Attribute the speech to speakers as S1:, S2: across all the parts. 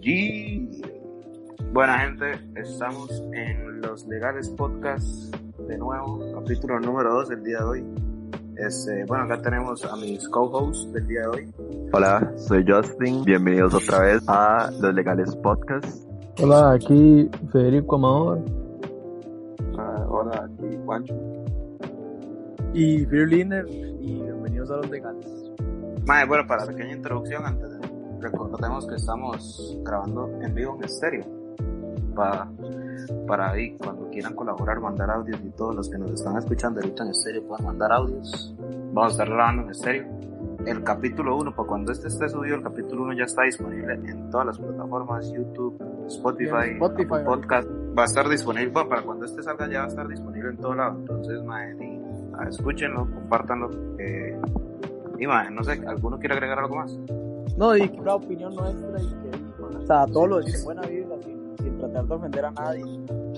S1: Y buena gente, estamos en los legales podcasts de nuevo, capítulo número 2 del día de hoy. Este, bueno, acá tenemos a mis co-hosts del día de hoy.
S2: Hola, soy Justin. Bienvenidos otra vez a Los Legales Podcast.
S3: Hola, aquí Federico Amador.
S4: Ah, hola, aquí Juancho.
S5: Y Phil Liner, y bienvenidos a Los Legales.
S1: Mae, bueno, para pequeña introducción, antes de recordemos que estamos grabando en vivo en estéreo. Para, para ahí, cuando quieran colaborar, mandar audios y todos los que nos están escuchando ahorita en estéreo pueden mandar audios. Vamos a estar grabando en estéreo. El capítulo 1, pues cuando este esté subido, el capítulo 1 ya está disponible en todas las plataformas: YouTube, Spotify,
S5: Spotify,
S1: Apple Podcast. Va a estar disponible, bueno, para cuando este salga ya va a estar disponible en todo lado. Entonces, mae, y, ah, escúchenlo, compártanlo. eh, y mae, no sé, ¿alguno quiere agregar algo más?
S5: No, y que la opinión nuestra y que, o sea, a todos los de buena vibra, sin, sin tratar de ofender a nadie.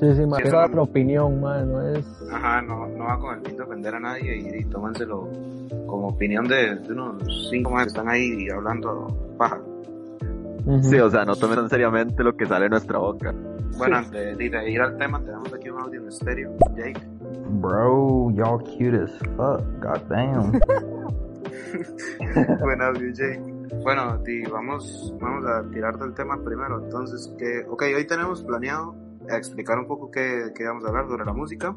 S3: Sí, sí, ma,
S1: Sí,
S3: es
S1: eso no-
S3: otra opinión, ma, no es...
S2: Ah,
S1: Ajá, no, no va con el fin de ofender a nadie y, y tómanselo como opinión de, de unos cinco más que están ahí hablando paja.
S3: Ujú.
S2: Sí, o sea, no tomen tan seriamente lo que sale de nuestra boca.
S1: Bueno, antes de, de ir al tema, tenemos aquí un audio en estéreo. Jake,
S6: Bro, y'all cute as fuck. Goddamn.
S1: buen audio, Jake. Bueno, di, vamos, vamos a tirar del tema primero. Entonces, que, ok, hoy tenemos planeado explicar un poco qué, qué vamos a hablar sobre la música,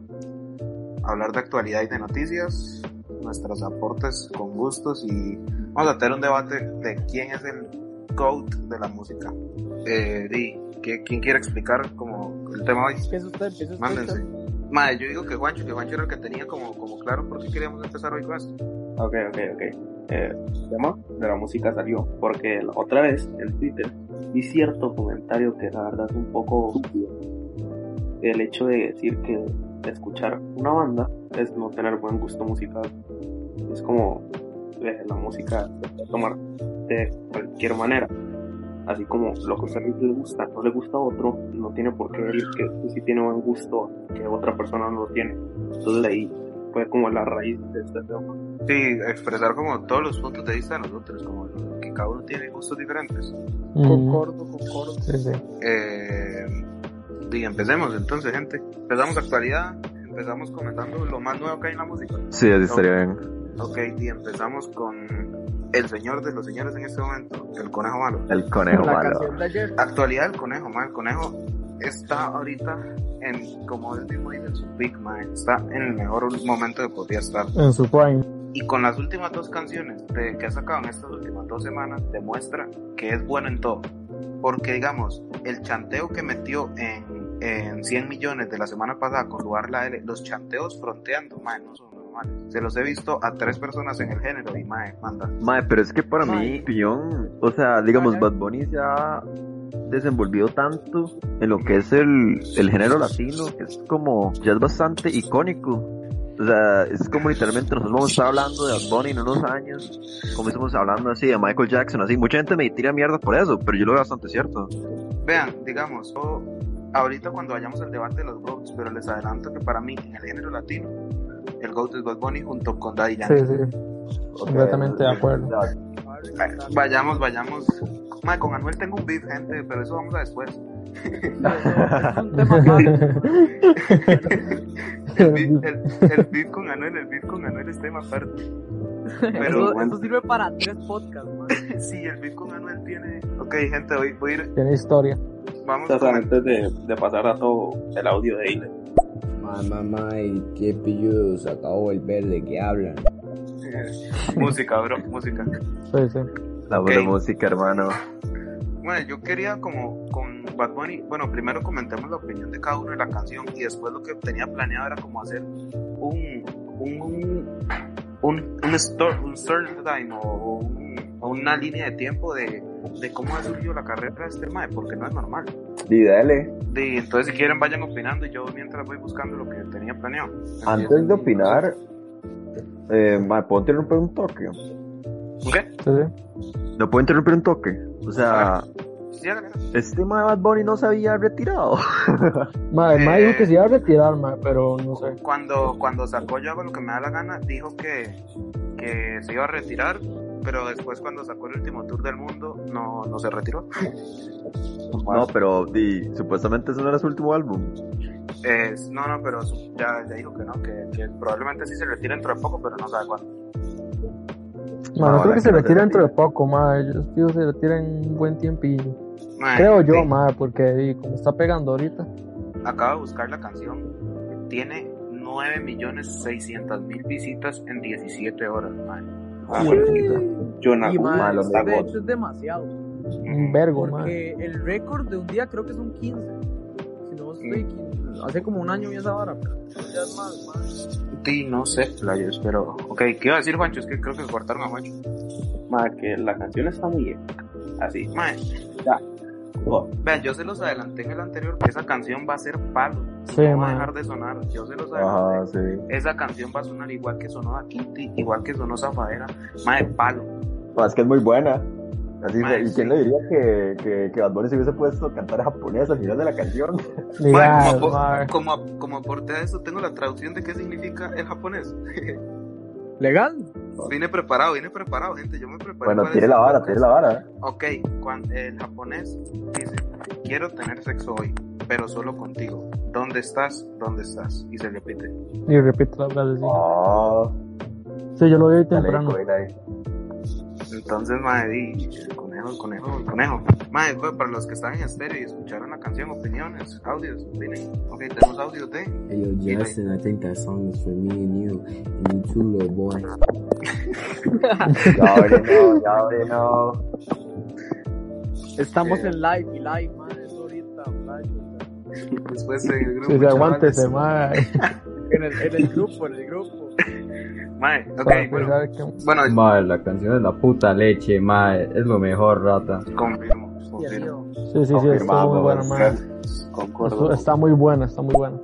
S1: hablar de actualidad y de noticias, nuestros aportes con gustos y vamos a tener un debate de quién es el GOAT de la música. Eh, di, ¿qué- ¿quién quiere explicar como el tema hoy?
S5: Empieza usted, empieza usted.
S1: Mándense.
S5: usted.
S1: Madre, yo digo que Guancho, que Guancho era el que tenía como, como claro por qué queríamos empezar hoy con esto.
S4: Ok, ok, ok. Eh, el tema de la música salió porque la otra vez en Twitter vi cierto comentario que la verdad es un poco estúpido. El hecho de decir que escuchar una banda es no tener buen gusto musical. Es como eh, la música se puede tomar de cualquier manera. Así como lo que a usted le gusta no le gusta a otro, no tiene por qué decir que usted sí tiene buen gusto, que otra persona no lo tiene. Entonces ahí fue como la raíz de este tema.
S1: Sí, expresar como todos los puntos de vista de nosotros, como lo- que cada uno tiene gustos diferentes.
S3: Ujú.
S5: Concordo, concordo.
S3: Sí, sí.
S1: Eh, y empecemos entonces, gente. Empezamos actualidad, empezamos comentando lo más nuevo que hay en la música.
S2: Sí, así estaría bien.
S1: Ok, y empezamos con el señor de los señores en este momento, el conejo malo.
S2: El conejo
S5: la
S2: malo.
S5: canción de ayer.
S1: Actualidad del conejo, mal El conejo está ahorita en, como él mismo dice, en su peak, mae. Está en el mejor momento que podría estar.
S3: En su prime.
S1: Y con las últimas dos canciones de- que ha sacado en estas últimas dos semanas, demuestra que es bueno en todo. Porque, digamos, el chanteo que metió en, en 100 millones de la semana pasada con lugar la L, los chanteos fronteando, mae, no son normales. Se los he visto a tres personas en el género y, mae, manda.
S2: Mae, pero es que para
S5: Mae.
S2: mí, opinión, o sea, digamos,
S5: Ajá.
S2: Bad Bunny se ha desenvolvido tanto en lo que es el, el género latino, que es como, ya es bastante icónico. O sea, es como literalmente nosotros vamos a estar hablando de Bad Bunny en unos años, como estamos hablando así de Michael Jackson, así. Mucha gente me tira mierda por eso, pero yo lo veo bastante cierto.
S1: Vean, digamos, yo- ahorita cuando vayamos al debate de los GOATs, pero les adelanto que para mí, en el género latino, el GOAT es Bad Bunny junto con Daddy Yankee.
S3: Sí, sí. Completamente
S5: Eh, ah,
S3: de acuerdo.
S1: Vayamos, vayamos. Ma, con Anuel tengo un beef, gente, pero eso vamos a después.
S5: Es un tema aparte.
S1: El beef, el- el beef con Anuel, el beef con Anuel es tema aparte. Pero
S5: eso,
S1: bueno,
S5: eso sirve para tres podcasts, man.
S1: sí, el beef con Anuel tiene. Ok, gente, hoy voy a ir.
S3: Tiene historia.
S1: Vamos
S4: O sea,
S1: con
S4: antes de, de pasar a todo el audio de Ile.
S7: Mamá, mamá, qué pilludos, acabó el verde que hablan.
S1: eh, música, bro, música.
S3: Sí, sí.
S2: La buena
S1: Ok.
S2: música, hermano.
S1: Bueno, yo quería como con Bad Bunny, bueno, primero comentemos la opinión de cada uno de la canción y después lo que tenía planeado era como hacer un un un un, un, stor- un certain time o, o un- o una línea de tiempo de, de cómo ha surgido la carrera de este mae, porque no es normal.
S7: Y dale,
S1: De, entonces si quieren vayan opinando y yo mientras voy buscando lo que tenía planeado.
S7: antes de opinar, eh, ma, ¿puedo interrumpir un toque?
S1: ¿Ok?
S3: sí, sí.
S2: ¿No puedo interrumpir un toque? O
S7: Ah.
S2: sea,
S1: Sí, hágale.
S2: este mae de Bad Bunny no se había retirado.
S3: Ma, el ma
S1: Eh.
S3: dijo que se iba a retirar, ma, pero no sé.
S1: cuando, cuando sacó Yo hago lo que me da la gana, dijo que, que se iba a retirar pero después cuando sacó el último tour del mundo, no, no se retiró.
S2: No, pero di, supuestamente ese no era su último álbum.
S1: Es- no, no, pero su- ya, ya dijo que no, que, que probablemente sí se retire dentro de poco, pero no sabe cuándo.
S3: Ma,
S2: No,
S3: yo creo
S2: ahora
S3: que
S2: sí
S3: se
S2: no se
S3: retira dentro de
S2: retira.
S3: poco, ma. Yo los tíos se retiran un buen tiempillo.
S1: Mae,
S3: Creo yo,
S1: Ah, sí,
S3: ma, porque y, como está pegando ahorita.
S1: Acabo de buscar la canción. Tiene 9.600.000 visitas en 17 horas, mae.
S4: Ah,
S5: Sí.
S4: Yo en
S5: Y
S4: algún
S5: más,
S4: momento hago-
S5: de hecho es demasiado.
S3: Un vergo, ma.
S5: Porque el récord de un día creo que son 15. Si no estoy, hace como un año y esa hora. pero Ya es más, más.
S1: Sí, no sé, players, pero... Ok, ¿qué iba a decir, Juancho? Es que creo que cortaron a Juancho.
S4: Mae, que la canción está muy bien. Así.
S1: Mae,
S4: Oh,
S1: vean, yo se los adelanté en el anterior que esa canción va a ser palo.
S3: Sí,
S1: no va a
S3: ma.
S1: dejar de sonar. Yo se los adelanté.
S7: Ajá, sí.
S1: Esa canción va a sonar igual que sonó Da Kitty, igual que sonó Zafadera. Mae, palo.
S7: Ah, es que es muy buena. Así,
S1: Mae,
S7: ¿Y
S1: sí.
S7: quién le diría que, que, que Bad Bunny se hubiese puesto a cantar japonés al final de la canción?
S1: Mae,
S3: Legal,
S1: como,
S7: Eh.
S3: ma.
S1: apo- como, ap- como aporte a eso, tengo la traducción de qué significa el japonés.
S5: ¿Legal?
S1: Vine preparado, vine preparado, gente. Yo me preparé.
S7: Bueno,
S1: para
S7: tire
S1: este
S7: la vara,
S1: podcast.
S7: tire la vara.
S1: Ok, cuan- el japonés dice: Quiero tener sexo hoy, pero solo contigo. ¿Dónde estás? ¿Dónde estás? Y se repite.
S3: Y repito la frase, sí.
S7: Oh,
S3: Sí, yo lo vi
S7: dale,
S3: hoy
S7: pues.
S3: temprano.
S7: coina ahí.
S1: Entonces, mae, di, el conejo, el conejo, el conejo. Mae, pues, para los que están en estéreo y escucharon la canción, opiniones, audios, opinen. Ok, tenemos audios de.
S8: Hey, yo, Justin, I think that song is for me and you, and you too, little boy.
S7: Ya abre, no, ya abre, no.
S5: Estamos
S1: Sí.
S5: en live y live, man. Es ahorita, live.
S1: Después en el grupo.
S3: Sí, sí, aguántese,
S1: chavales.
S3: ma.
S5: En el, en el grupo, en el grupo.
S1: Mae, ok,
S3: Para
S1: bueno.
S3: pensar que-
S1: Bueno,
S6: Madre, la canción es la puta leche, madre. Es lo mejor, rata.
S1: confirmo,
S5: Y el
S1: confirmo.
S5: lío.
S3: Sí, sí, sí, está muy
S7: Confirmamos,
S3: buena, ma.
S7: pues.
S3: Esto-
S4: concuerdo.
S3: Está muy buena, está muy buena.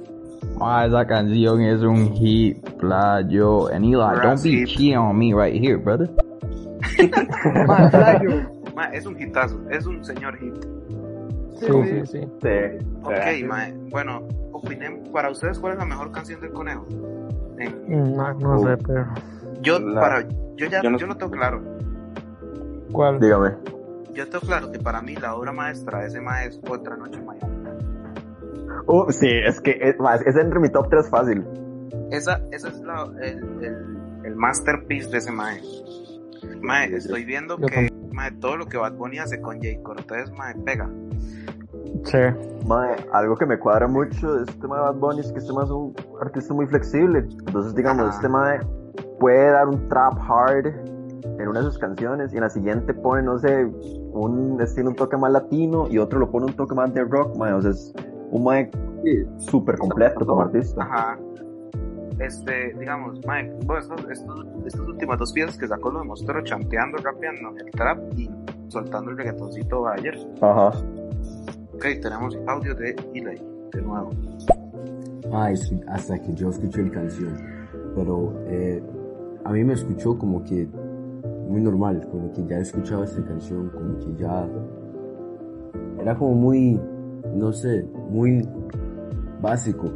S6: Madre, esa canción es un hit, playo. And Eli, don't be
S1: Racist.
S6: cheating on me right here, brother.
S5: Ma, playo.
S1: Mae, es un hitazo, es un señor hit.
S5: Sí, sí.
S3: Sí, sí, sí.
S7: Sí.
S1: Ok, mae. Bueno, opinen, para ustedes, ¿cuál es la mejor canción del conejo? Eh,
S3: No, Mm, no sé, pero.
S1: yo,
S4: La-
S1: para, yo ya
S4: yo no-
S1: yo lo tengo claro.
S3: ¿Cuál?
S7: Dígame.
S1: Yo tengo claro que para mí la obra maestra de ese mae es Otra Noche en Miami.
S7: Uh, sí, es que es, ma, es entre mi top 3 fácil.
S1: Esa, esa es la, el, el, el masterpiece de ese mae. Mae, estoy viendo
S3: Yo
S1: que mae, todo lo que Bad Bunny hace con Jay Cortez, mae, pega.
S3: Sí.
S7: Mae, algo que me cuadra mucho de este tema de Bad Bunny es que este mae es un artista muy flexible. Entonces, digamos,
S1: Ajá.
S7: este mae puede dar un trap hard en una de sus canciones y en la siguiente pone, no sé, un estilo un toque más latino y otro lo pone un toque más de rock, mae. O sea, es un mae súper completo como artista.
S1: Ajá. Este, digamos, mae, bueno, estos, estos, estas últimas dos piezas que sacó lo demostró chanteando, rapeando el trap y soltando el reggaetoncito ayer.
S7: Ajá.
S1: Ok, tenemos audio de Eli, de nuevo.
S8: Ah, es- hasta que yo escuché la canción. Pero eh, a mí me escuchó como que muy normal, como que ya he escuchado esta canción, como que ya era como muy, no sé, muy básico.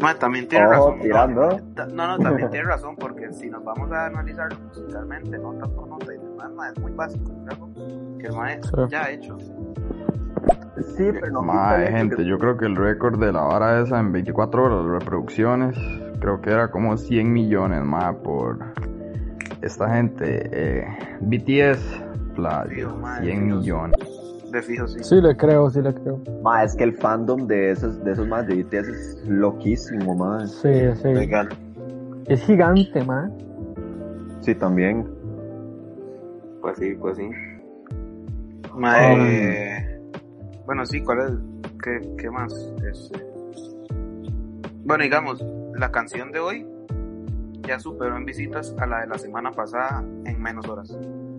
S1: Mae, también tiene
S7: Oh,
S1: razón.
S7: tirando.
S1: No, no, no, también tiene razón, porque si nos vamos a analizar musicalmente, nota por nota y demás, mae, es muy básico, es algo que el mae
S3: Sí.
S1: ya ha hecho.
S7: Sí, pero no. quita el
S6: Madre,
S7: hecho
S6: gente,
S7: que-
S6: yo creo que el récord de la vara esa en 24 horas de reproducciones, creo que era como 100 millones más por esta gente. eh, BTS, playo,
S1: Sí, madre,
S6: 100
S1: sí, no sé.
S6: millones.
S1: De fijo, sí.
S3: Sí, le creo, sí, le creo.
S7: Ma, es que el fandom de esos, de esos más de BTS es loquísimo, mae.
S3: Sí, sí.
S1: Legal.
S3: Es gigante, ma.
S7: Sí, también.
S4: Pues sí, pues sí.
S1: Mae, eh, Bueno, sí, ¿cuál es? ¿Qué, qué más? Este, Bueno, digamos, la canción de hoy ya superó en visitas a la de la semana pasada en menos horas.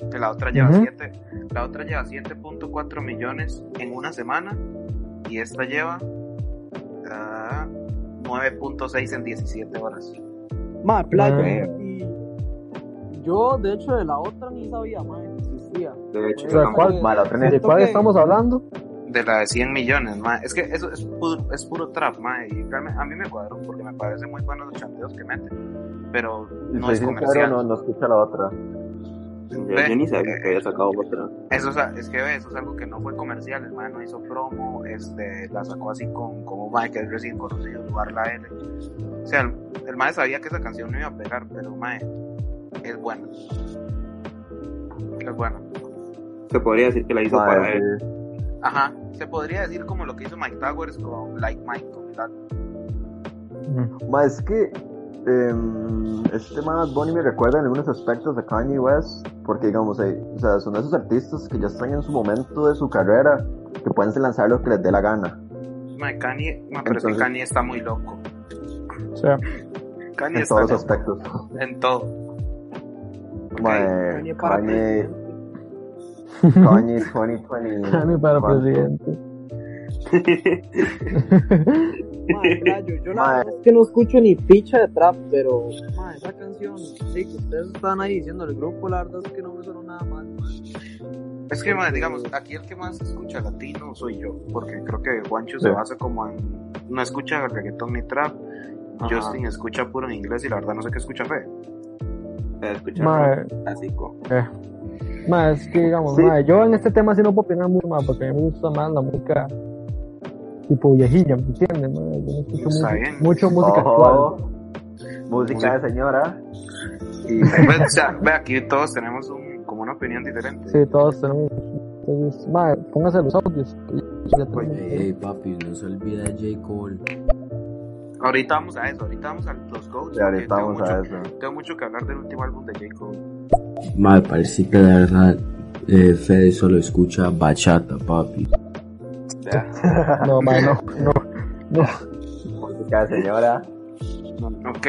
S1: Que la otra lleva
S3: Ujú.
S1: siete, la otra lleva 7.4 millones en una semana y esta lleva ah, 9.6 en 17 horas.
S5: Ma,
S3: Eh,
S5: playo.
S7: Ah.
S5: Y yo, de hecho, de la otra ni sabía, ma, que existía.
S1: De hecho,
S3: O sea, ¿cuál?
S7: Ma, la otra ni-
S3: ¿De
S5: Siento
S3: cuál
S5: que-
S3: estamos hablando?
S1: de la de 100 millones, mae. Es que eso es puro, es puro trap, mae. Y realmente a mí me cuadró porque me parecen muy buenos los chanteos que meten. Pero no
S7: Soy
S1: es
S7: sincero,
S1: comercial. eh,
S7: no, no escucha la otra.
S4: Yo, yo ni sabía que había sacado otra.
S1: Eso es, es que ve, eso es algo que no fue comercial, el man no hizo promo, este, la sacó así con, como un mae que es recién conocido, lugar la L. O sea, el, el mae sabía que esa canción no iba a pegar, pero mae, es buena. Es buena.
S4: Se podría decir que la hizo
S7: Mae,
S4: para él.
S7: sí.
S1: Ajá, se podría decir como lo que hizo Mike Towers con Like Mike, con la-
S7: Ma, es que em, este man Bad Bunny me recuerda en algunos aspectos a Kanye West, porque digamos, eh, o sea, son de esos artistas que ya están en su momento de su carrera, que pueden lanzar lo que les dé la gana.
S1: Mae, Kanye, mae, pero es que
S7: Entonces-
S1: Kanye está muy loco.
S3: O sea,
S1: Kanye
S7: En
S1: está
S7: todos los
S1: loco,
S7: aspectos.
S1: en todo.
S7: Ma,
S5: Kanye
S7: eh,
S5: para
S7: Kanye, Kanye 2020.
S3: Kanye para
S7: ¿cuánto?
S3: presidente.
S5: Madre, playo, yo la
S7: Madre.
S5: verdad es que no escucho ni picha de trap, pero madre, esa canción, sí, que ustedes están ahí diciendo el grupo, la verdad es que no me sonó nada mal.
S1: Es que, mae, digamos, aquí el que más escucha latino soy yo, porque creo que Juancho se
S7: Sí.
S1: basa como en. No escucha reggaetón ni trap.
S4: Ajá.
S1: Justin escucha puro en inglés y la verdad no sé qué escucha fe.
S4: Eh, escuchar
S3: Mae,
S4: rock clásico.
S3: mae, eh, es que digamos,
S7: Sí.
S3: mae, yo en este tema sí no puedo opinar mucho más porque a mí me gusta más la música tipo viejilla, ¿me entiendes? mae? Yo no escucho
S1: Está
S3: mucho,
S1: bien.
S3: mucho música
S7: Ojo,
S3: actual.
S7: Música de señora. pues,
S1: Y, ve, Pues, o sea, ve, aquí todos tenemos un- como una opinión diferente.
S3: Sí, todos tenemos. Entonces, mae, póngase los audios. y- y-
S8: Ey, Pues, ey, papi, no se olvida de J. Cole.
S1: Ahorita vamos a eso, ahorita vamos a los Goats.
S7: Y ahorita
S1: porque tengo
S7: vamos a
S1: mucho-
S7: eso.
S1: Tengo mucho que hablar del último álbum de J. Cole.
S8: Mal, parece que la verdad, eh, Fede solo escucha bachata, papi.
S4: Ya.
S3: No, mae, no, no. no.
S7: Música de señora.
S1: Ok.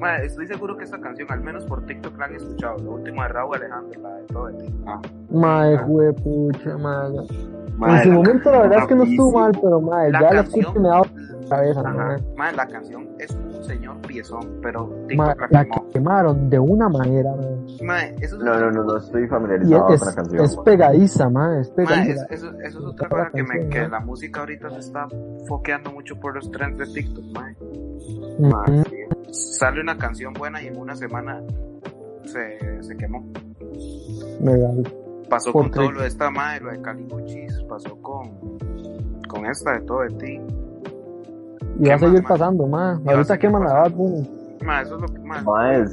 S1: Mae, estoy seguro que esta canción, al menos por TikTok, la han escuchado. Lo último de Raúl Alejandro, la de todo de ti.
S7: Ah,
S3: Ah, Mae, juepucha, mae. En
S1: Mae,
S3: su
S1: la
S3: momento la verdad es que no
S1: rapidísimo.
S3: estuvo mal, pero mae,
S1: La
S3: ya la
S1: canción-
S3: escucho y me da cabeza,
S1: Ajá.
S3: mae.
S1: Mae, la canción es un señor piezón, pero
S3: Mae,
S1: TikTok la
S3: la
S1: quemó.
S3: quemaron de una manera, mae.
S1: Mae, eso es
S7: No, no, no, no estoy familiarizado
S3: Y es,
S7: con la canción.
S3: es pegadiza, mae, es
S1: Mae,
S3: pegadiza.
S1: es- eso, eso es
S3: la
S1: otra cosa que, me,
S3: canción,
S1: que
S3: ¿no?
S1: la música ahorita se está foqueando mucho por los trends de TikTok. Mae.
S3: Ujú.
S7: Ah,
S4: Mae, sí.
S1: Sale una canción buena y en una semana se, se quemó.
S3: Legal.
S1: Pasó
S3: Por
S1: con todo
S3: tres.
S1: lo de esta madre, lo de Calibuchis, pasó con, con esta de todo de ti.
S3: Y va a
S1: Quema, mae.
S3: seguir pasando, mae.
S1: a
S3: Ahorita
S1: seguir
S3: queman la Bad
S1: pasando.
S3: Bunny.
S1: Mae, eso es lo que más.
S7: Más,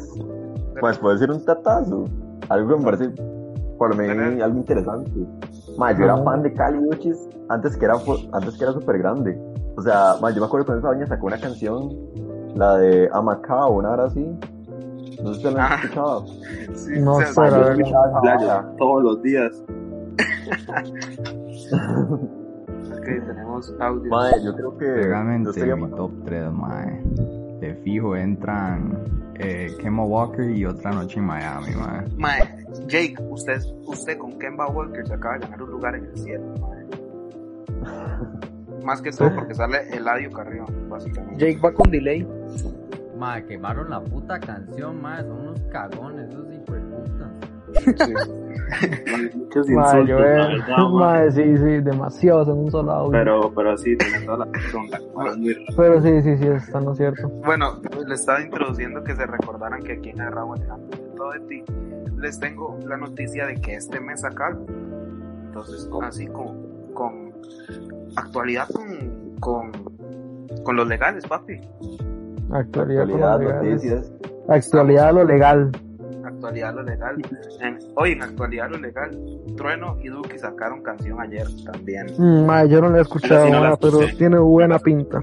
S7: pues puede ser un tatazo. Algo que me parece, por mí,
S1: Tener-
S7: algo interesante. Ma, yo era
S3: Ah.
S7: fan de Cali Uchis antes que era, fu- antes que era súper grande. O sea, ma, yo me acuerdo que en esa doña sacó una canción, la de Amacá o una hora así. No sé si la han
S1: Ah.
S7: escuchado.
S1: Sí,
S3: No
S1: o sea,
S3: sé,
S7: Ma,
S3: la
S7: yo
S3: verdad.
S7: escuchaba esa
S4: Playo,
S7: vara.
S4: todos los días.
S1: ok, tenemos audio.
S7: Ma, yo creo que. yo
S6: Legalmente
S7: sería-
S6: en mi top 3, mae. De fijo entran eh, Kemba Walker y otra noche en Miami, mae.
S1: Mae, Jake, usted, usted con Kemba Walker se acaba de ganar un lugar en el cielo, mae. Más que todo porque sale Eladio Carrión, básicamente.
S5: Jake va con delay.
S9: Madre, quemaron la puta canción, madre. Son unos cagones, esos hijueputas.
S4: Mae, Muchos
S3: Mae, yo
S4: insultos, la
S3: eh,
S4: verdad, mae.
S3: mae, sí, sí, demasiados en un solo audio. Pero,
S4: Pero, pero sí, tenés toda la razón. la quemaron muy rápido.
S3: sí, sí, sí, está no es cierto.
S1: Bueno, le estaba introduciendo que se recordaran que aquí en el Raúl Alejandro de todo de ti, les tengo la noticia de que este mes saca álbum. Entonces, así con, con actualidad con, con, con los legales, papi.
S3: Actualidad,
S7: Actualidad,
S3: con lo legal.
S7: noticias.
S3: Actualidad, lo legal.
S1: Actualidad lo legal. En- hoy en actualidad lo legal, Trueno y Duki sacaron canción ayer también.
S3: Mm, mae, yo no la he escuchado,
S4: sí no la
S3: mae, pero
S4: escuché.
S3: tiene buena pinta.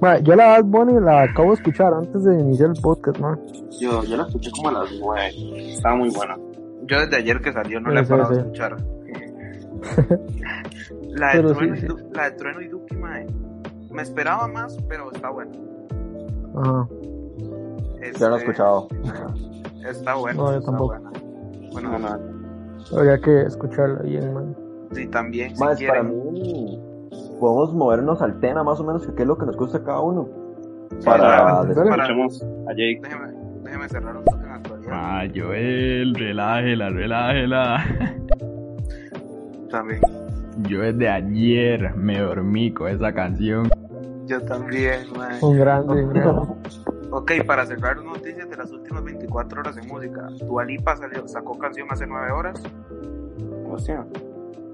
S3: Mae, yo la Bad Bunny la acabo de escuchar antes de iniciar el podcast, mae.
S4: Yo, yo la escuché como a las 9. Estaba muy buena.
S1: Yo desde ayer que salió no la he
S3: Sí, sí,
S1: parado de
S3: sí.
S1: escuchar. la, de
S3: Pero
S1: Trueno y
S3: sí, sí.
S1: Du- la de Trueno y Duki, mae. Me esperaba más, pero está bueno.
S3: Ajá.
S7: Yo no
S1: Este,
S7: lo he escuchado.
S1: Está bueno.
S3: No, yo
S1: está
S3: tampoco.
S1: buena. Bueno,
S4: No, no,
S3: Habría que escucharla bien, mae.
S1: sí, también si
S7: Más, para
S1: quieren.
S7: mí, podemos movernos al tema más o menos, que qué es lo que nos gusta a cada uno.
S4: para-
S7: Para
S3: dale.
S7: después-
S1: para-
S4: Escuchemos a Jake.
S1: Déjeme, déjeme cerrar un toque en la actualidad.
S6: Ah, Joel, relájela, relájela.
S1: También.
S6: Yo desde ayer me dormí con esa canción.
S1: Yo también, mae.
S3: Un grande, un grande.
S1: Ok, para cerrar noticias de las últimas 24 horas de música, Dualipa salió, sacó canción hace 9 horas
S4: Hostia,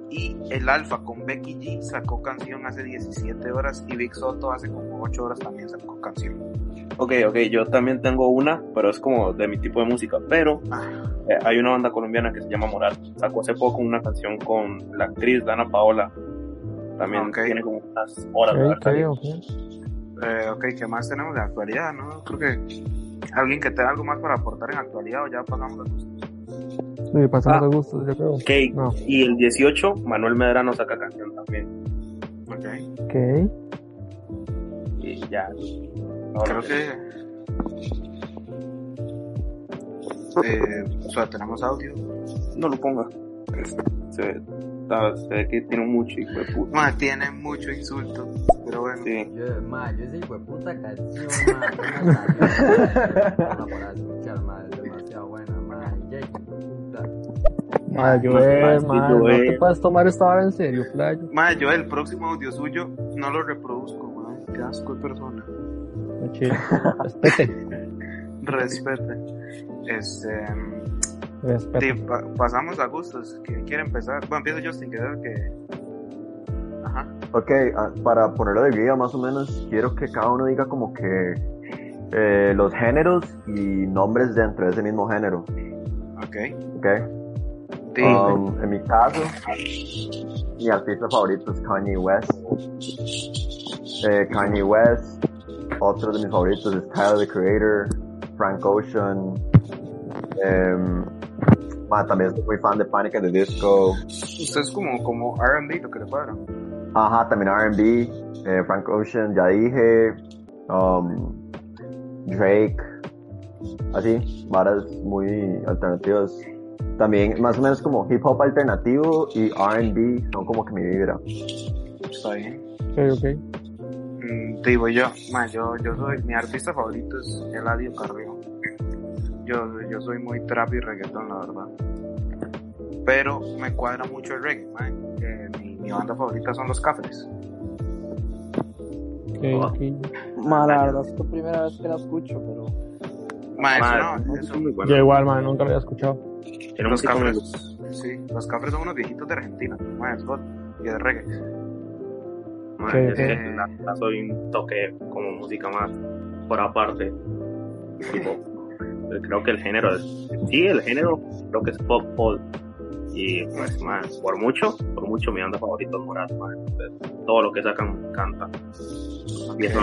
S1: y El Alfa con Becky G sacó canción hace 17 horas y Big Soto hace como 8 horas también sacó canción.
S4: Ok, ok, yo también tengo una, pero es como de mi tipo de música. Pero
S1: Ah.
S4: eh, hay una banda colombiana que se llama Moral. Sacó hace poco una canción con la actriz Dana Paola. También
S1: Ok.
S4: tiene como unas horas.
S3: Ok,
S4: de
S3: ok,
S4: haber
S3: ok.
S1: Eh, ok, ¿qué más tenemos de actualidad? No? Creo que alguien que tenga algo más para aportar en actualidad o ya pasamos a tus-
S3: Sí, pasamos
S4: Ah.
S3: a gusto, yo creo.
S4: salido. Ok,
S3: No,
S4: y el 18, Manuel Medrano saca canción también.
S1: Ok,
S3: ok.
S4: Y ya.
S1: creo
S4: Ahora,
S1: que... Eh, o sea, tenemos audio.
S4: No lo ponga. Se ve, está- se ve que tiene mucho hijo de puta.
S1: Más tiene mucho insulto, pero bueno.
S4: Sí.
S9: Yo, ma, yo esa hijueputa canción, ma, apenas salió, ma, para escuchar, ma, es demasiado buena, ma, y ya, hijueputa.
S3: Madre, yo,
S4: Más
S3: eh,
S4: fácil,
S3: madre, no
S4: Joel.
S3: te puedes tomar esta hora en serio, playo.
S1: Madre, yo el próximo audio suyo no lo reproduzco, madre. Qué asco de persona.
S3: No, chido. Respete.
S1: Respete. Este.
S3: Respete.
S1: sí, pa- pasamos a gustos. ¿Quién quiere empezar? Bueno, empiezo yo sin querer que. Ajá.
S7: Ok, ah, para ponerlo de guía más o menos, quiero que cada uno diga como que eh, los géneros y nombres dentro de ese mismo género,
S1: Ok.
S7: ¿ok?
S1: Sí.
S7: Um, en mi caso, mi artista favorito es Kanye West. Eh, Kanye West, otro de mis favoritos es Tyler the Creator, Frank Ocean. em, ma, también soy muy fan de Panic at the Disco.
S1: Usted es como, como RB lo que le cuadra.
S7: Ajá, también R&B, eh, Frank Ocean, ya dije, um, Drake, así, varas muy alternativas. También más o menos como hip hop alternativo y R&B son como que mi vibra.
S1: Está bien.
S3: Ok, ok.
S1: Mm, digo yo. Madre, yo, yo soy. Mi artista favorito es Eladio Carrillo. Yo, yo soy muy trap y reggaetón, la verdad. Pero me cuadra mucho el reggae, madre. Eh, mi, mi banda favorita son los cafres.
S3: Ok,
S7: Ah.
S3: ok.
S5: Ma, la verdad es que primera vez que la escucho, pero.
S1: Madre,
S4: Madre,
S1: no, Ah, eso,
S4: muy bueno.
S3: Yo igual, madre, nunca lo había escuchado.
S4: Tiene
S1: Los
S4: música muy
S1: Cafres. Sí, los cafres son unos viejitos de Argentina, madre, es God, y de reggae.
S4: Más,
S3: Sí,
S4: es
S3: sí.
S4: que la- la soy un toque como música más por aparte. Tipo, creo que el género es. Sí, el género creo que es pop folk. Y pues, más, por mucho, por mucho mi banda favorito es Morat, man. Entonces, todo lo que sacan me encanta. Y eso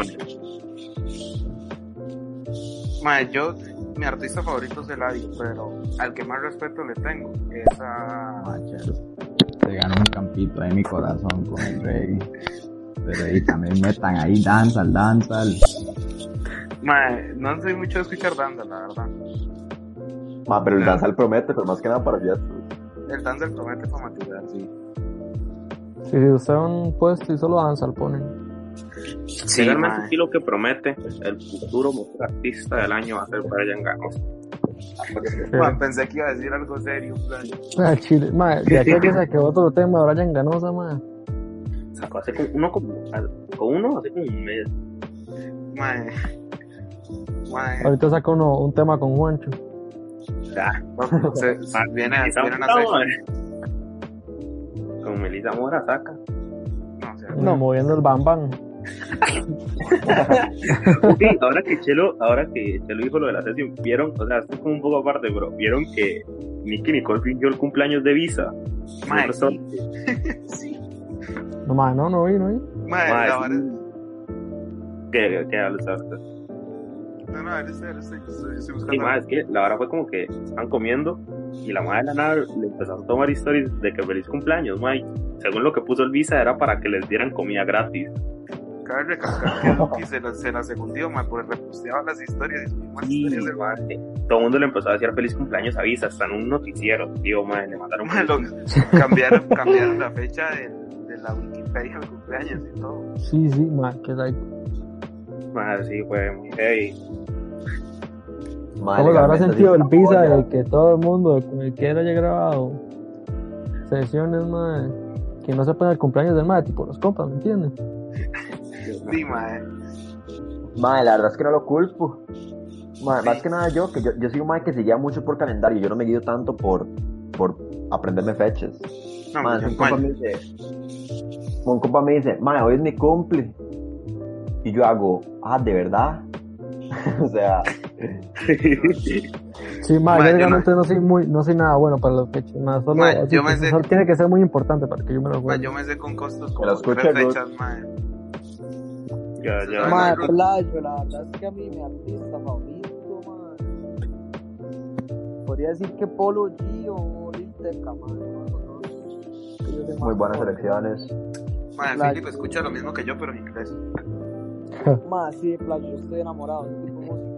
S1: Madre, yo, mi artista favorito es Eladio, pero al que más respeto le tengo es a...
S8: Ah, Se ganó un campito en mi corazón con el reggae. Pero ahí también metan ahí danza, danza.
S1: Madre, no soy mucho de escuchar danza, la verdad.
S7: Ma, pero el danzal promete, pero más que nada para fiestas.
S1: El danza el promete para matizar, sí.
S3: Si sí, usted va a un puesto y solo danza, lo ponen.
S1: Sí,
S4: Realmente
S1: mae.
S4: sí lo que promete, el futuro mejor artista del año va a ser Brian Ganos.
S1: Mae, pensé que iba a decir algo serio, playa.
S3: Ah, chile. Madre, de aquí a que saque otro tema de Brian Ganosa, madre.
S4: Sacó hace como uno como, con uno hace como un mes.
S1: Madre, madre,
S3: Ahorita saca uno, un tema con Juancho. Eh,
S4: Ya,
S1: se, se- viene, a-
S4: Melissa
S1: vienen Ah, a
S4: Mora,
S1: hacer...
S4: mae. eh. Con Melissa Mora saca.
S1: No, o sea,
S3: No. Moviendo el bambán.
S4: Sí, ahora que Chelo, ahora que Chelo dijo lo de la sesión, vieron, o sea, esto es como un poco aparte, pero vieron que Nicky Nicole fingió el cumpleaños de Visa.
S1: Mae,
S4: Nosotros-
S3: No, madre, no, no vi, no vi.
S1: madre,
S4: mae,
S1: Eh, la verdad...
S4: que, que hablas ahorita.
S1: No, no, eres, eres, eres, estoy estoy buscando...
S4: Sí, mae, es que la verdad fue como que están comiendo y la madre de la nada le empezaron a tomar historias de que feliz cumpleaños, mae. Según lo que puso el Visa era para que les dieran comida gratis.
S1: Cabe recalcar que Duki se la, se la secundió, man, porque reposteaba las historias y subimos las
S4: Sí,
S1: historias del man.
S4: mae. eh, todo el mundo le empezó a decir feliz cumpleaños a Visa, hasta en un noticiero. Digo, madre, le mandaron
S1: Man,
S4: feliz
S1: lo- cambiaron, cambiaron la fecha de, de la Wikipedia al cumpleaños y todo.
S3: Sí, sí, madre, que like.
S4: Madre, sí, fue muy heavy.
S7: Ma,
S3: ¿Cómo lo habrá
S7: legalmente,
S3: sentido
S7: así
S3: el pizza
S7: como
S3: de que todo el mundo con el que él haya grabado sesiones, madre? Que no sepan el cumpleaños del madre, tipo los compas, ¿me entiendes?
S1: Sí, man.
S7: Mae, la verdad es que no lo culpo. Mae, Más que nada yo, que yo, yo soy un mae que se guía mucho por calendario. Yo no me guío tanto por, por aprenderme fechas.
S1: No,
S7: Mae, si
S1: man,
S7: un compa me dice, un compa me dice, mae, hoy es mi cumple. Y yo hago, ah, ¿de verdad? o sea,
S3: Sí,
S1: Ma,
S3: ma, yo
S1: yo
S3: realmente no soy muy, no soy nada bueno para los fechas, ma, solo,
S1: Ma,
S3: así
S1: yo
S3: que
S1: me sé-
S3: solo tiene que ser muy importante para que yo me lo
S1: Ma,
S3: juegue.
S1: yo me sé con costos
S7: la
S1: como
S7: escucha,
S1: tres
S7: Ruth.
S1: fechas, mae.
S4: Ya, ya.
S1: Mae,
S5: Madre,
S1: Ruth.
S5: playo, la verdad es que a mí mi artista favorito, madre. Podría decir que Polo G o Lil Tecca, madre. uno de los dos. Que yo soy
S7: muy
S5: más
S7: buenas
S5: fan.
S7: elecciones.
S1: Mae,
S5: Like.
S1: Filipe escucha lo mismo que yo, pero en inglés.
S5: Más sí, playo, yo estoy enamorado de ese tipo de música.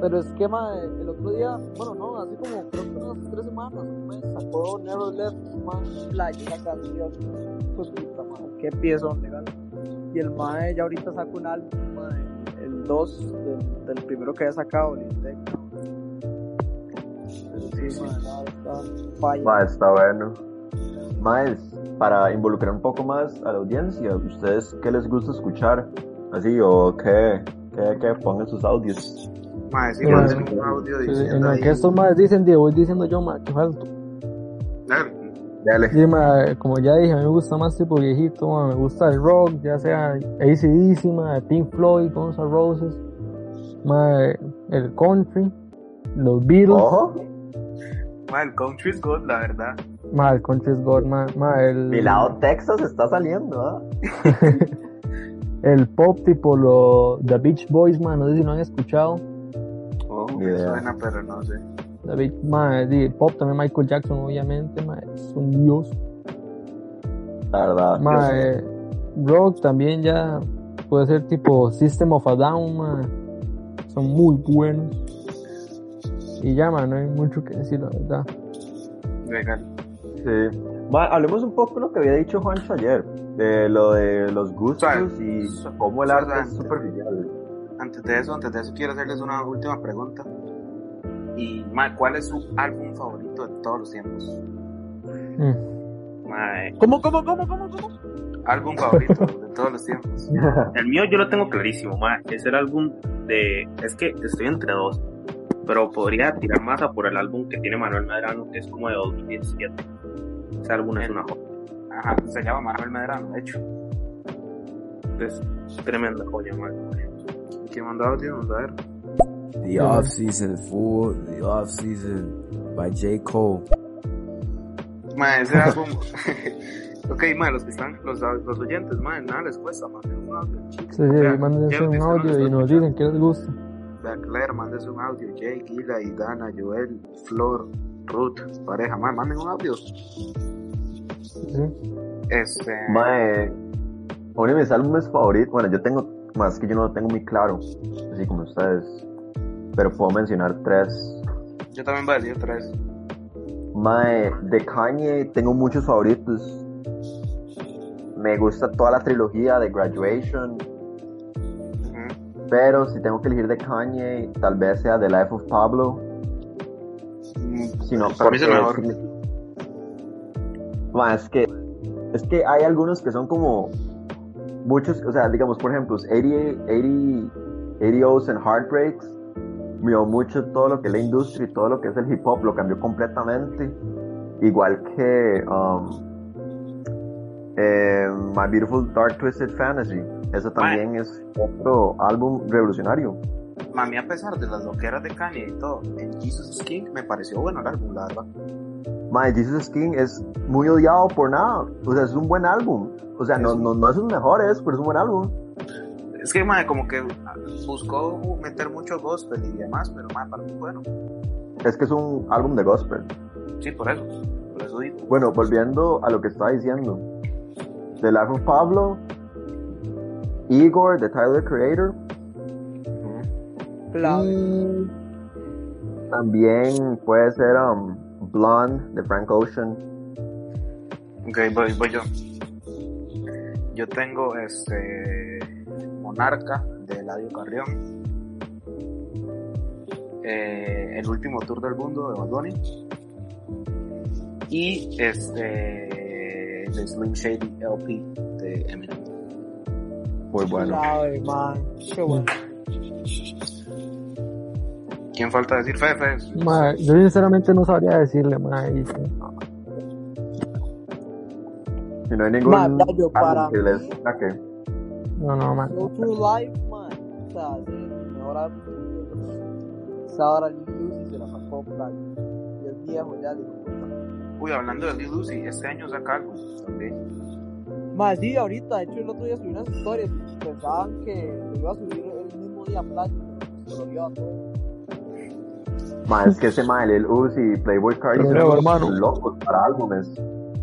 S5: Pero es que, madre, el otro día, bueno, no, hace como creo que unas tres semanas, un mes, sacó Never Left, más playo, la canción. Pues puta, madre, qué piezón, legal. Y el mae ya ahorita saca un álbum, mae, el 2 del, del primero que había sacado, el Intecta. Pero sí, mae, nada, está falla.
S7: Mae, está bueno. Mae, para involucrar un poco más a la audiencia, ¿ustedes qué les gusta escuchar? Así, o qué, qué, qué pongan sus audios.
S1: Mae, sí,
S3: Mira,
S1: manden
S7: sí.
S1: un audio
S3: Sí, en
S1: diciendo
S3: lo
S1: ahí.
S3: que estos madres dicen, Diego, voy diciendo yo, ma, que falto.
S1: Dale.
S7: Dale.
S3: Sí, ma, como ya dije, a mí me gusta más tipo viejito, ma, me gusta el rock, ya sea ACDC, ma, Pink Floyd, Guns N' Roses, ma, el country, los Beatles,
S7: Ojo,
S1: Mae, el country is good, la verdad.
S3: ma, el country is God, ma, ma, el,
S7: mi lado Texas está saliendo, ¿ah?
S3: el pop tipo los The Beach Boys, ma, no sé si lo han escuchado.
S1: Oh,
S7: Ni
S1: me
S7: idea.
S1: suena, pero no sé.
S3: David, mae, di, pop también Michael Jackson, obviamente, mae, es un dios.
S7: La verdad. yo sé.
S3: Mae, rock eh, también ya puede ser tipo System of a Down, mae, son muy buenos. Y ya, mae, no hay mucho que decir, la verdad.
S1: Legal.
S7: Sí. Ma, hablemos un poco de lo que había dicho Juancho ayer, de lo de los gustos
S1: Suave.
S7: y
S1: Suave.
S7: cómo el
S1: Suave.
S7: arte es superficial.
S1: Antes de eso, antes de eso, quiero hacerles una última pregunta. Y, mae, ¿cuál es su álbum favorito de todos los tiempos?
S3: Mm.
S4: Mae,
S5: ¿Cómo, cómo, cómo, cómo, cómo?
S1: Álbum favorito de todos los tiempos.
S4: El mío yo lo tengo clarísimo, mae. Es el álbum de. Es que estoy entre dos. Pero podría tirar masa por el álbum que tiene Manuel Medrano, que es como de 2017. Ese álbum es una joya.
S1: Ajá, se llama Manuel Medrano, de hecho.
S4: Es tremenda joya, mae.
S1: ¿Quién mandó audio? Vamos a ver.
S8: The Off Season Fool, The Off Season by J. Cole.
S1: Ma, ese álbum. ok, ma, los que están, los, los oyentes, ma, nada les cuesta, manden un audio, chicos.
S3: Sí, sí, mándense un audio y nos dicen qué les gusta.
S1: Vea, Claire, mándense un audio. Jake, Gila, Idana, Joel, Flor, Ruth, pareja, ma, manden un audio.
S3: Sí.
S1: Este.
S7: Mae, uno de mis álbumes favoritos, bueno, yo tengo, más que yo no lo tengo muy claro, así como ustedes, pero puedo mencionar tres.
S1: Yo también voy a decir otra vez.
S7: Mae, de Kanye tengo muchos favoritos. Me gusta toda la trilogía de Graduation,
S1: Ujú.
S7: pero si tengo que elegir de Kanye, tal vez sea The Life of Pablo. sino
S1: Para mí es el mejor.
S7: porque signi- Ma, es que es que hay algunos que son como muchos, o sea, digamos, por ejemplo, 80, 80, 80 O's and Heartbreaks miró mucho todo lo que es la industria y todo lo que es el hip hop, lo cambió completamente. Igual que um, eh, My Beautiful Dark Twisted Fantasy. Eso también es otro álbum revolucionario.
S1: Ma, a mí, a pesar de las loqueras de Kanye y todo, en Jesus is King me pareció bueno el álbum, la verdad.
S7: Mae, Jesus King es muy odiado por nada. O sea, es un buen álbum. O sea, no, no, no es un mejores, pero es un buen álbum.
S1: Es que, ma, como que ah, buscó meter mucho gospel y demás, pero, ma, para mí, bueno.
S7: Es que es un álbum de gospel.
S1: Sí, por eso. Por eso digo.
S7: Bueno, volviendo a lo que estaba diciendo. The Life of Pablo, Igor, de Tyler the Creator,
S5: Playo.
S7: también puede ser um, Blonde, de Frank Ocean.
S1: Ok, voy, voy yo. Yo tengo este Monarca de Eladio Carrión. Eh, el último tour del mundo de Bad Bunny. Y este de Slim Shady LP de Eminem.
S7: Muy bueno.
S5: Ay, man. Qué bueno.
S1: ¿Quién falta decir Fefe?
S3: Ma, yo sinceramente no sabría decirle, ma, y-
S7: Y no hay ningún
S5: Ma, Dayo,
S7: álbum
S5: para
S7: que
S5: mí-
S7: les destaque.
S3: no, no, ma.
S5: Go Through Life, man. O sea, es el mejor álbum que yo- Esa hora Lil Uzi se la sacó playo. Y es viejo ya, le digo.
S1: Uy, hablando de Lil Uzi, este año saca algo también.
S5: Más sí, ahorita, de hecho, el otro día subí unas historias y pensaban que lo iba a subir el mismo día a playa, pero se lo vio a todo.
S7: Ma, es que ese ma, el Uzi y Playboy Cardi
S3: Pero
S7: son
S3: luego,
S7: unos
S3: hermano.
S7: locos para álbumes.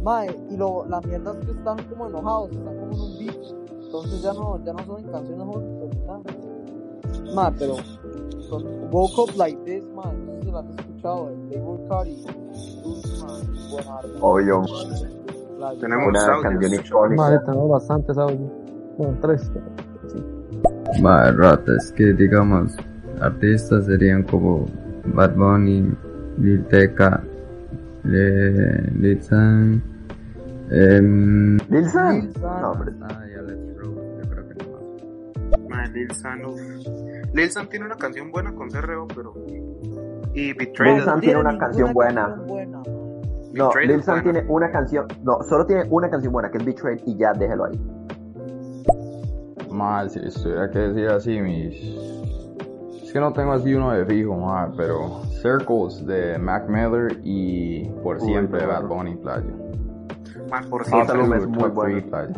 S5: Mae, y lo, la mierda es que están como enojados, están como en un beat, entonces ya no, ya no son en canciones juntos ni nada. Mae, pero son Woke Up Like This, mae, no sé si la han escuchado, el Playboy Cardi, Uy, mae, buena arte.
S7: Obvio,
S5: La-
S1: Tenemos
S7: una
S1: audios.
S7: canción icónica.
S3: Ma, tenemos bastantes audios. Bueno, tres. Sí.
S6: Va, rata, es que digamos, artistas serían como Bad Bunny, Lil Tecca, Le- Lil San, em,
S7: Lil San.
S5: Lil San.
S7: No, hombre.
S6: ah, y Alex Rose, yo creo que no más.
S1: Man, Ah, Lil San, uf. Lil San tiene una canción buena con CRO, pero. Y Betrayed.
S7: Lil San tiene una canción buena.
S5: canción buena, mae.
S7: No,
S1: Betrayed
S7: Lil
S1: es
S7: San
S1: buena.
S7: tiene una canción. No, solo tiene una canción buena que es Betrayed y ya déjelo ahí.
S6: Mal, si les tuviera que decir así, mis. Es que no tengo así uno de fijo, ma, pero Circles de Mac Miller y Por
S7: Uy,
S6: Siempre de
S7: bueno.
S6: Bad Bunny Playa.
S1: Man, por
S7: Ah,
S1: siempre.
S7: tal álbum vez. es
S6: Top
S7: muy
S6: three,
S7: bueno.
S6: Playa.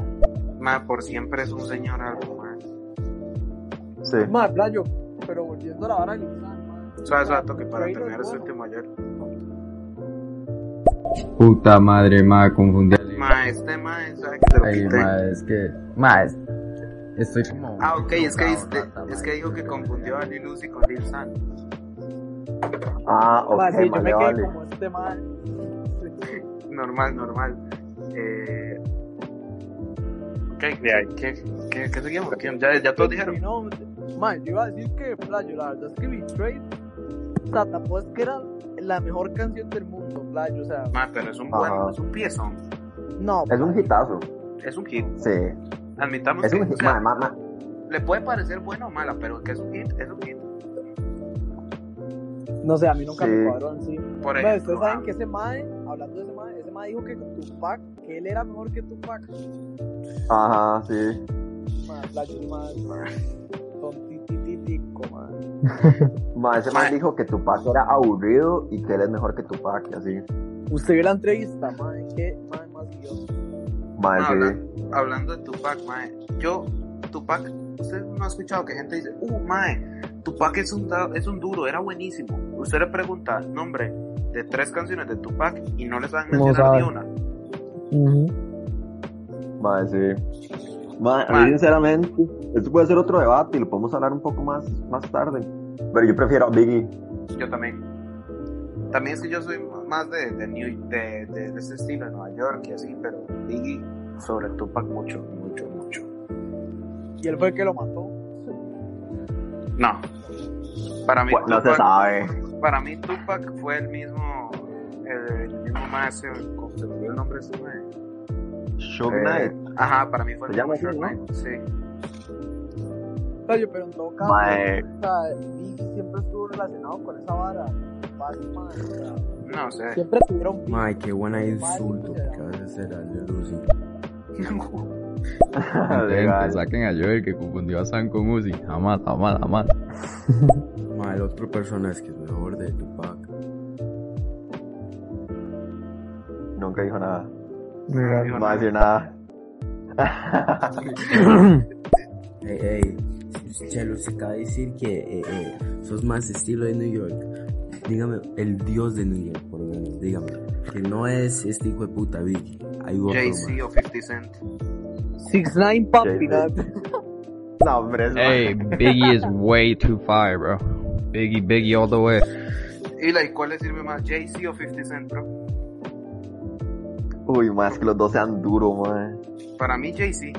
S1: Man, por siempre es un señor álbum, man.
S7: Sí.
S5: Mae, playo, pero volviendo a la hora de Lil San, mae.
S1: Suave,
S5: o
S1: suave,
S5: sea,
S1: toque para
S5: Betrayed es
S1: terminar este
S5: bueno.
S1: último ayer.
S6: Puta madre, ma, confundí.
S1: Ma, este ma, es- sabe que te lo
S6: Ay,
S1: quité.
S6: ma, es que. Ma, es- estoy como.
S1: Ah, ok, es que,
S6: Rata,
S1: dice-
S6: ma,
S1: es que dijo que confundió a Lil Uzi con Lil San.
S7: Ah, ok,
S5: Mae, sí, yo
S7: más
S5: me
S7: le
S5: quedé
S7: vale.
S5: como este mal.
S1: Normal, normal. Eh... Ok, ¿qué, qué, qué, qué seguimos? ¿Qué- Ya, ya todos dijeron.
S5: No, mae, yo iba a decir que Playo, la verdad es que Betrayed, o sea, tampoco es que era la mejor canción del mundo, Playo, o sea,
S1: Ma, pero es un
S7: Ajá.
S1: buen, es un piezón.
S5: no.
S7: Es un hitazo.
S1: Es un hit.
S7: Sí.
S1: Admitamos
S7: Es
S1: que
S7: un
S1: o
S7: hit.
S1: sea,
S7: Ma, ma, ma.
S1: le puede parecer buena o mala, pero que es un hit, es un hit.
S5: No sé, a mí nunca
S7: Sí.
S5: me cuadró en sí.
S1: Por
S5: Mae,
S1: ejemplo,
S5: ustedes saben que ese mae, hablando de ese mae, ese mae dijo que Tupac, que él era mejor que Tupac.
S7: Ajá, sí.
S5: Mae, Playo, ese mae, con titititico, mae.
S7: Ma, ese
S1: Ma.
S7: man dijo que Tupac era aburrido y que él es mejor que Tupac y así.
S5: Usted vio la entrevista, mae, qué mae más Dios.
S7: Ma,
S1: Ma,
S7: sí.
S1: habla- hablando de Tupac, mae, yo, Tupac, usted no ha escuchado que gente dice, uh, mae, Tupac es un, da- es un duro, era buenísimo. Usted le pregunta nombre de tres canciones de Tupac y no les van a
S3: No
S1: mencionar ni
S3: saben.
S1: una.
S3: Ujú.
S7: Madre, sí. Ma, a
S1: Ma.
S7: mí, sinceramente, esto puede ser otro debate y lo podemos hablar un poco más, más tarde. Pero yo prefiero a Biggie.
S1: Yo también. También es que yo soy más de, de, New- de, de, de ese estilo, de Nueva York y así, pero Biggie sobre Tupac mucho, mucho, mucho.
S5: Y él fue el que lo mató.
S1: No. Para mí,
S7: Bueno, no se
S1: Tupac,
S7: sabe.
S1: para mí Tupac fue el mismo, el mismo maestro, ¿cómo se me olvidó el nombre de este mae?
S7: Shook
S1: Eh,
S7: Knight.
S1: Ajá, para mí fue el
S7: Se llama
S1: mismo Short
S7: así,
S1: Knight, sí.
S5: Playo, pero en
S7: Eh,
S5: todo caso,
S7: Mae.
S5: o sea, Biggie siempre estuvo relacionado con esa vara. Tupac, mae, o sea,
S1: No sé.
S5: Siempre tuvieron beef.
S8: Mae, qué buena
S5: Mae,
S8: insulto
S5: siempre se
S8: que acabas de hacer a Lil Uzi.
S6: Intenten,
S7: Legal.
S6: saquen a Joel que confundió a San con Uzi. Jamás, jamás, jamás.
S8: Mae, el otro persona es que es mejor de Tupac.
S7: Nunca dijo nada.
S3: Mira,
S7: No va a decir nada.
S8: Ey, ey, Chelo, se acaba de decir que eh, eh, sos más estilo de New York. Dígame, el dios de New York, por lo menos, dígame. Que no es este hijo de puta Biggie. Hay otro
S1: Jay-Z
S8: más.
S1: o 50 Cent.
S5: Six Nine Papi,
S7: Jay-Z.
S5: ¿no?
S7: No, hombre, es
S6: Hey, Biggie is way too fire, bro. Biggie, Biggie all the way.
S1: ¿Y la cuál le sirve más, Jay-Z o 50 Cent, bro?
S7: Uy, más que los dos sean duros, man.
S1: Para mí, Jay-Z.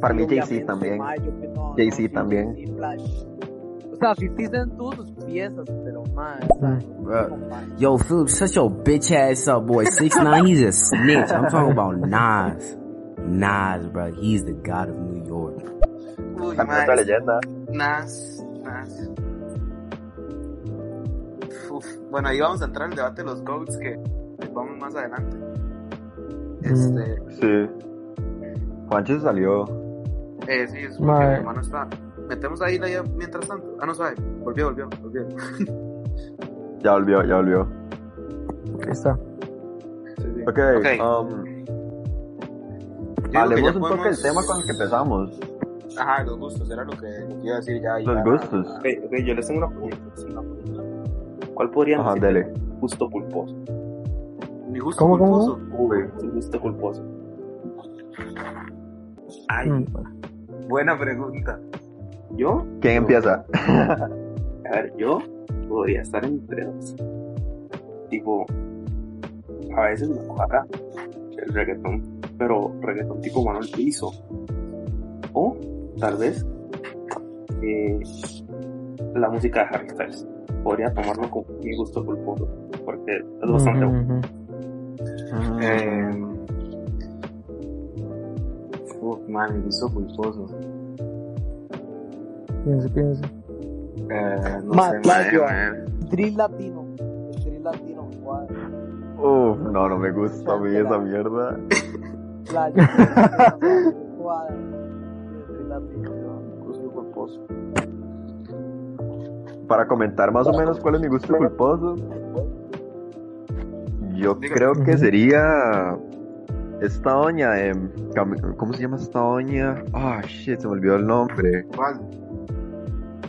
S7: Para mí,
S5: Sí,
S7: Jay-Z
S5: obviamente,
S7: también.
S5: ma, yo que no,
S7: Jay-Z
S5: sí,
S7: también.
S5: Jay-Z, Flash. O sea, 50 Cent tuvo sus piezas, pero más.
S8: Bruh. Yo, Philip, shut your bitch ass up, boy. Six nine, he's a snitch. I'm talking about Nas. Nas, bro. He's the god of New York.
S1: Uy,
S2: También
S1: mae,
S2: otra leyenda.
S1: Nas, Nas. Uf, bueno, ahí vamos a entrar en el debate de los GOATs que que vamos más adelante. Este,
S2: Sí. Juancho se salió.
S1: eh, sí, es porque
S3: Mae.
S1: mi hermano está. Metemos ahí la idea mientras tanto. Ah, no sabe. Volvió, volvió, volvió.
S2: Ya volvió, ya volvió.
S3: Ahí está.
S2: Ok,
S1: Ok.
S2: um,
S1: Yo digo que
S2: hablemos
S1: ya
S2: un poco del
S1: podemos-
S2: tema con el que empezamos.
S1: Ajá, los gustos, era lo que, lo que iba a decir ya. y
S2: Los
S1: ya-
S2: gustos.
S4: Ok, ok, yo les tengo una pregunta. les tengo una pregunta. ¿Cuál podrían
S2: Ajá,
S4: ser
S2: dele.
S4: gusto culposo?
S1: Mi gusto
S3: ¿Cómo, cómo,
S1: culposo.
S4: Su gusto culposo.
S1: Ay,
S3: Mm.
S1: buena pregunta.
S4: Yo,
S2: ¿Quién empieza?
S4: a ver, yo podría estar entre dos. Tipo, a veces me cuadra el reggaetón, pero reggaetón tipo Manuel Piso. O, tal vez, eh, la música de Harry Styles. Podría tomarlo como mi gusto culposo, porque es bastante bueno.
S3: Ujú, ujú.
S2: Mm.
S1: Eh, uf, man, mi gusto culposo.
S3: Piense, piense.
S1: Eh, no
S5: Ma,
S1: sé,
S5: claro,
S1: mae,
S5: yo-
S1: mae.
S5: Drill latino. El drill latino. guau,
S2: Uf, no, no me gusta a mí esa mierda.
S5: Playa. guau, El drill latino. guau, Gusto culposo.
S2: Para comentar más o menos cuál es mi gusto culposo, yo
S1: Diga.
S2: creo que
S3: Ujú.
S2: sería esta doña, em, Cam- ¿cómo se llama esta doña? Ah, shit, se me olvidó el nombre.
S1: ¿Cuál?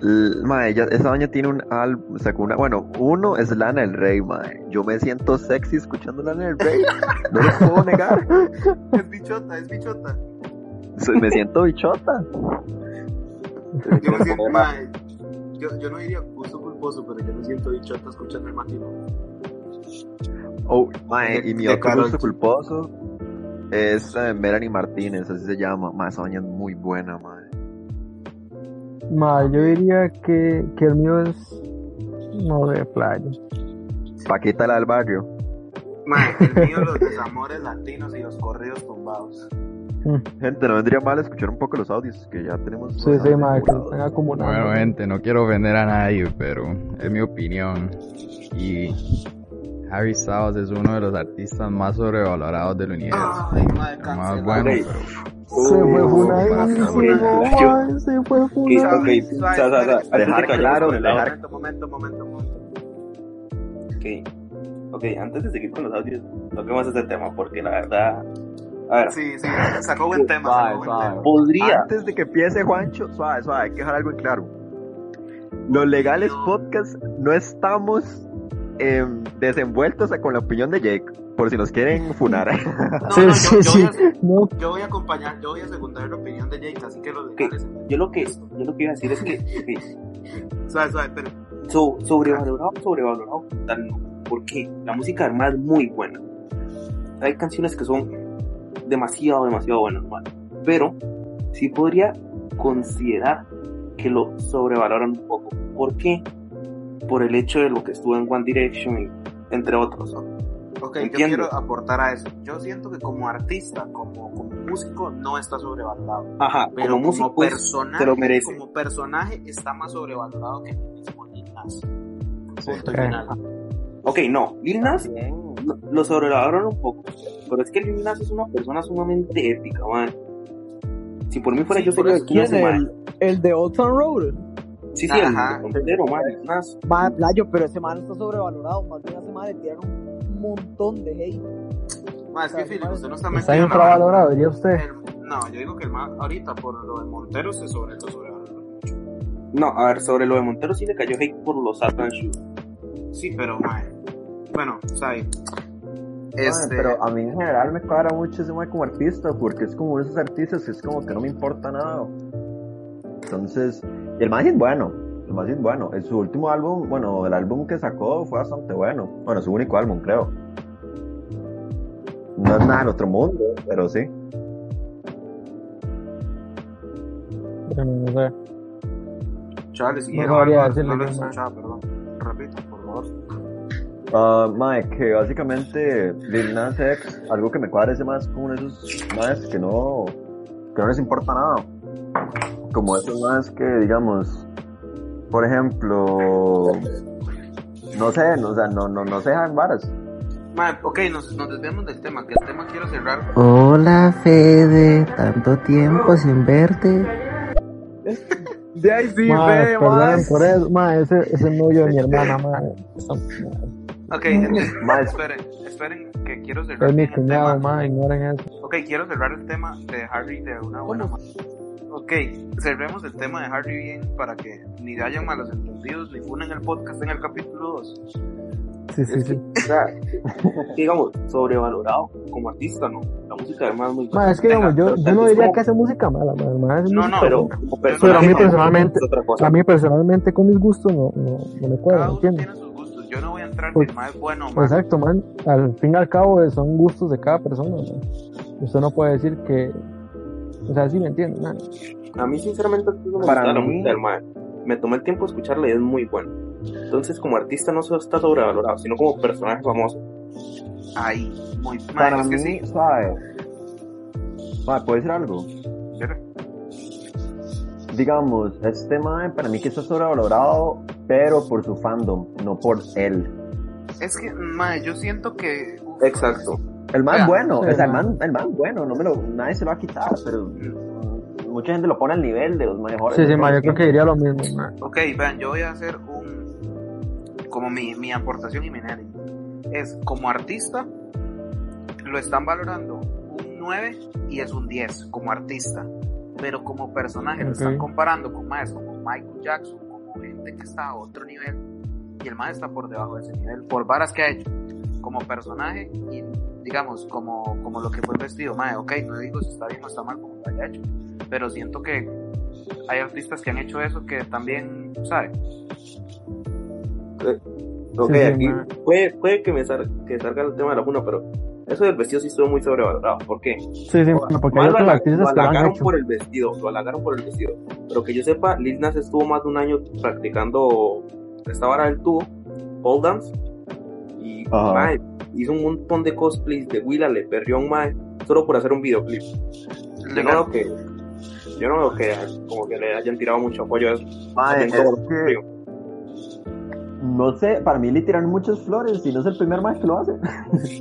S2: L- Mae, ella, esa doña tiene un álbum, sacó una, bueno, uno es Lana del Rey, mae. Yo me siento sexy escuchando Lana del Rey, no lo puedo negar.
S1: Es bichota, es bichota.
S2: Se- Me siento bichota.
S1: Yo me siento, mae, yo, yo no diría gusto culposo, pero yo me siento bichota escuchando el matino.
S2: Oh, mae,
S1: De-
S2: y mi
S1: de
S2: otro
S1: Karol
S2: gusto
S1: G.
S2: culposo es eh, Melanie Martínez, así se llama. Mae, esa doña es muy buena, mae.
S3: Ma, yo diría que, que el mío es. No de playa.
S2: Paquita la del barrio.
S1: Mae, el mío, los desamores latinos y los corridos tumbados.
S2: Gente, no vendría mal escuchar un poco los audios que ya tenemos.
S3: Sí, sí,
S2: bastante
S3: ma, que
S2: acumulados.
S3: están acumulando.
S6: Bueno, gente, no quiero ofender a nadie, pero es mi opinión. Y Harry Styles es uno de los artistas más sobrevalorados del universo.
S1: Ay, mae,
S6: El más
S1: cancelado.
S6: bueno,
S4: Ok.
S6: pero
S3: Se fue
S4: Uh,
S3: funadísimo,
S4: funadísimo.
S3: ma, se fue
S4: Ok,
S3: funadísimo.
S4: ok, o sea, o sea, o sea, antes de que
S2: Dejar
S4: vayamos
S2: claro,
S4: con el audio,
S2: dejar-
S1: Momento, momento, momento, momento.
S4: ok, ok, antes de seguir con los audios, toquemos ese tema, porque la verdad, a ver,
S1: Sí, sí, sacó buen tema, sacó buen tema.
S4: podría,
S7: Ah.
S2: Antes de que empiece Juancho, suave, suave, hay que dejar algo en claro. Los legales podcast no estamos eh, desenvueltos con la opinión de Jake, por si nos quieren funar.
S1: No,
S3: Sí,
S1: no,
S3: sí,
S1: yo, yo,
S3: sí.
S1: Voy
S3: No,
S1: a, yo voy a acompañar, yo voy a secundar la opinión de Jake, así que los legales.
S4: yo lo que, yo lo que iba a decir es que, que
S1: Suave, suave, pero
S4: so- sobrevalorado, sobrevalorado, tal no, porque la música de Armada es muy buena, hay canciones que son demasiado, demasiado buenas, man, pero sí podría considerar que lo sobrevaloran un poco, ¿por qué? Por el hecho de lo que estuvo en One Direction, y- entre otros,
S1: Ok,
S4: Entiendo.
S1: yo quiero aportar a eso. Yo siento que como artista, como, como músico, no está sobrevalorado.
S4: Ajá,
S1: Pero como,
S4: pues,
S1: personaje,
S4: se lo merece.
S1: como personaje está más sobrevalorado que el mismo Lil Nas. Punto y
S3: Ok.
S1: final.
S4: Ok, no, Lil Nas lo- lo sobrevaloraron un poco, pero es que Lil Nas es una persona sumamente ética, man. Si por mí fuera
S1: Sí,
S4: yo sería
S1: pero
S4: esquina
S5: ¿Quién?
S4: ese man.
S5: El, el de Old Town Road.
S4: Sí, sí, el
S1: Ajá.
S4: puntero, man, Lil Nas.
S5: Madre, playo, pero ese man está sobrevalorado. Más bien a ese man le tiraron un montón de hate.
S1: Ma, es que, Philip, usted no está metido
S3: está
S1: en la vara.
S3: infravalorado, diría usted.
S1: El- no, yo digo que el más ahorita por lo de Montero se sobre, lo sobrevaloró mucho.
S4: No, a ver, sobre lo de Montero sí le cayó hate por los Satan Shoes.
S1: Sí, pero, ma, bueno, sabe.
S7: Mae,
S1: Este,
S7: Pero a mí en general me cuadra mucho ese mae como artista, porque es como uno de esos artistas que es como que no me importa nada. Entonces, y el mae sí es bueno, el mae sí es bueno. En su último álbum, bueno, el álbum que sacó fue bastante bueno. Bueno, su único álbum, creo. No es nada del otro mundo, pero sí.
S3: Bueno, no sé.
S1: chavales, si
S3: No
S1: quiero
S3: sabría
S1: algo,
S3: decirle
S1: no lo
S3: yo, ma.
S1: escuchaba, perdón. Repito, por favor.
S7: Ah, mae, que básicamente Lil Nas X, algo que me cuadra ese más como uno de esos más que no, que no les importa nada. como esos más que, digamos, por ejemplo, no sé, no, o sea, no, no, no se dejan varas.
S1: Ma, ok, nos, nos desviamos del tema, que el tema quiero cerrar.
S10: Hola Fede, tanto tiempo sin verte.
S5: De ahí sí,
S3: Mae,
S5: ve,
S3: perdón
S5: más.
S3: por eso, mae, ese ese es el novio de mi hermana, mae.
S1: Ok, gente, esperen, esperen, que quiero cerrar
S3: Mm. Es mi
S1: bien el tema.
S3: cuñado, mae, ignoren eso.
S1: Ok, quiero cerrar el tema de Harry de una buena manera. Ok, cerremos el tema de Harry bien para que ni hayan malos entendidos ni funen el podcast en el capítulo 2.
S3: Sí, sí, sí.
S4: O sea, digamos, sobrevalorado como artista, ¿no? La música del mae es muy
S3: Mae, es que
S1: Venga,
S3: digamos, yo,
S4: pero
S3: yo no
S4: es
S3: diría
S4: como-
S3: que hace música mala, mae, el mae hace
S1: No,
S3: música
S1: no,
S4: pero,
S3: buena.
S4: como
S3: Pero a mí
S4: personaje,
S3: personalmente-
S4: es otra cosa.
S3: A mí personalmente con mis gustos no, no, no me cuadra,
S1: Cada uno
S3: ¿entiendes?
S1: tiene sus gustos. Yo no voy a entrar si
S3: Pues-
S1: el más bueno o más.
S3: Exacto, man. Al fin y al cabo eh, son gustos de cada persona, man. Usted no puede decir que... O sea, sí me entiende, man.
S4: A mí, sinceramente, no me
S7: Para
S4: gusta la
S7: mí-
S4: música del mae. Me tomé el tiempo de escucharla y es muy buena. Entonces, como artista, no solo está sobrevalorado, sino como personaje famoso.
S1: Ahí, muy mal.
S7: Para
S1: es
S7: mí,
S1: que sí.
S7: ¿sabes? Ma, ¿puedo decir algo? Digamos, este mae para mí que está sobrevalorado, pero por su fandom, no por él.
S1: Es que, mae, yo siento que. uf,
S4: Exacto.
S7: El más
S1: Vea,
S7: bueno,
S3: sí,
S7: o sea, el
S3: ma.
S7: más, el mae bueno, no me lo, nadie se lo va a quitar, pero mm, mucha gente lo pone al nivel de los mejores.
S3: Sí,
S7: de
S3: sí, man,
S7: todos
S3: yo creo
S7: los
S3: que diría lo mismo, man.
S1: Ok, vean, yo voy a hacer un. Como mi, mi aportación y mi análisis. Es como artista, lo están valorando un 9 y es un 10 como artista. Pero como personaje, lo están
S3: Ok.
S1: comparando con maes como Michael Jackson, como gente que está a otro nivel. Y el maestro está por debajo de ese nivel, por varas que ha hecho. Como personaje y, digamos, como, como lo que fue el vestido. Mae, ok, no digo si está bien o está mal como lo haya hecho. Pero siento que hay artistas que han hecho eso que también, ¿sabes?
S4: Ok,
S3: sí,
S4: aquí
S3: ma.
S4: puede, puede que me sal- que salga el tema de la cuna, pero eso del vestido sí estuvo muy sobrevalorado. ¿Por qué?
S3: Sí, sí, man, porque hay
S4: Más
S3: otros
S4: halaga-
S3: artistas que lo han
S4: halagaron
S3: hecho.
S4: por el vestido, lo halagaron por el vestido. Pero que yo sepa, Lil Nas estuvo más de un año practicando esta vara del tubo, pole dance, y
S7: Ajá.
S4: mae, hizo un montón de cosplays de Willa, le perdió a un mae, solo por hacer un videoclip. Yo no veo que, yo no veo que como que le hayan tirado mucho apoyo a eso.
S7: Mae,
S4: También
S7: es
S4: como-
S7: que,
S4: digo,
S7: no sé, para mí le tiraron muchas flores y no es el primer mae que lo hace.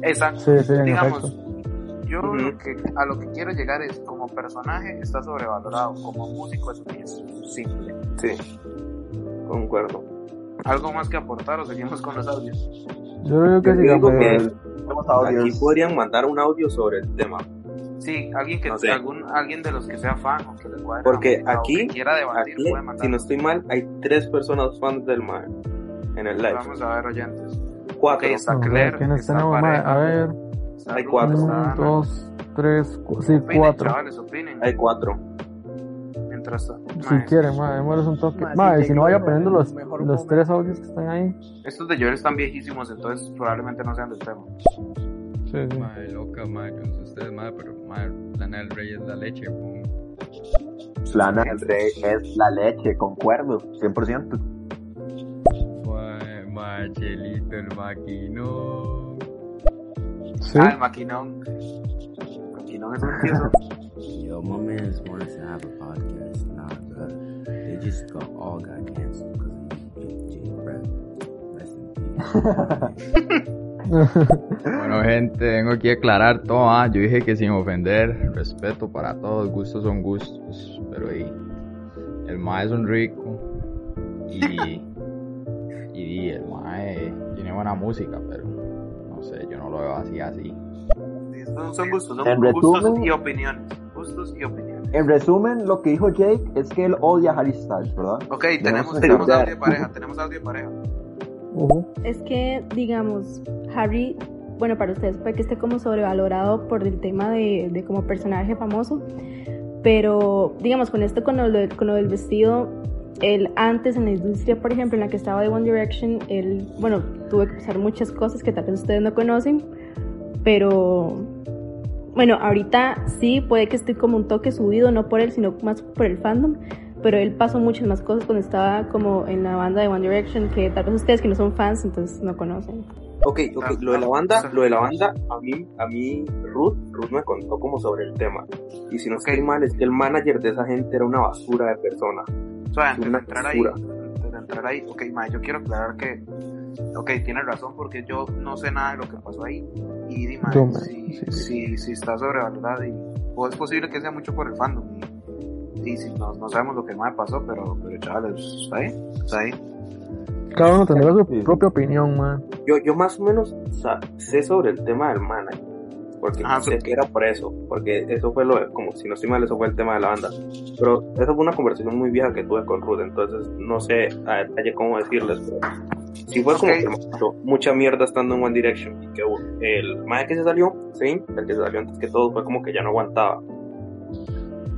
S1: Exacto.
S3: Sí, sí, en
S1: Digamos,
S3: efecto.
S1: yo
S4: Ujú.
S1: lo que, a lo que quiero llegar es, como personaje está sobrevalorado, como músico es un 10, simple.
S4: Sí, concuerdo.
S1: ¿Algo más que aportar o seguimos con los audios?
S3: Yo creo que
S4: Yo
S3: sí,
S4: digo
S3: digamos,
S4: que-
S3: man.
S7: Vamos a
S4: Aquí
S7: audios.
S4: podrían mandar un audio sobre el tema.
S1: Sí, alguien que
S4: No sé.
S1: algún alguien de los que sea fan o que le cuadre la
S4: Porque
S1: música o
S4: aquí-
S1: que quiera debatir
S4: Aquí,
S1: puede mandar.
S4: si no estoy mal, hay tres personas fans del mae en el live.
S1: Vamos a ver oyentes. Ok,
S4: Cuatro.
S1: está
S3: Vamos a ver,
S1: Claire,
S3: ¿quiénes
S1: está
S3: tenemos, man?
S1: Pareja,
S3: A ver,
S1: está
S4: Hay
S1: Ruth,
S4: cuatro.
S1: está
S3: uno,
S1: Ana.
S3: dos, tres, cu- sí,
S1: Opinen,
S3: cuatro.
S1: chavales, opinen.
S4: Hay cuatro.
S1: Mientras
S3: Si
S1: mae,
S3: quieren, man, démosles un toque.
S5: Ma,
S3: Man,
S5: sí,
S3: y si no, vaya
S5: llegó
S3: poniendo
S5: en el
S3: los,
S5: mejor
S3: los tres audios que están ahí.
S1: Estos de Joel están viejísimos, entonces probablemente no sean del tema.
S3: Sí, sí.
S9: Madre loca, madre, yo no sé ustedes, madre, pero madre, Lana del Rey es la leche, weón.
S7: Lana del Rey es la leche, concuerdo, 100%.
S9: Madre, madre, Chelito, el maquinón.
S3: Sí.
S1: Ah, el maquinón. El maquinón es un tieso.
S8: Yo, my man just wanted to have a podcast. Nah, bro. They just got, all got canceled because of you, Jay Brett. Rest in peace.
S6: Bueno, gente, vengo aquí a aclarar todo. ah, Yo dije que sin ofender, respeto para todos, gustos son gustos. Pero ahí, el mae es un rico. Y, y el mae tiene buena música, pero no sé, yo no lo veo así, así.
S1: Son, son gustos, son
S7: En
S1: gustos
S7: resumen-
S1: y opiniones. Gustos y opiniones.
S7: En resumen, lo que dijo Jake es que él odia Harry Styles, ¿verdad?
S1: Ok, tenemos,
S7: sé.
S1: tenemos audio de pareja, tenemos audio de pareja.
S3: Ujú.
S11: Es que, digamos, Harry, bueno, para ustedes puede que esté como sobrevalorado por el tema de, de como personaje famoso, pero, digamos, con esto, con lo, del- con lo del vestido, él antes en la industria, por ejemplo, en la que estaba de One Direction, él, bueno, tuvo que pasar muchas cosas que tal vez ustedes no conocen, pero, bueno, ahorita sí puede que esté como un toque subido, no por él, sino más por el fandom, pero él pasó muchas más cosas cuando estaba como en la banda de One Direction que tal vez ustedes que no son fans entonces no conocen.
S4: Ok, ok. Lo de la banda, lo de la banda, a mí, a mí, Ruth, Ruth me contó como sobre el tema. Y si no estoy mal, es que el manager de esa gente era una basura de persona.
S1: O sea, antes de
S4: Una
S1: entrar ahí,
S4: basura.
S1: antes de entrar ahí, ok, ma, yo quiero aclarar que, ok, tiene razón porque yo no sé nada de lo que pasó ahí. Y di, ma,
S3: Yo, ma,
S1: si, si, si está sobrevalorado, y, o es posible que sea mucho por el fandom. Y, y si no, no sabemos lo que más pasó, pero, pero chavales, está ahí, está ahí.
S3: Cada uno tendrá su propia opinión, man.
S4: Yo, yo más o menos sa- sé sobre el tema del manager. Porque
S1: Ajá,
S4: sé
S1: pero-
S4: que era por eso. Porque eso fue lo de- como si no estoy mal, eso fue el tema de la banda. Pero esa fue una conversación muy vieja que tuve con Ruth. Entonces no sé a detalle cómo decirles. Pero sí fue como
S1: Ok.
S4: que me pasó mucha mierda estando en One Direction. Y que uh, el man que se salió, sí, el que se salió antes que todo, fue como que ya no aguantaba.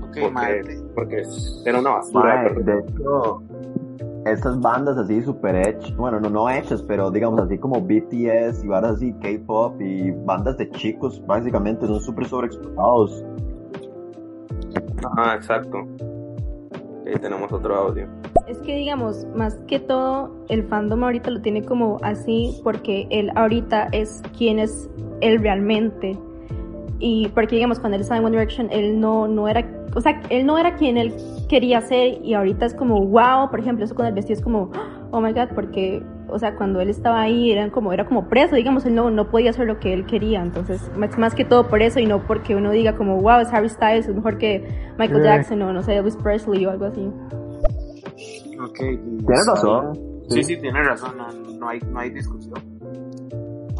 S1: Ok, ma,
S4: Porque,
S1: te-
S4: porque era una basura.
S7: Mae,
S4: pero-
S7: de hecho, estas bandas así super hechas, bueno, no, no hechas, pero digamos así como BTS y varas así, K-pop y bandas de chicos, básicamente son súper sobreexplotados.
S4: Ajá, Ah, exacto. Ahí tenemos otro audio.
S11: Es que digamos, más que todo, el fandom ahorita lo tiene como así porque él ahorita es quien es él realmente. Y porque digamos, cuando él estaba en One Direction, él no, no era, o sea, él no era quien él quería ser y ahorita es como, wow, por ejemplo, eso con el vestido es como, oh my god, porque, o sea, cuando él estaba ahí eran como, era como preso, digamos, él no, no podía hacer lo que él quería. Entonces, más, más que todo por eso y no porque uno diga como, wow, es Harry Styles, es mejor que Michael
S3: Sí.
S11: Jackson o no sé, Elvis Presley o algo así.
S1: ok, y-
S7: Tienes razón.
S1: Sí, sí, tiene razón, no, no, hay, no hay discusión.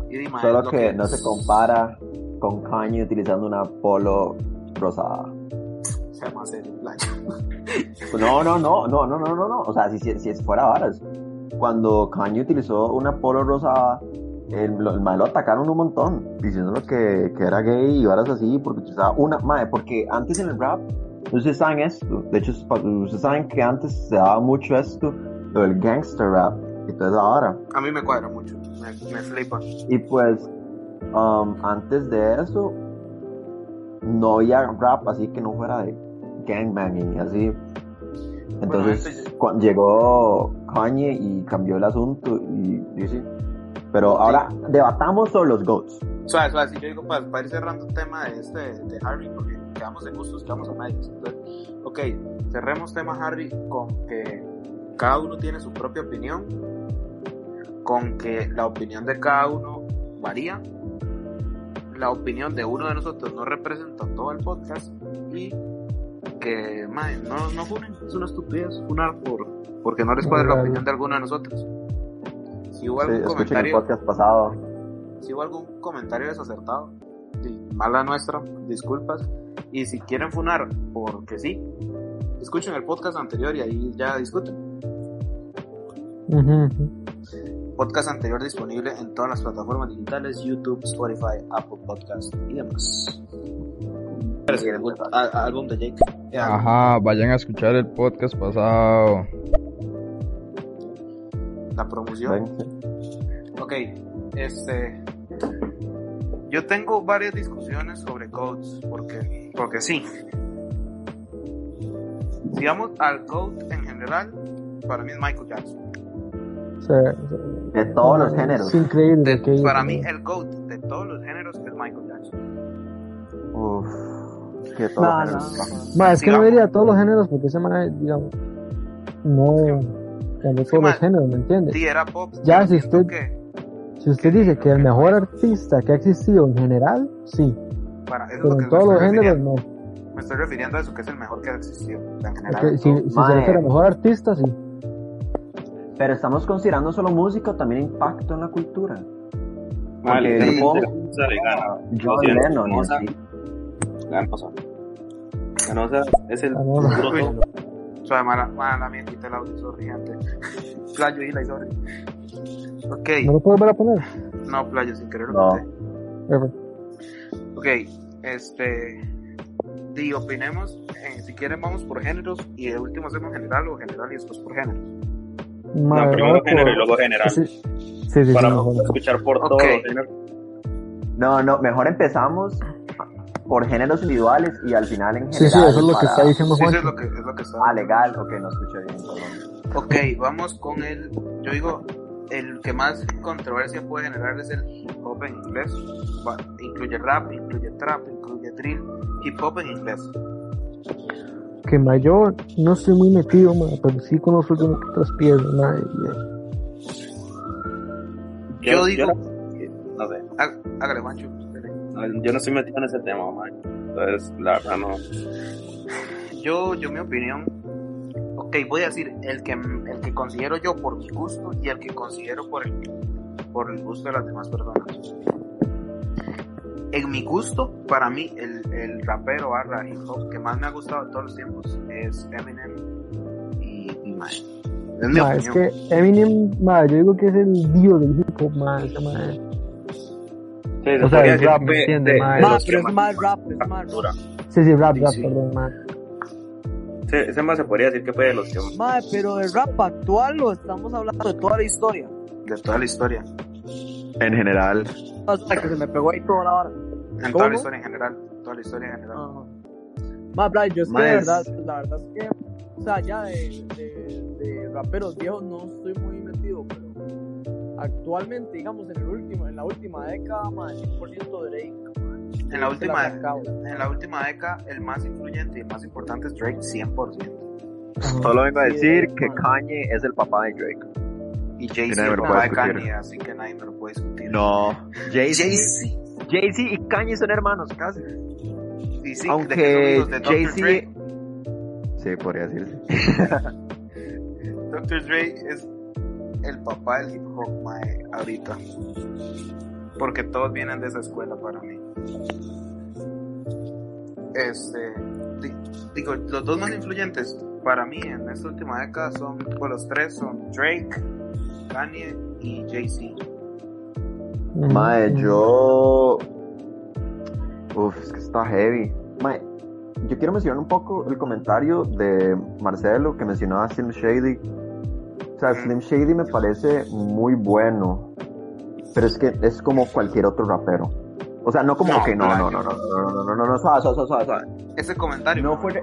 S1: Y di, ma,
S7: Solo
S1: lo
S7: que, no se compara con Kanye utilizando una polo rosada.
S1: sea más serio, la-
S7: No, no, no, no, no, no, no, no. O sea, si, si, si fuera varas. Cuando Kanye utilizó una polo rosada, el, lo- el mae lo atacaron un montón, diciéndolo que, que era gay y varas así, porque utilizaba una. Mae, porque antes en el rap, ustedes saben esto. De hecho, ustedes saben que antes se daba mucho esto, lo del gangster rap. Entonces ahora.
S1: A mí me cuadra mucho, me, me flipa.
S7: Y pues, um, antes de eso, no había rap así que no fuera de gangbanging y así. Entonces,
S1: este
S7: cu- llegó Kanye y cambió el asunto y, y sí. Pero ahora debatamos sobre los GOATs.
S1: O sea, o sea, si yo digo, para, para ir cerrando el tema de este, de Harry, porque quedamos en gustos, quedamos en medios. Entonces, ok, cerremos tema Harry con que cada uno tiene su propia opinión, con que la opinión de cada uno varía, la opinión de uno de nosotros no representa todo el podcast y que, madre, no, no funen, es una estupidez funar por, porque no les cuadra la
S3: Claro.
S1: opinión de alguno de nosotros. Si hubo
S7: Sí,
S1: algún
S7: escuchen el
S1: comentario
S7: podcast pasado.
S1: si hubo algún comentario desacertado, y mala nuestra, disculpas. Y si quieren funar, porque sí, escuchen el podcast anterior y ahí ya discuten.
S3: Ujú, ujú.
S1: Podcast anterior disponible en todas las plataformas digitales, YouTube, Spotify, Apple Podcast y demás. Pero si quieren, a- álbum de Jake. Ya.
S6: Ajá, vayan a escuchar el podcast pasado.
S1: la promoción.
S7: Ven, sí.
S1: Ok, este. Yo tengo varias discusiones sobre GOATs, porque, porque sí. Si vamos al GOAT en general, para mí es Michael Jackson.
S3: O sea, o
S7: De
S3: sea,
S7: todos los géneros.
S3: Es increíble.
S1: De-
S3: lo que hizo,
S1: para mí,
S3: man.
S1: el GOAT de todos los géneros es Michael Jackson.
S7: Uf, que todos
S5: No,
S7: los géneros.
S3: Ma, es que no
S1: Sigamos.
S3: diría todos los géneros porque ese man, digamos, no cambió todos
S1: ma,
S3: los géneros, ¿me entiendes?
S1: Sí, era pop.
S3: Ya,
S1: pero
S3: si
S1: siento
S3: usted-
S1: que
S3: Si usted dice que el mejor artista que ha existido en general, sí,
S1: para- eso es lo que
S3: pero en
S1: me
S3: todos los
S1: estoy
S3: géneros
S1: refiriendo.
S3: no.
S1: Me estoy refiriendo a eso, que es el mejor que ha existido. En general.
S3: Porque si, si se
S7: Mae.
S3: refiere a mejor artista, sí.
S7: Pero estamos considerando solo música o también impacto en la cultura.
S4: Vale,
S7: Porque
S4: sí,
S7: no puedo-
S4: Ganosa le gana.
S7: John
S4: Lo siento,
S7: Lennon y
S4: Ganosa.
S7: así.
S4: Ganosa. Ganosa es el
S3: Ganosa.
S4: futuro.
S1: O sea, mala, mala mía, quité el audio, sorry, gente. Playo y la sorry. Ok,
S3: ¿No lo puedo volver a poner?
S1: no, playo, sin querer lo
S7: No.
S1: quité.
S3: Perfecto.
S1: Ok, este. Y opinemos, eh, si quieren, vamos por géneros y de último hacemos general o general y después por géneros.
S3: Ma,
S4: No, primero
S3: vamos
S4: género y
S3: por-
S4: luego general.
S3: Sí, sí, sí. sí,
S4: Para
S3: mejor.
S4: escuchar por todos
S1: Ok.
S4: los géneros.
S7: No, no, mejor empezamos por géneros individuales y al final en general.
S3: Sí, sí, eso es lo que
S7: para-
S3: está diciendo
S1: Sí, eso es
S3: Juan.
S1: lo que, es lo que está.
S7: Ah, legal, ok, no escuché bien, perdón.
S1: Ok, vamos con el. Yo digo, el que más controversia puede generar es el hip hop. hop en inglés. Va- incluye rap, incluye trap, incluye drill, hip hop en inglés.
S3: Que mayor, no estoy muy metido, ma, pero sí conozco algunas que otras piezas, ma, y-
S1: Yo
S4: Yo-
S1: digo,
S4: No sé.
S1: há- hágale, macho.
S4: No, Yo no estoy metido en ese tema, man. Entonces, la verdad, no.
S1: Yo, yo mi opinión, ok, voy a decir el que, el que considero yo por mi gusto y el que considero por el, por el gusto de las demás personas. En mi gusto, para mí, el, el rapero barra hip hop que más me ha gustado de todos los tiempos es Eminem y, y Mae. Es mi opinión.
S3: ma, Ah, es que Eminem, ma, yo digo que es el dios del hip hop, ma, ese ma. O sea, el rap, ¿me entiende, ma?
S5: Ma, pero es más rap, es más rap.
S3: Sí, sí, rap, rap, perdón, ma.
S4: Ese, ese más se podría decir que fue de los que más.
S5: Ma, pero de rap actual o estamos hablando de toda la historia.
S1: De toda la historia.
S7: En general.
S5: O sea, que se me pegó ahí toda la hora.
S1: En toda
S5: ¿Cómo?
S1: la historia en general. Toda la historia en general.
S5: Ma, Brian, yo es que
S1: Ma,
S5: de
S1: es-
S5: verdad, la verdad es que, o sea, ya de, de, de raperos viejos no estoy muy metido, pero actualmente, digamos, en, el último, en la última década, ma, 100% Drake.
S1: En la
S5: Es que la
S1: última,
S5: sacaba.
S1: en la última década, el más influyente y el más importante es Drake, 100%.
S7: Solo vengo a decir que Kanye es el papá de Drake.
S1: Y Jay-Z
S7: nadie me
S1: es
S7: lo
S1: papá
S7: puede
S1: de Kanye,
S7: discutir.
S1: así que nadie me lo puede discutir.
S7: No. Jay-Z.
S1: Jay-Z.
S7: Jay-Z y Kanye son hermanos, casi.
S1: Y sí, de que son
S7: Aunque
S1: hijos de Dr.
S7: Jay-Z.
S1: Dre.
S7: Sí, podría decirse.
S1: Dr. Dre es el papá del hip hop, mae, ahorita. Porque todos vienen de esa escuela para mí. Este, di- digo, los dos más influyentes para mí en esta última década son, por los tres, son Drake, Kanye y Jay-Z.
S3: Mm.
S7: Mae, yo. Uf, es que está heavy. Mae, yo quiero mencionar un poco el comentario de Marcelo que mencionaba a Slim Shady. O sea, Slim Shady me parece muy bueno. Pero es que es como cualquier otro rapero. O sea, no como
S1: No,
S7: que no,
S1: claro.
S7: no, no, no, no, no, no, no, no, suave, suave, suave, suave.
S1: Ese comentario.
S7: No fue.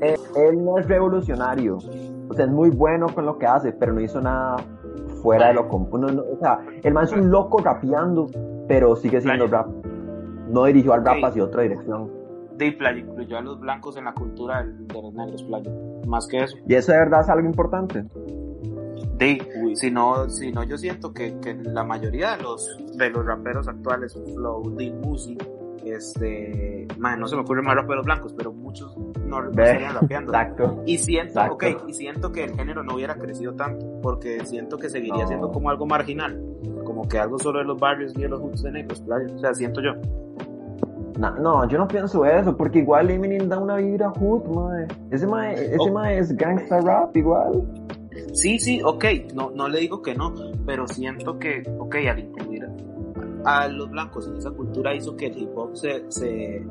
S7: Eh, él no es revolucionario. O sea, es muy bueno con lo que hace, pero no hizo nada fuera de lo común. No, no, o sea, el man es un loco rapeando, pero sigue siendo rap. No dirigió al rap
S1: Ok.
S7: hacia otra dirección.
S1: De Playa incluyó a los blancos en la cultura del- de los negros Playa. Más que eso.
S7: Y eso de verdad es algo importante.
S1: De, si no, si no, yo siento que, que la mayoría de los, de los raperos actuales, Flow, D, Musi, este, man, no se me ocurren más raperos blancos, pero muchos no, no
S7: Ve.
S1: estarían rapeando.
S7: Exacto.
S1: Y siento,
S7: Exacto.
S1: okay, y siento que el género no hubiera crecido tanto, porque siento que seguiría
S7: No.
S1: siendo como algo marginal, como que algo solo de los barrios y de los hoods de negros, playa. O sea, siento yo.
S7: Na- No, yo no pienso eso, porque igual Eminem da una vibra hood, mae. Ese mae, ese
S1: Oh.
S7: mae es gangsta rap igual.
S1: Sí, sí, ok, no, no le digo que no, pero siento que, ok, al incluir a, a los blancos en esa cultura hizo que el hip hop se, se,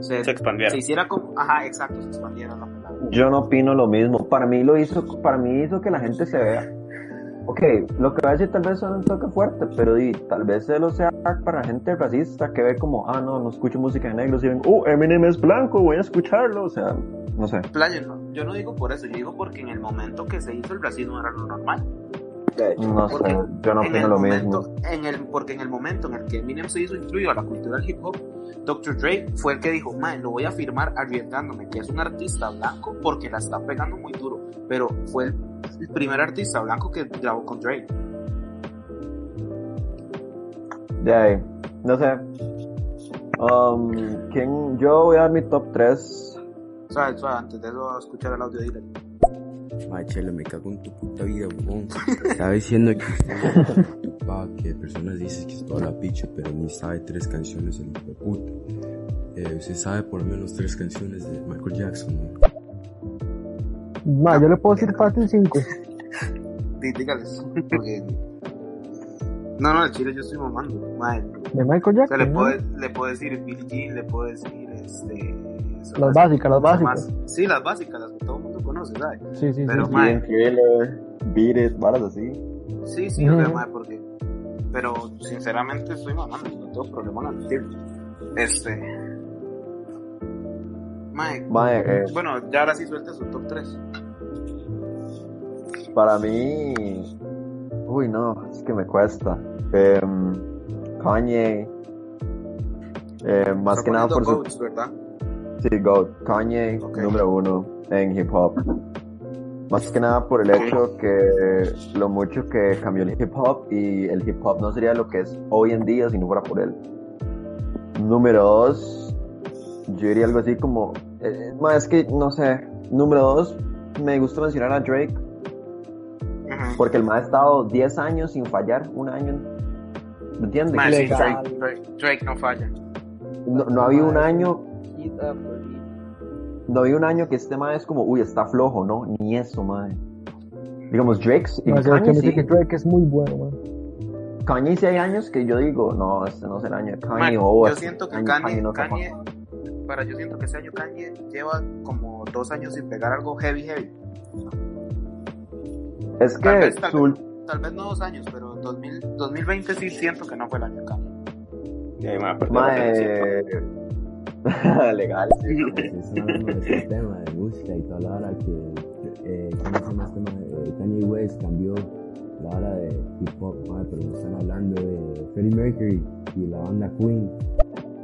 S4: Se expandiera.
S1: se hiciera como, ajá, exacto, se expandiera la palabra.
S7: Yo no opino lo mismo. Para mí lo hizo, para mí hizo que la gente se vea. Ok, lo que voy a decir tal vez suena un toque fuerte, pero di, tal vez él lo sea para gente racista que ve como, ah, no, no escucho música de negros y ven, uh, Eminem es blanco, voy a escucharlo. O sea, no sé.
S1: Playa, no, yo no digo por eso, yo digo porque en el momento que se hizo el racismo era lo normal.
S7: No
S1: Porque
S7: sé, yo no
S1: en el
S7: opino lo
S1: momento,
S7: mismo.
S1: En el, porque en el momento en el que Eminem se hizo incluido a la cultura del hip hop, Dr. Dre fue el que dijo, man, lo voy a firmar arriesgándome, que es un artista blanco porque la está pegando muy duro. Pero fue el, el primer artista blanco que grabó con Dre.
S7: De ahí, no sé. Um, ¿quién? Yo voy a dar mi top 3.
S1: O sea, o sea, antes de eso, escuchar el audio dealer.
S8: Mae, Chelo, me cago en tu puta vida, huevón. Estaba diciendo que. Pa, que personas dicen que es toda la picha, pero ni sabe tres canciones el hijo de puta. Eh, usted sabe por lo menos tres canciones de Michael Jackson, mae.
S3: Ma, yo le puedo decir fácil 5.
S1: Dí- Dígales. Porque... No, no, el chile yo estoy mamando. man.
S3: De Michael
S1: O sea, le
S3: Jackson,
S1: puedo,
S3: ¿no?
S1: le puedo decir Billie Jean, le puedo decir este... esas-
S3: Las básicas, las
S1: esas
S3: básicas.
S1: más- Sí, las básicas, las que todo el mundo conoce, ¿sabes?
S3: Sí, sí, sí.
S1: Pero, mae,
S7: Bien, Thriller, Beat It, varas así.
S1: Sí, sí, o sea,
S3: Ujú.
S1: mae, porque. Pero sinceramente estoy mamando, no tengo problema en admitirlo. Este. Mae.
S7: Mae, eh,
S1: Bueno, ya ahora sí suelta su top 3.
S7: Para mí. Uy, no, es que me cuesta. Em, Kanye. Eh, más
S1: Está
S7: que nada por
S1: poniendo goats,
S7: su.
S1: ¿verdad?
S7: Sí, GOAT. Kanye, número uno en hip hop. Más que nada por el hecho que lo mucho que cambió el hip hop y el hip hop no sería lo que es hoy en día si no fuera por él. Número dos, yo diría algo así como, eh, ma, es que no sé, número dos, me gusta mencionar a Drake porque el ma ha estado 10 años sin fallar, un año. ¿Me entiendes?
S1: Mae, sí, Drake, Drake- Drake no falla.
S7: No, no ha habido un año
S5: Hit after hit.
S7: no había un año que este mae es como, uy, está flojo, ¿no? Ni eso, mae. Digamos, Drake, sí-
S3: Más que
S7: Kanye,
S3: me dice
S7: sí,
S3: que Drake es muy bueno, man.
S7: Kanye sí hay años que yo digo, no, este no es el año de Kanye,
S1: Mae,
S7: o
S1: yo
S7: este
S1: siento que
S7: año
S1: Kanye,
S7: no capaz.
S1: Kanye- para yo siento que ese año Kanye lleva como dos años sin pegar algo heavy, heavy.
S7: Es
S1: Tal
S7: que
S1: vez, tal,
S7: su,
S1: vez, tal vez no dos años, pero 2000 2020 sí siento que no fue el año de Kanye.
S4: Eh, mae, perdón,
S5: eh,
S7: mae... Legal, sí.
S8: Están hablando de ese tema de música y toda la hora que, eh, ¿cómo se llama este mae? Eh, Kanye West cambió la hora de hip hop, mae, pero me están hablando de Freddie Mercury y la banda Queen.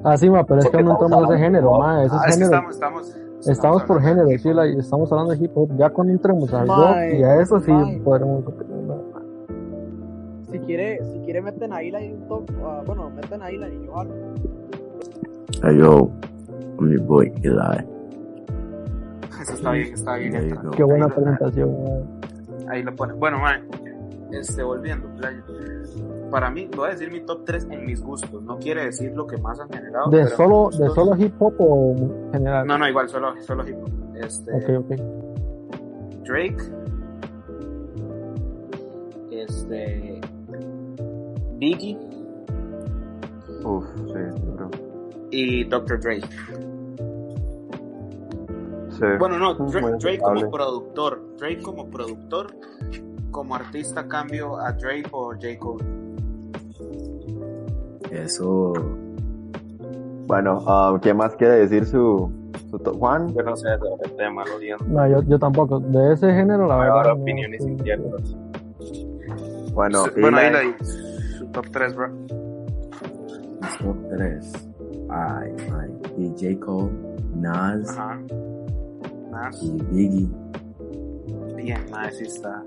S3: Ah, sí, ma, pero es que
S8: Porque
S3: no entramos
S8: estamos
S3: de género,
S8: hablando-
S3: ma. Eso es
S1: Ah, es que
S3: género.
S1: estamos, estamos,
S3: Estamos, por género, sí, la- estamos hablando de hip hop. Ya cuando entremos al rock
S5: Mae,
S3: y a eso sí
S5: mae.
S3: podremos.
S5: Si quiere, si quiere meten a Ilan y un top, ah, bueno, meten a Ilan y yo Harvey.
S12: Hey, yo, I'm your boy Eli.
S1: Eso está bien, está bien.
S12: There you
S1: entra.
S12: go.
S3: Qué buena
S1: Ahí lo-
S3: presentación, ma.
S1: Ahí lo pone. Bueno, mae, este, volviendo, playa. Para mí, voy a decir mi top 3 en mis gustos. No quiere decir lo que más han generado.
S3: ¿De
S1: pero
S3: solo,
S1: mis
S3: ¿De
S1: gustos-
S3: solo hip hop o general?
S1: No, no, igual, solo, solo hip hop. Este,
S3: Ok, ok.
S1: Drake. Este. Biggie
S7: Uf, sí, yo creo.
S1: y Dr. Drake.
S7: Sí.
S1: Bueno, no,
S7: Muy
S1: Drake, Drake como
S7: aceptable.
S1: productor. Drake como productor. Como artista cambio a Drake por J. Cole.
S12: Eso.
S7: Bueno, ah, ¿qué más quiere decir su, su to- Juan?
S4: Yo no sé de tema, lo siento.
S3: No, yo, yo tampoco. De ese género, la verdad.
S4: Ahora
S3: Ah, no,
S4: opiniones
S3: sí, no.
S4: inciertas.
S7: Bueno,
S1: Su- bueno, ahí
S7: Eli-
S1: la Su top 3, bro.
S12: mis Top 3. Ay, ay. Y J. Cole, Nas
S1: Ajá. Nas.
S12: y Biggie.
S1: Bien, mae, sí está.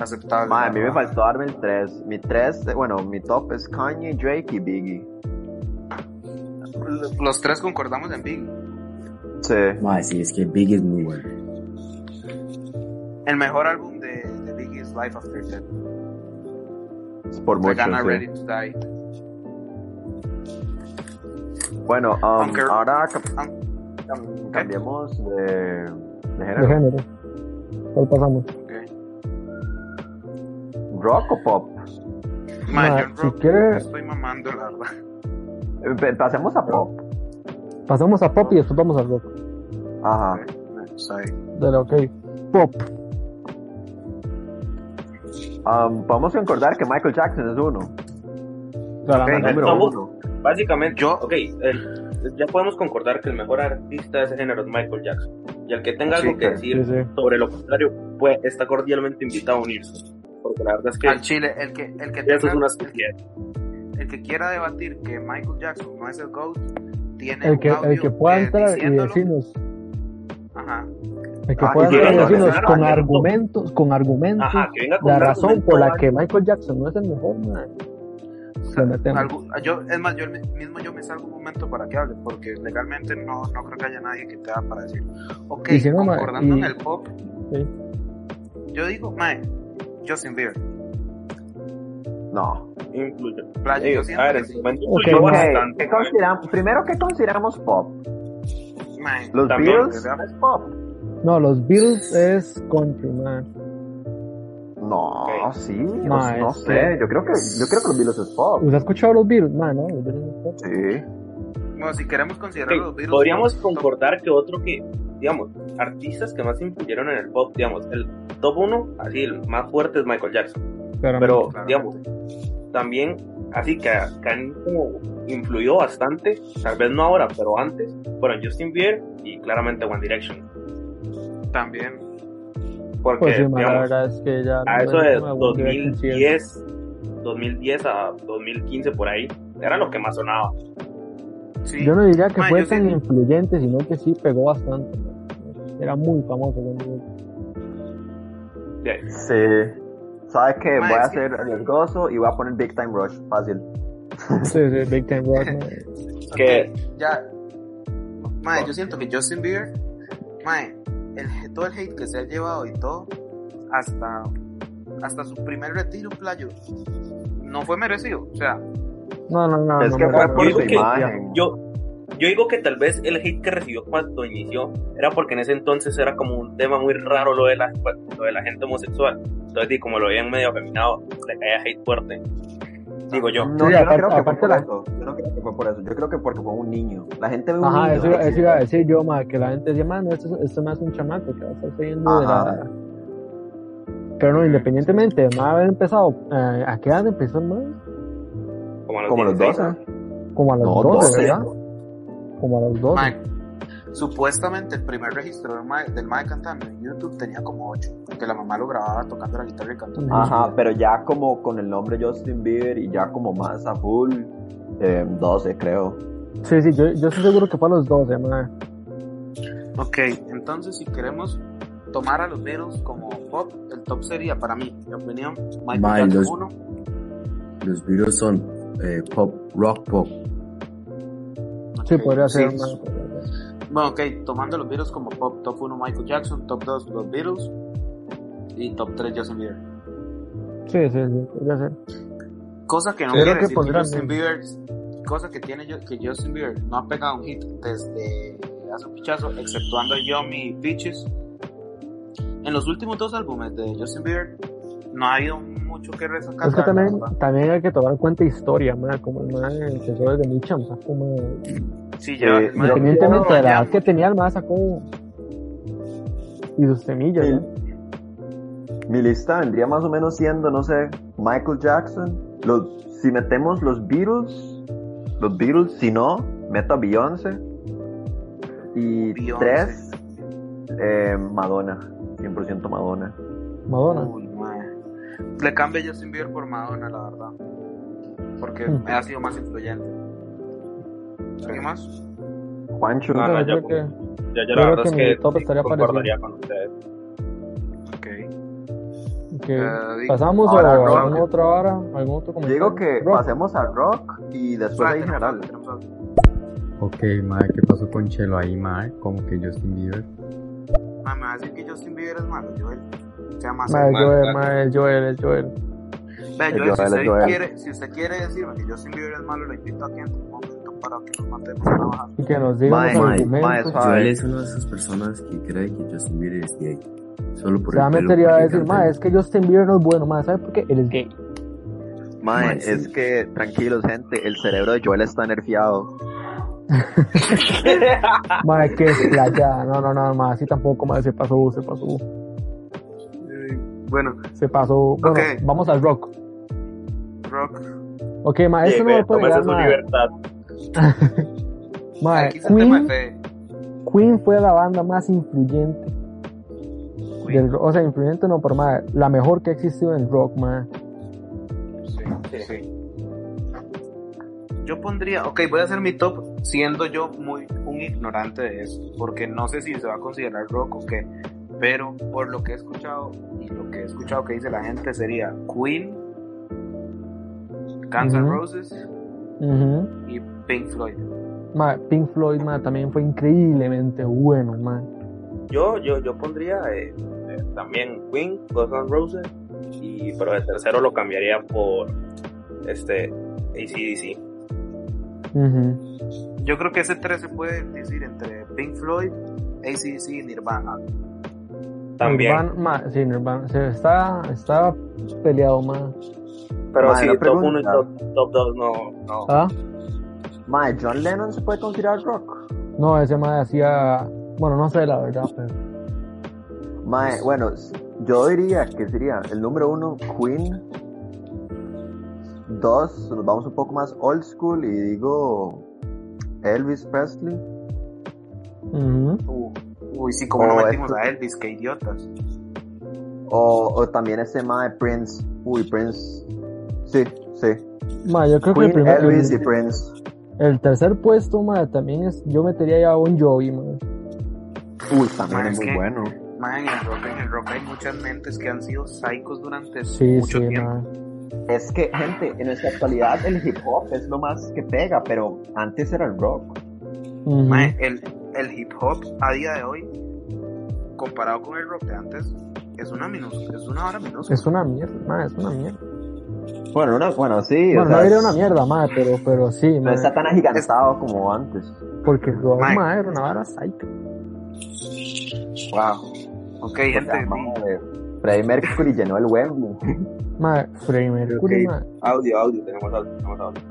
S1: Aceptable.
S7: Ma, a mí me
S1: ¿verdad?
S7: faltó darme el 3. Mi 3, bueno, mi top es Kanye, Drake y Biggie.
S1: Los tres concordamos en Biggie.
S7: Sí.
S12: Mae, sí, es que Biggie es muy bueno.
S1: El mejor álbum de, de Biggie es Life After Death.
S7: es Por
S1: Se
S7: mucho.
S1: gana
S7: sí.
S1: Ready to Die.
S7: Bueno, um,
S1: Aunque-
S7: ahora ca-
S1: Um, ¿qué?
S7: cambiemos de, de
S3: De
S7: género.
S3: género. ¿Cuál pasamos?
S1: Ok.
S7: ¿Rock o pop?
S1: Mae,
S3: Ma,
S1: yo en
S3: si
S1: rock
S3: quiere-
S1: estoy mamando, la verdad.
S7: Eh, pe- Pasemos a pop.
S3: Pasamos a pop y después vamos al rock.
S7: Ajá.
S1: Sorry.
S3: Dale, ok. Pop.
S7: Um, Podemos concordar que Michael Jackson es uno.
S3: Claramente.
S7: número
S4: Vamos.
S7: uno.
S4: Básicamente,
S1: Yo-
S4: ok, el- ya podemos concordar que el mejor artista de ese género es Michael Jackson. Y el que tenga
S1: Sí,
S4: algo que
S1: claro.
S4: decir
S3: Sí, sí.
S4: sobre lo contrario, pues está cordialmente invitado a unirse. Porque la verdad es que
S1: Al Chile, el que, el, que
S4: eso
S1: tenga-
S4: es una
S1: el, que,
S4: estupidez.
S1: el que quiera debatir que Michael Jackson no es el GOAT, tiene
S3: El que,
S1: un audio
S3: el que pueda
S1: eh,
S3: entrar y
S1: diciéndolo.
S3: decirnos.
S1: Ajá.
S3: El que
S7: Ah,
S3: pueda
S7: sí,
S3: entrar y
S7: claro,
S3: decirnos
S4: claro,
S3: con
S4: claro.
S3: argumentos, con argumentos,
S4: Ajá, que venga con
S3: la
S4: un
S3: razón
S4: argumento
S3: por la
S4: válido.
S3: que Michael Jackson no es el mejor, ma. Se metemos.
S1: Algo- yo, es más, yo mismo yo me salgo un momento para que hable, porque legalmente no, no creo que haya nadie que te da para decir. Ok,
S3: Y si no, ma,
S1: concordando
S3: y-
S1: en el pop,
S3: Sí.
S1: yo digo, mae, Justin Bieber.
S7: No.
S4: Incluye.
S1: Playa,
S4: Eh,
S1: Ah, yo siento
S4: a ver,
S1: que
S4: en su
S1: sí.
S4: momento
S3: Ok,
S4: influyó
S3: ok.
S4: bastante.
S7: ¿Qué consideramos? Primero, ¿qué consideramos pop?
S1: Mae,
S7: Los
S4: También,
S7: Beatles
S1: ¿verdad?
S7: es pop.
S3: No, los Beatles es country, ma.
S7: No,
S4: Ok.
S7: sí,
S3: No, Mm.
S7: o- no
S3: es
S7: sé.
S3: que-
S7: Yo creo que yo creo que los Beatles es pop.
S3: ¿Usted ha escuchado los Beatles? Ma, no, los Beatles no es pop.
S7: Sí.
S1: Bueno, si queremos considerar los
S4: Ok,
S1: Beatles.
S4: Podríamos
S1: top-
S4: concordar que otro que, digamos, artistas que más influyeron en el pop, digamos, el top uno, así, el más fuerte es Michael Jackson. Pero,
S1: Claramente.
S4: digamos, también, así que, que han como influyó bastante, tal vez no ahora, pero antes, fueron Justin Bieber y claramente One Direction.
S1: top También.
S4: Porque,
S3: Pues sí, ma, la
S4: digamos,
S3: verdad es que ya.
S4: a eso
S3: no
S4: de
S3: es como algún direction, sí es-
S4: 2010, 2010 a 2015 por ahí, era lo que más sonaba. Sí.
S3: Yo no diría que
S4: Ma,
S3: fue
S4: yo
S3: tan
S4: sí-
S3: influyente, sino que sí pegó bastante. Era muy famoso. cuando-
S2: Sí.
S7: ¿Sabe qué?
S3: Ma,
S7: Voy a
S3: es que-
S7: ser riesgoso y voy a poner Big Time Rush. Fácil.
S3: Sí, sí, Big Time Rock. ¿no?
S4: Que
S1: ya. Mae, yo siento que Justin Bieber, mae, el, todo el hate que se ha llevado y todo, hasta, hasta su primer retiro playo, no fue merecido. O sea,
S3: No, no, no. no, no, no,
S4: yo, digo
S3: no.
S4: Pues, que- yo, yo digo que tal vez el hate que recibió cuando inició era porque en ese entonces era como un tema muy raro lo de la, lo de la gente homosexual. Entonces, y como lo veían medio afeminado, le caía hate fuerte. Digo yo.
S7: No, yo no creo que fue por eso. Yo no creo que fue por eso. Yo creo que porque fue un niño. La gente ve un
S3: Ajá,
S7: niño.
S3: eso, iba- eso iba a decir yo, ma, que la gente decía, mano, esto, esto me hace un chamaco que va a estar saliendo de
S7: Ajá.
S3: la... Pero no, independientemente de más haber empezado, eh, ¿a qué edad empezó el man?
S7: Como los dos, ¿eh?
S3: Como a los
S7: No,
S3: 12,
S7: 12.
S3: ¿verdad? Como a los 12.
S1: supuestamente el primer registro del mae, del mae cantando en YouTube tenía como 8, porque la mamá lo grababa tocando la guitarra y cantando.
S7: Ajá, pero ya como con el nombre Justin Bieber y ya como más a full, eh, 12 creo.
S3: Sí, sí, yo, yo estoy seguro que fue a los 12, ma.
S1: Ok, entonces si queremos tomar a los Beatles como pop, el top sería para mí, mi opinión, Michael
S12: Mae,
S1: Jackson
S12: los-
S1: 1.
S12: Los Beatles son eh, pop, rock pop.
S3: Sí, podría
S1: sí.
S3: ser, ma.
S1: Bueno, ok, tomando los Beatles como pop, top 1 Michael Jackson, top 2 los Beatles y top 3 Justin Bieber.
S3: Sí, sí, sí, podría ser.
S1: Cosa que no
S3: Creo
S1: quiere
S3: que
S1: decir que
S3: podrían-
S1: Justin Bieber, cosa que tiene yo- que Justin Bieber no ha pegado un hit desde hace un pichazo, exceptuando Yummy y Peaches. En los últimos dos álbumes de Justin Bieber no ha habido mucho que resacar.
S3: Es que
S1: la
S3: también,
S1: verdad.
S3: también hay que tomar en cuenta historia, ma, como el man empezó desde muy chamaco, ma.
S1: Sí, lleva-
S7: Eh,
S1: es más,
S3: Independientemente de la edad
S1: ya-
S3: que tenía, el man sacó... Y sus semillas, ¿no?
S7: Mi lista vendría más o menos siendo, no sé, Michael Jackson. Los, si metemos los Beatles, los Beatles, si no, meto a Beyoncé. Y
S1: Beyoncé.
S7: tres, eh, Madonna, 100% Madonna.
S3: Madonna.
S1: Uy, mae. Le cambio a Justin Bieber por Madonna, la verdad. Porque
S3: Mm.
S1: ha sido más influyente. ¿Alguien más?
S7: Juancho.
S4: No, no, yo,
S3: creo que-
S4: yo- yo
S3: yo
S4: la
S3: creo
S4: verdad
S3: que
S4: es
S3: mi
S4: que
S3: top estaría
S4: concordaría con ustedes.
S1: Ok.
S3: Ok.
S1: Eh,
S3: ¿Pasamos
S7: ahora
S3: a
S7: rock.
S1: Pues
S3: alguna otra hora? ¿Algún otro comentario?
S7: Digo que
S3: Rock.
S7: pasemos a rock y
S3: Pues
S7: después
S1: Ah,
S7: ahí
S1: tenemos
S7: general.
S1: algo, tenemos algo.
S6: Ok, madre, ¿qué pasó con Chelo ahí, madre? Como que Justin Bieber.
S1: Ah, me va a decir que Justin Bieber es malo, Joel. Sea más
S3: Ma, es
S1: malo.
S3: Joel, ma, es Joel, es Joel.
S1: Vea,
S7: El
S1: Joel, si,
S7: Joel, el
S1: usted
S7: Joel.
S1: Quiere, si usted quiere decirme que Justin Bieber es malo, lo invito aquí en un momento para que nos matemos a trabajar.
S3: Y que nos digan
S7: Mae,
S3: los
S7: mae,
S3: argumentos.
S7: mae,
S12: Joel es una de esas personas que cree que Justin Bieber es gay. Solo por
S3: Se va a
S12: el pelo
S3: meter y va a
S12: porque
S3: decir,
S12: canta
S3: ma, es que Justin Bieber no es bueno, ma, ¿sabes por qué? Él es gay.
S7: Mae,
S12: Mae,
S7: es que tranquilos, gente, el cerebro de Joel está nerfeado.
S3: Ma, Ah. que es playa. No, no, no, ma, así tampoco, ma, se pasó, se pasó,
S1: Eh, Bueno,
S3: se pasó. Bueno,
S1: Ok.
S3: vamos al rock.
S1: Rock.
S3: Ok, ma, esto no
S4: Tómese
S3: me puede llegar,
S4: su
S3: ma.
S4: libertad.
S3: Ma,
S1: Aquí es el tema de
S3: Queen,
S1: fe.
S3: Queen fue la banda más influyente. Del, ro- o sea, influyente no, pero ma, la mejor que ha existido en rock, ma.
S1: Sí, sí. Yo pondría, ok, voy a hacer mi top siendo yo muy un ignorante de eso, porque no sé si se va a considerar rock o qué, pero por lo que he escuchado y lo que he escuchado que dice la gente sería Queen, Guns N'
S3: Ujú.
S1: Roses
S3: Ujú.
S1: y Pink Floyd.
S3: Ma, Pink Floyd, ma, también fue increíblemente bueno, ma.
S4: Yo, yo, yo pondría eh, eh, también Queen, Guns N' Roses, y, pero de tercero lo cambiaría por este ACDC.
S3: Ujú.
S1: Yo creo que ese tres se puede decir entre Pink Floyd, ACDC y Nirvana.
S4: También.
S3: Nirvana, ma, sí, Nirvana. se está, está peleado, ma.
S4: Pero
S7: Madre,
S4: sí,
S7: la
S4: top 1 y
S7: pregunta.
S4: top, top 2 no, no.
S3: ¿Ah?
S7: Mae, John Lennon se puede considerar rock.
S3: No, ese ma hacía. Bueno, no sé la verdad, pero.
S7: Mae,
S3: Pues,
S7: bueno, s- yo diría que sería el número uno Queen. Dos, nos vamos un poco más old school y digo Elvis Presley.
S3: Ujú.
S1: Uh, uy, sí, como no
S7: Oh,
S1: metimos
S7: esto-
S1: a Elvis, qué idiotas.
S7: O, o también ese mae Prince. Uy, Prince
S2: Sí, sí.
S3: Ma, yo creo que el
S2: Queen,
S3: primer-
S2: Elvis y
S3: el-
S2: Prince.
S3: El tercer puesto, ma, también es. Yo metería ya a Bon Jovi, ma.
S2: Uy,
S1: Ma, es que-
S2: bueno.
S1: ma, en el rock, en el rock hay muchas mentes que han sido psicos durante
S3: Sí,
S1: mucho
S3: sí,
S1: tiempo.
S3: ma.
S2: Es que, gente, en nuestra actualidad el hip hop es lo más que pega, pero antes era el rock.
S3: Ujú.
S1: Ma, el, el hip hop a día de hoy, comparado con el rock de antes, es una minúscula, es una hora minúscula.
S3: Es una mierda, ma, es una mierda.
S2: Bueno, una- bueno, sí.
S3: Bueno,
S2: o
S3: no
S2: sea,
S3: diría
S2: es-
S3: una mierda, ma, pero, pero sí,
S2: No
S3: ma.
S2: está tan agigantado como antes.
S3: Porque Rock,
S1: Ma.
S3: ma, era una vara psycho.
S1: Wow. Ok,
S7: Pues,
S2: Pues,
S1: gente.
S2: Madre, ah, Freddie Mercury llenó el Wembley.
S3: Ma, Freddie Mercury,
S4: Ok,
S3: ma.
S4: Audio, audio, tenemos audio, tenemos audio.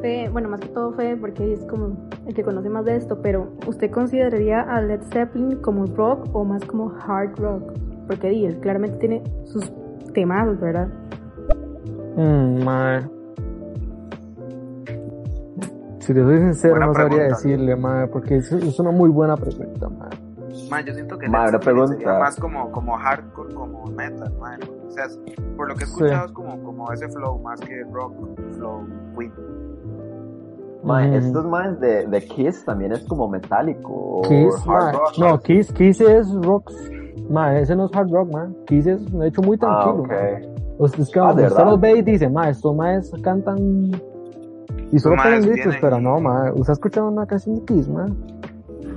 S11: Fue- bueno, más que todo fue porque es como el que conoce más de esto, pero ¿usted consideraría a Led Zeppelin como rock o más como hard rock? Porque di, él claramente tiene sus temas, ¿verdad?
S3: Mm, ma. Si te soy sincero,
S1: Buena
S3: no sabría
S1: pregunta.
S3: decirle, ma, porque es, es una muy buena pregunta, ma.
S1: Ma, yo siento que
S2: Ma,
S1: Led
S2: una
S1: Zeppelin
S2: pregunta.
S1: sería más como, como hardcore, como metal, ma. O sea, es- por lo que he
S3: Sí.
S1: escuchado es como, como ese flow más que rock, flow, queen.
S2: Ma,
S3: Mm.
S2: Estos más de, de Kiss también es como metálico. o
S3: Kiss,
S2: hard
S3: ma.
S2: rock.
S3: No, Kiss, Kiss es rock. Ma, ese no es hard rock, ma. Kiss es, de hecho, muy
S2: Ah,
S3: tranquilo,
S2: ok.
S3: ma. O sea, es que
S2: Ah, ¿de
S3: usted
S2: verdad?
S3: los ve y dice, ma, estos maes cantan y solo
S1: Los
S3: pegan
S1: maes
S3: gritos,
S1: vienen
S3: pero
S1: y-
S3: no, ma, usted ha escuchado una canción de Kiss, ma.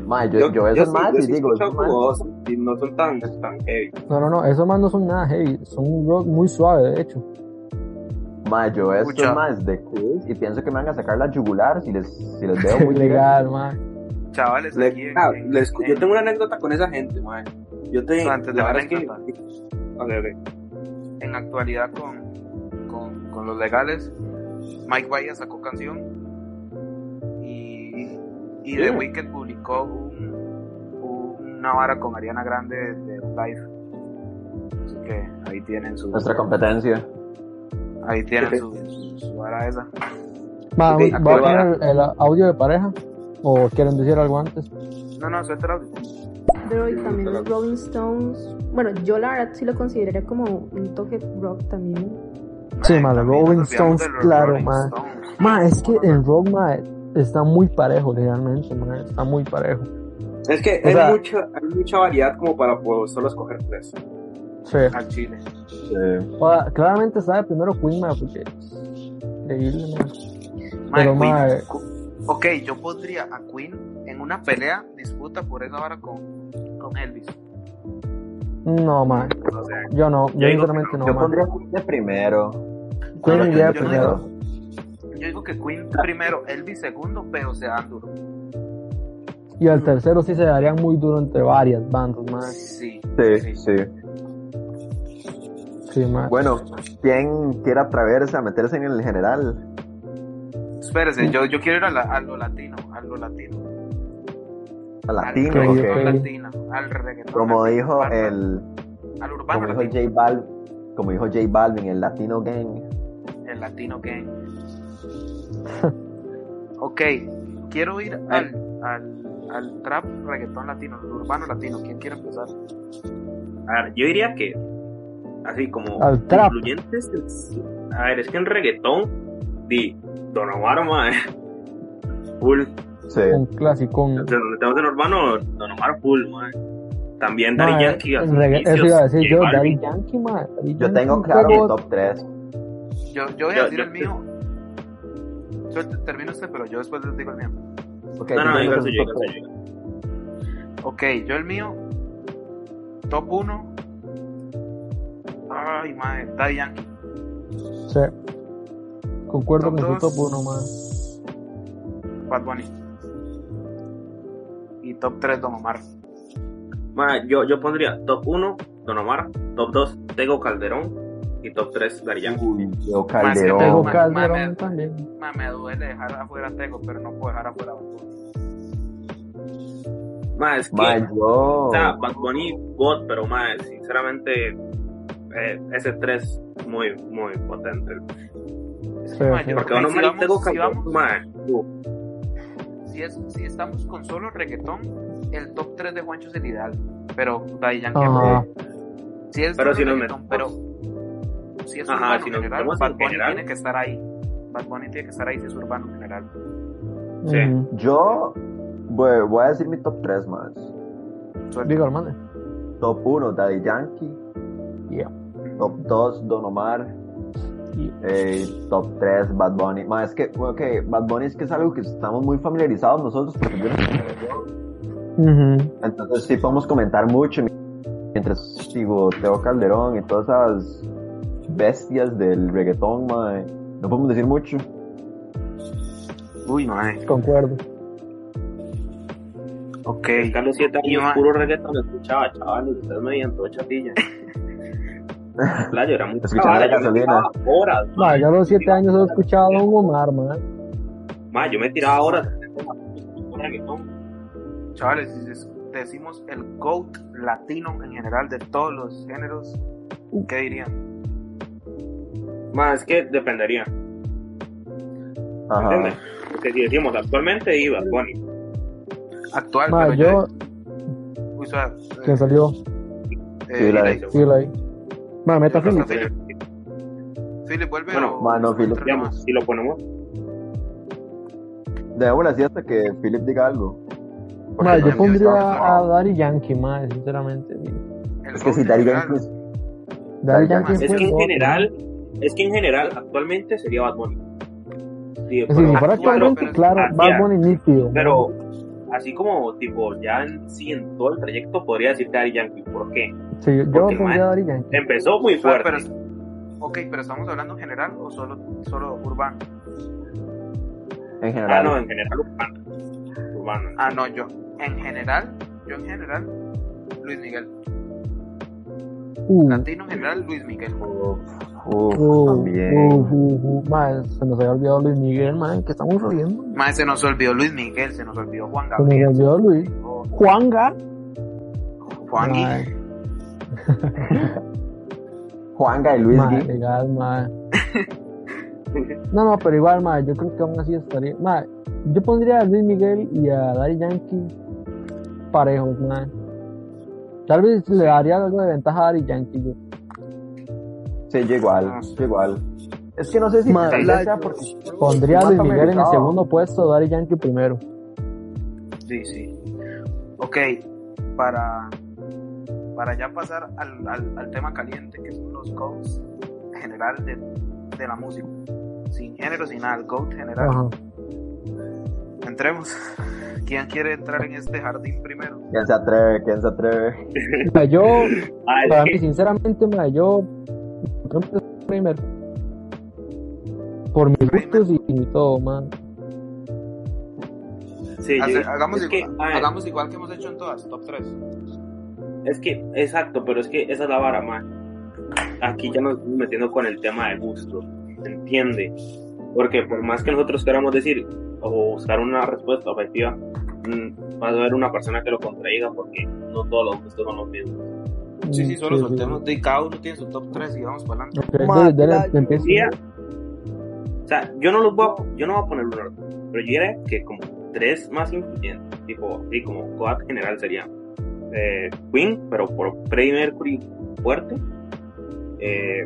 S2: Ma, yo, yo, esos
S4: sí-
S2: más
S4: yo
S2: y
S4: sí he
S2: digo,
S4: escuchado
S2: esos
S4: como
S2: más-
S4: dos y no son tan, tan heavy.
S3: No, no, no, esos más no son nada heavy, son un rock muy suave, de hecho.
S2: ma, yo veo estos
S1: Escucha.
S2: más de Kiss y pienso que me van a sacar la yugular si les, si les veo muy
S3: Legal, ma.
S1: Chavales,
S4: Le-
S1: aquí en-
S4: ah,
S1: en-
S4: le escu-
S1: en-
S4: yo tengo una anécdota con esa gente, man. Yo te.
S1: No, antes de
S4: la
S1: la
S4: verdad es que.
S1: anécdota.
S4: Ok, ok.
S1: en la actualidad con, con, con los legales, Mike Vaya sacó canción y, y The
S4: Sí.
S1: Weeknd publicó un- una vara con Ariana Grande de un live. Así que ahí tienen su,
S2: Nuestra competencia.
S1: ahí tienen su, su, su vara esa.
S3: Ma,
S4: Ok,
S3: ¿Va a
S4: pero ahora-
S3: poner el audio de pareja? ¿O quieren decir algo antes?
S1: No, no, suelta el audio.
S11: Pero y también los Rolling Stones, bueno, yo la verdad sí lo consideraría como un toque rock también.
S3: Sí,
S1: Mae,
S3: ma,
S1: también
S3: los
S1: nos
S3: Rolling
S1: olvidamos
S3: Stones,
S1: de los
S3: claro,
S1: Rolling
S3: ma.
S1: Stones.
S3: Ma, es que el rock, ma, está muy parejo, realmente, ma, está muy parejo.
S4: Es que
S3: O
S4: hay,
S3: sea-
S4: mucha, hay mucha variedad como para poder solo escoger tres.
S3: Sí.
S1: Al Chile.
S3: O sea, claramente está de primero Queen, ma, porque es increíble, ma.
S1: Mae,
S3: Pero,
S1: Queen,
S3: mae.
S1: cu- ok, yo pondría a Queen en una pelea, disputa por esa vara con, con Elvis.
S3: No, ma,
S1: O sea,
S3: yo no, yo
S1: digo que
S3: sinceramente no,
S2: Yo
S3: ma.
S2: pondría Queen de primero.
S3: Queen
S1: no, yo-
S3: iría
S1: yo no
S3: primero.
S1: Yo digo que Queen primero, Elvis segundo, pero se dan duro.
S3: Y al tercero sí se darían muy duro entre varias bandas, ma.
S1: Sí,
S2: Sí, sí.
S3: Sí, ma.
S2: Bueno, ¿quién quiere atreverse a meterse en el general?
S1: Espérese, yo, yo quiero ir a, la- a lo latino, a lo latino.
S2: A
S1: al
S2: latino,
S1: reggaetón
S3: ok.
S2: ok.
S1: latino, al reggaetón
S2: Como
S1: latino,
S2: dijo
S1: urbano,
S2: el,
S1: Al urbano
S2: como dijo
S1: latino,
S2: J Balvin, como dijo J Balvin, el latino gang.
S1: el latino que... ok, quiero ir al, al, al trap reggaetón latino, al urbano latino. ¿Quién quiere empezar?
S4: A ver, yo diría que. Así como.
S3: Al trap.
S4: Influyentes. es- A ver, es que en reggaetón. Di. Don Omar, man. Full.
S2: Sí.
S3: Un clasicón.
S4: Entonces, donde estamos en urbano, Don Omar full, man. También Daddy
S3: Ma,
S4: Yankee. a
S3: en
S4: sus
S3: regga- eh, eso
S4: inicios,
S3: iba a decir
S4: J
S3: yo, Daddy
S4: Balvin.
S3: Yankee, ma. Daddy
S2: Yo tengo
S3: Yankee
S2: claro mi
S3: pegó-
S2: top 3.
S1: Yo, yo voy a
S4: Yo-
S1: decir
S4: yo-
S1: el mío. Suelte, termino este, pero yo después les digo el mío.
S2: Okay,
S4: No, no,
S2: díganme
S4: diga el
S2: sus
S4: suyo,
S2: top
S4: diga el
S2: tres.
S4: suyo.
S1: Ok, yo el mío, top 1. Ay, madre, Daddy Yankee.
S3: Sí. Concuerdo
S1: Top
S3: con su
S1: dos.
S3: top 1, ma.
S1: Bad Bunny. Y top 3 Don Omar.
S4: Ma, yo, yo pondría top 1, Don Omar, top 2, Tego Calderón y top 3, Daddy Yankee.
S2: Uy, Teo
S1: Más que
S3: Tego
S2: Calderón.
S1: ma-
S3: Calderón
S1: ma-
S3: también.
S1: Ma, me duele dejar afuera a Tego, pero no puedo dejar afuera a Bad Bunny.
S4: Ma, es que,
S2: Ma,
S4: o sea,
S2: yo.
S4: Bad Bunny, God, pero ma, sinceramente, eh, ese 3 muy, muy potente.
S1: Es
S3: Sí,
S1: que, ma,
S3: sí.
S1: yo-
S4: Porque
S1: ok,
S4: Don
S1: si
S4: Omar y Tego
S1: vamos, si
S4: Calderón,
S1: vamos,
S4: ma, uh,
S1: si, es, si estamos con solo reggaetón, el top 3 de Juancho es el
S7: Ah.
S1: ideal. Pero Daddy Yankee
S3: Ajá.
S1: Si es
S4: Pero
S1: solo
S4: si nos
S1: reggaetón, pero si es
S4: Ajá,
S1: urbano
S4: si nos
S1: general,
S4: metemos en
S1: Bad Bunny
S4: general.
S1: tiene que estar ahí. Bad Bunny tiene que estar ahí si es urbano general.
S7: Yo voy, voy a decir mi top 3 más.
S3: Digo, hermano.
S7: Top 1, Daddy Yankee. Top 2, Don Omar. Eh, top 3, Bad Bunny. Ma, es que, ok, Bad Bunny es que es algo que estamos muy familiarizados nosotros porque yo no soy generación. Entonces sí podemos comentar mucho mientras digo Teo Calderón y todas esas bestias del reggaetón, ma, no podemos decir mucho.
S1: Uy, mae.
S3: Concuerdo.
S1: Ok.
S4: Carlos 7
S1: Y,
S4: años,
S1: ma-
S4: puro reggaetón escuchaba, chavales. Ustedes me veían todo chatillas. Playo, era muy
S7: Escuchaba la
S4: chaval, yo me
S7: gasolina.
S4: tiraba Horas,
S3: Ma, yo a los 7 años he escuchado a Don Omar, ma.
S4: ma, yo me tiraba horas.
S1: Chavales, si des- decimos el GOAT latino en general de todos los géneros, ¿qué dirían?
S4: Más es que dependería.
S7: Ajá.
S4: ¿Entiendes? Porque si decimos actualmente, iba, Bonnie.
S1: Actual,
S3: Ma,
S1: pero
S3: yo,
S1: Uy, suave.
S3: ¿quién salió?
S1: Eh,
S7: Sí, la-
S1: Eli,
S3: Sí, la vi. Ma, meta Philip.
S1: Philip, vuelve.
S4: Bueno,
S1: o-
S7: Mano, Philip.
S4: digamos, si lo ponemos.
S7: Dejémoslo así hasta que Philip diga algo. Porque
S3: Ma,
S7: no
S3: yo
S7: sé, estamos-
S3: pondría a Daddy Yankee, ma, sinceramente. sí.
S7: Es que si Daddy Yankee es-
S3: Daddy Yankee
S4: Es
S3: fue
S4: que en
S3: otro.
S4: general, es que en general, actualmente sería Bad Bunny. Sí, pues,
S3: Es decir, si fuera
S4: pero-
S3: actualmente,
S4: pero-
S3: claro,
S4: así
S3: Bad
S4: es.
S3: Bunny nítido.
S4: Pero así como, tipo, ya en sí, en todo el trayecto podría decir Daddy Yankee. ¿Por qué?
S3: Sí, yo
S4: Porque,
S3: pondría
S4: ma,
S3: a Daddy Yankee.
S4: Empezó muy fuerte.
S1: Ah, Pero, ok, pero estamos hablando en general o solo, solo urbano.
S7: En general.
S4: Ah, no, en general urbano. Urbano.
S1: Ah, no, yo. En general, yo en general, Luis Miguel.
S3: Uh,
S1: Latino en general, Luis Miguel.
S7: Uf,
S3: uh,
S7: también.
S3: uh, uh, uh. Ma, se nos había olvidado Luis Miguel, ma, que estamos riendo.
S1: Más se nos olvidó Luis Miguel, se nos olvidó Juan
S3: Se nos
S1: Gabriel,
S3: olvidó Luis. Juanga.
S1: Juan Gui.
S3: Ma,
S7: Juanga y Luis
S3: ma,
S7: Gui.
S3: legal, ma. No, no, pero igual, ma, yo creo que aún así estaría. Ma, yo pondría a Luis Miguel y a Daddy Yankee parejos, ma. Tal vez le daría algo de ventaja a Daddy Yankee. Yo.
S7: Sí, yo
S4: Ah.
S7: igual, yo igual. Es que no sé si
S3: Ma,
S7: tal
S3: la-
S7: vez sea porque
S3: Pondría a
S7: Más
S3: Luis Miguel en el
S7: americano.
S3: segundo puesto, Daddy Yankee primero.
S1: Sí, sí. Ok, para, para ya pasar al, al, al tema caliente, que son los GOATs general de, de la música. Sin género, sin nada, el GOAT general.
S3: Ajá.
S1: Entremos. ¿Quién quiere entrar en este jardín primero?
S7: quién se atreve, quién se atreve.
S3: Ma, yo,
S4: Ah,
S3: para
S4: es
S3: mí,
S4: que-
S3: sinceramente, ma, yo. creo que es Primer. Por mis gustos y, y todo, man.
S4: sí, yo-
S1: Hace- hagamos,
S4: es que,
S1: igual,
S4: ah,
S1: hagamos igual que hemos hecho en todas, top 3.
S4: Es que, exacto, pero es que esa es la vara, man. Aquí ya nos estamos metiendo con el tema de gusto, ¿se entiende? Porque por más que nosotros queramos decir o buscar una respuesta objetiva, mm, va a haber una persona que lo contraiga porque no todos los gustos son los mismos.
S1: Sí, sí, solo
S3: Mm, Sí, sí,
S1: soltemos. de- Cada uno tiene su top 3 y vamos para adelante.
S3: Ok,
S5: Ma,
S3: dale, dale,
S5: playo.
S3: empieza.
S4: Sí, O sea, yo no los voy a, yo no voy a poner un orden, pero yo diría que como tres más influyentes, tipo, así como God general sería eh, Queen, pero por Freddie Mercury fuerte, eh,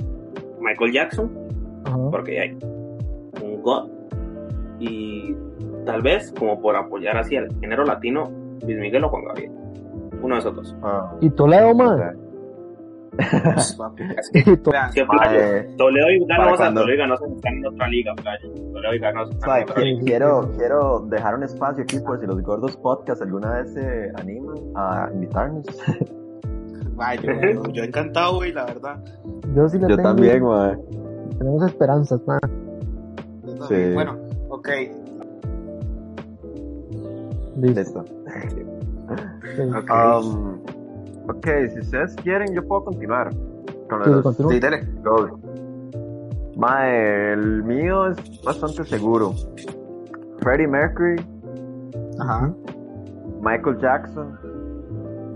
S4: Michael Jackson,
S3: Ajá.
S4: porque hay un God. Y tal vez, como por apoyar hacia el género latino, Luis Miguel o Juan Gabriel. Uno de esos dos.
S7: Ah,
S3: Y Toledo, man.
S7: ok.
S3: Y Toledo.
S1: Vean,
S4: Que
S7: Mae,
S4: playo. Toledo y
S7: Para
S4: ganó, o sea,
S7: cuando-
S4: Toledo y ganó se están en otra liga, playo. Toledo y ganó se están
S7: mae,
S4: en otra liga.
S7: qui- quiero, quiero dejar un espacio aquí por si los gordos podcast alguna vez se animan a invitarnos.
S1: Ay, yo, yo- yo encantado, güey, la verdad.
S3: Yo sí le
S7: Yo
S3: tengo.
S7: también, mae.
S3: Tenemos esperanzas, man.
S1: Yo también.
S7: Sí.
S1: Bueno, ok.
S3: Listo.
S7: Listo.
S3: Sí,
S1: Ok.
S7: Um, ok, si ustedes quieren, yo puedo continuar. Con lo de
S3: Sí,
S7: los-
S3: continúa.
S1: Sí, dale.
S7: Go. Mae, el mío es bastante seguro. Freddie Mercury,
S1: Ajá.
S7: Michael Jackson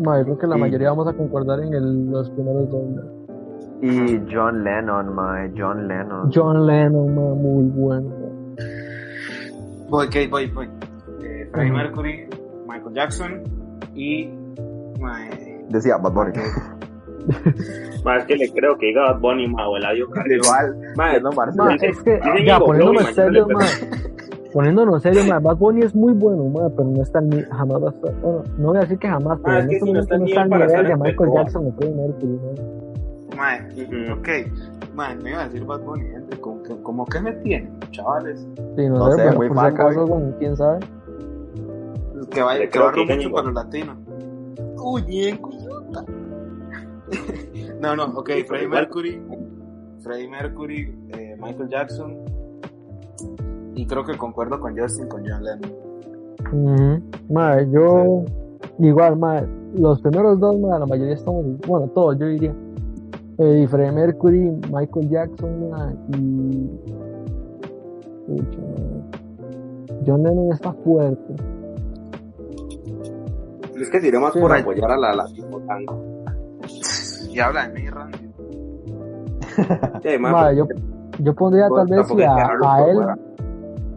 S3: Ma, yo creo que la
S7: Sí.
S3: mayoría vamos a concordar en el- los primeros dos. ma.
S7: y John Lennon, mae, John Lennon.
S3: John Lennon, ma, muy bueno. ma.
S1: Voy, ok, voy, voy. Eh, Freddie
S3: Ajá.
S1: Mercury, Michael Jackson y. mae,
S7: Decía Bad Bunny.
S4: Más que le creo que diga Bad Bunny, ma, o Eladio Carrión.
S7: Igual,
S4: ma, no,
S3: Ma, es que, ya, poniéndome serio, ma, poniéndonos serio, ma, Bad Bunny es muy bueno, ma, pero no está ni, jamás va a estar, bueno, no voy a decir que jamás, pero
S4: Ah, es
S3: en
S4: que
S3: este
S4: si no está
S3: momento no
S4: ni
S3: está
S4: él
S3: ni
S4: para
S3: verga,
S4: estar en
S3: Michael
S4: Pecoa.
S3: Jackson o Freddie Mercury, ma.
S1: Mae, ok. Mae, no iba a decir Bad Bunny, ¿eh? gente. Como que, como que me tienen, chavales.
S3: Sí, no, sé, pero por si acaso, con quién sabe.
S1: Que va
S4: Le
S1: que
S4: creo
S1: barro
S4: que
S1: mucho
S4: Íñigo.
S1: para los latinos. Uy, bien, cuyota. no, no, ok.
S4: pero
S1: Freddie
S4: igual.
S1: Mercury. Freddie Mercury, eh, Michael Jackson. Y creo que concuerdo con Justin, con John Lennon.
S3: Ujú. Mae, yo igual, mae, los primeros dos, mae, la mayoría estamos, bueno, todos, yo diría. Eh, y Freddie Mercury, Michael Jackson, mae, y. Pucha, mae. John Lennon está fuerte.
S4: Es que sería más
S3: Sí,
S4: por
S3: ma.
S4: apoyar a la Latino Tango.
S1: Y habla de mí, Randy.
S4: Sí, ma,
S3: Mae,
S4: pero-
S3: yo, yo pondría
S4: Vos
S3: tal vez
S4: tampoco
S3: sí, a,
S4: dejarlo
S3: a
S4: por
S3: él.
S4: fuera.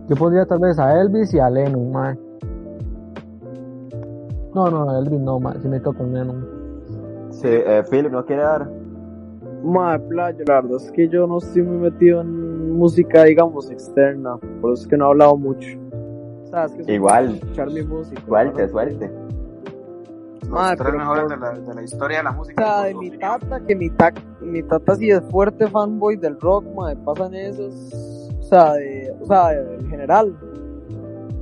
S3: Yo pondría tal vez a Elvis y a Lennon, mae. No, no, Elvis no, mae, si me quedo con Lennon.
S7: Sí, eh, Philip, ¿no quiere dar?
S5: Mae, playa, la verdad es que yo no estoy muy metido en música, digamos, externa, por eso es que no he hablado mucho. O sea, es que soy
S7: Igual.
S5: mucho de Escuchar mi música.
S7: Suelte,
S5: ¿verdad?
S7: suelte.
S1: Los
S5: Mae,
S1: tres
S5: Ah, pero
S1: mejores
S5: por-
S1: de la, de la historia de la
S5: O
S1: música.
S5: sea,
S1: por
S5: de
S1: su
S5: mi
S1: opinión.
S5: tata, que mi, ta- mi tata sí es fuerte fanboy del rock, mae, pasan esos. O sea, de, o sea, de- en general.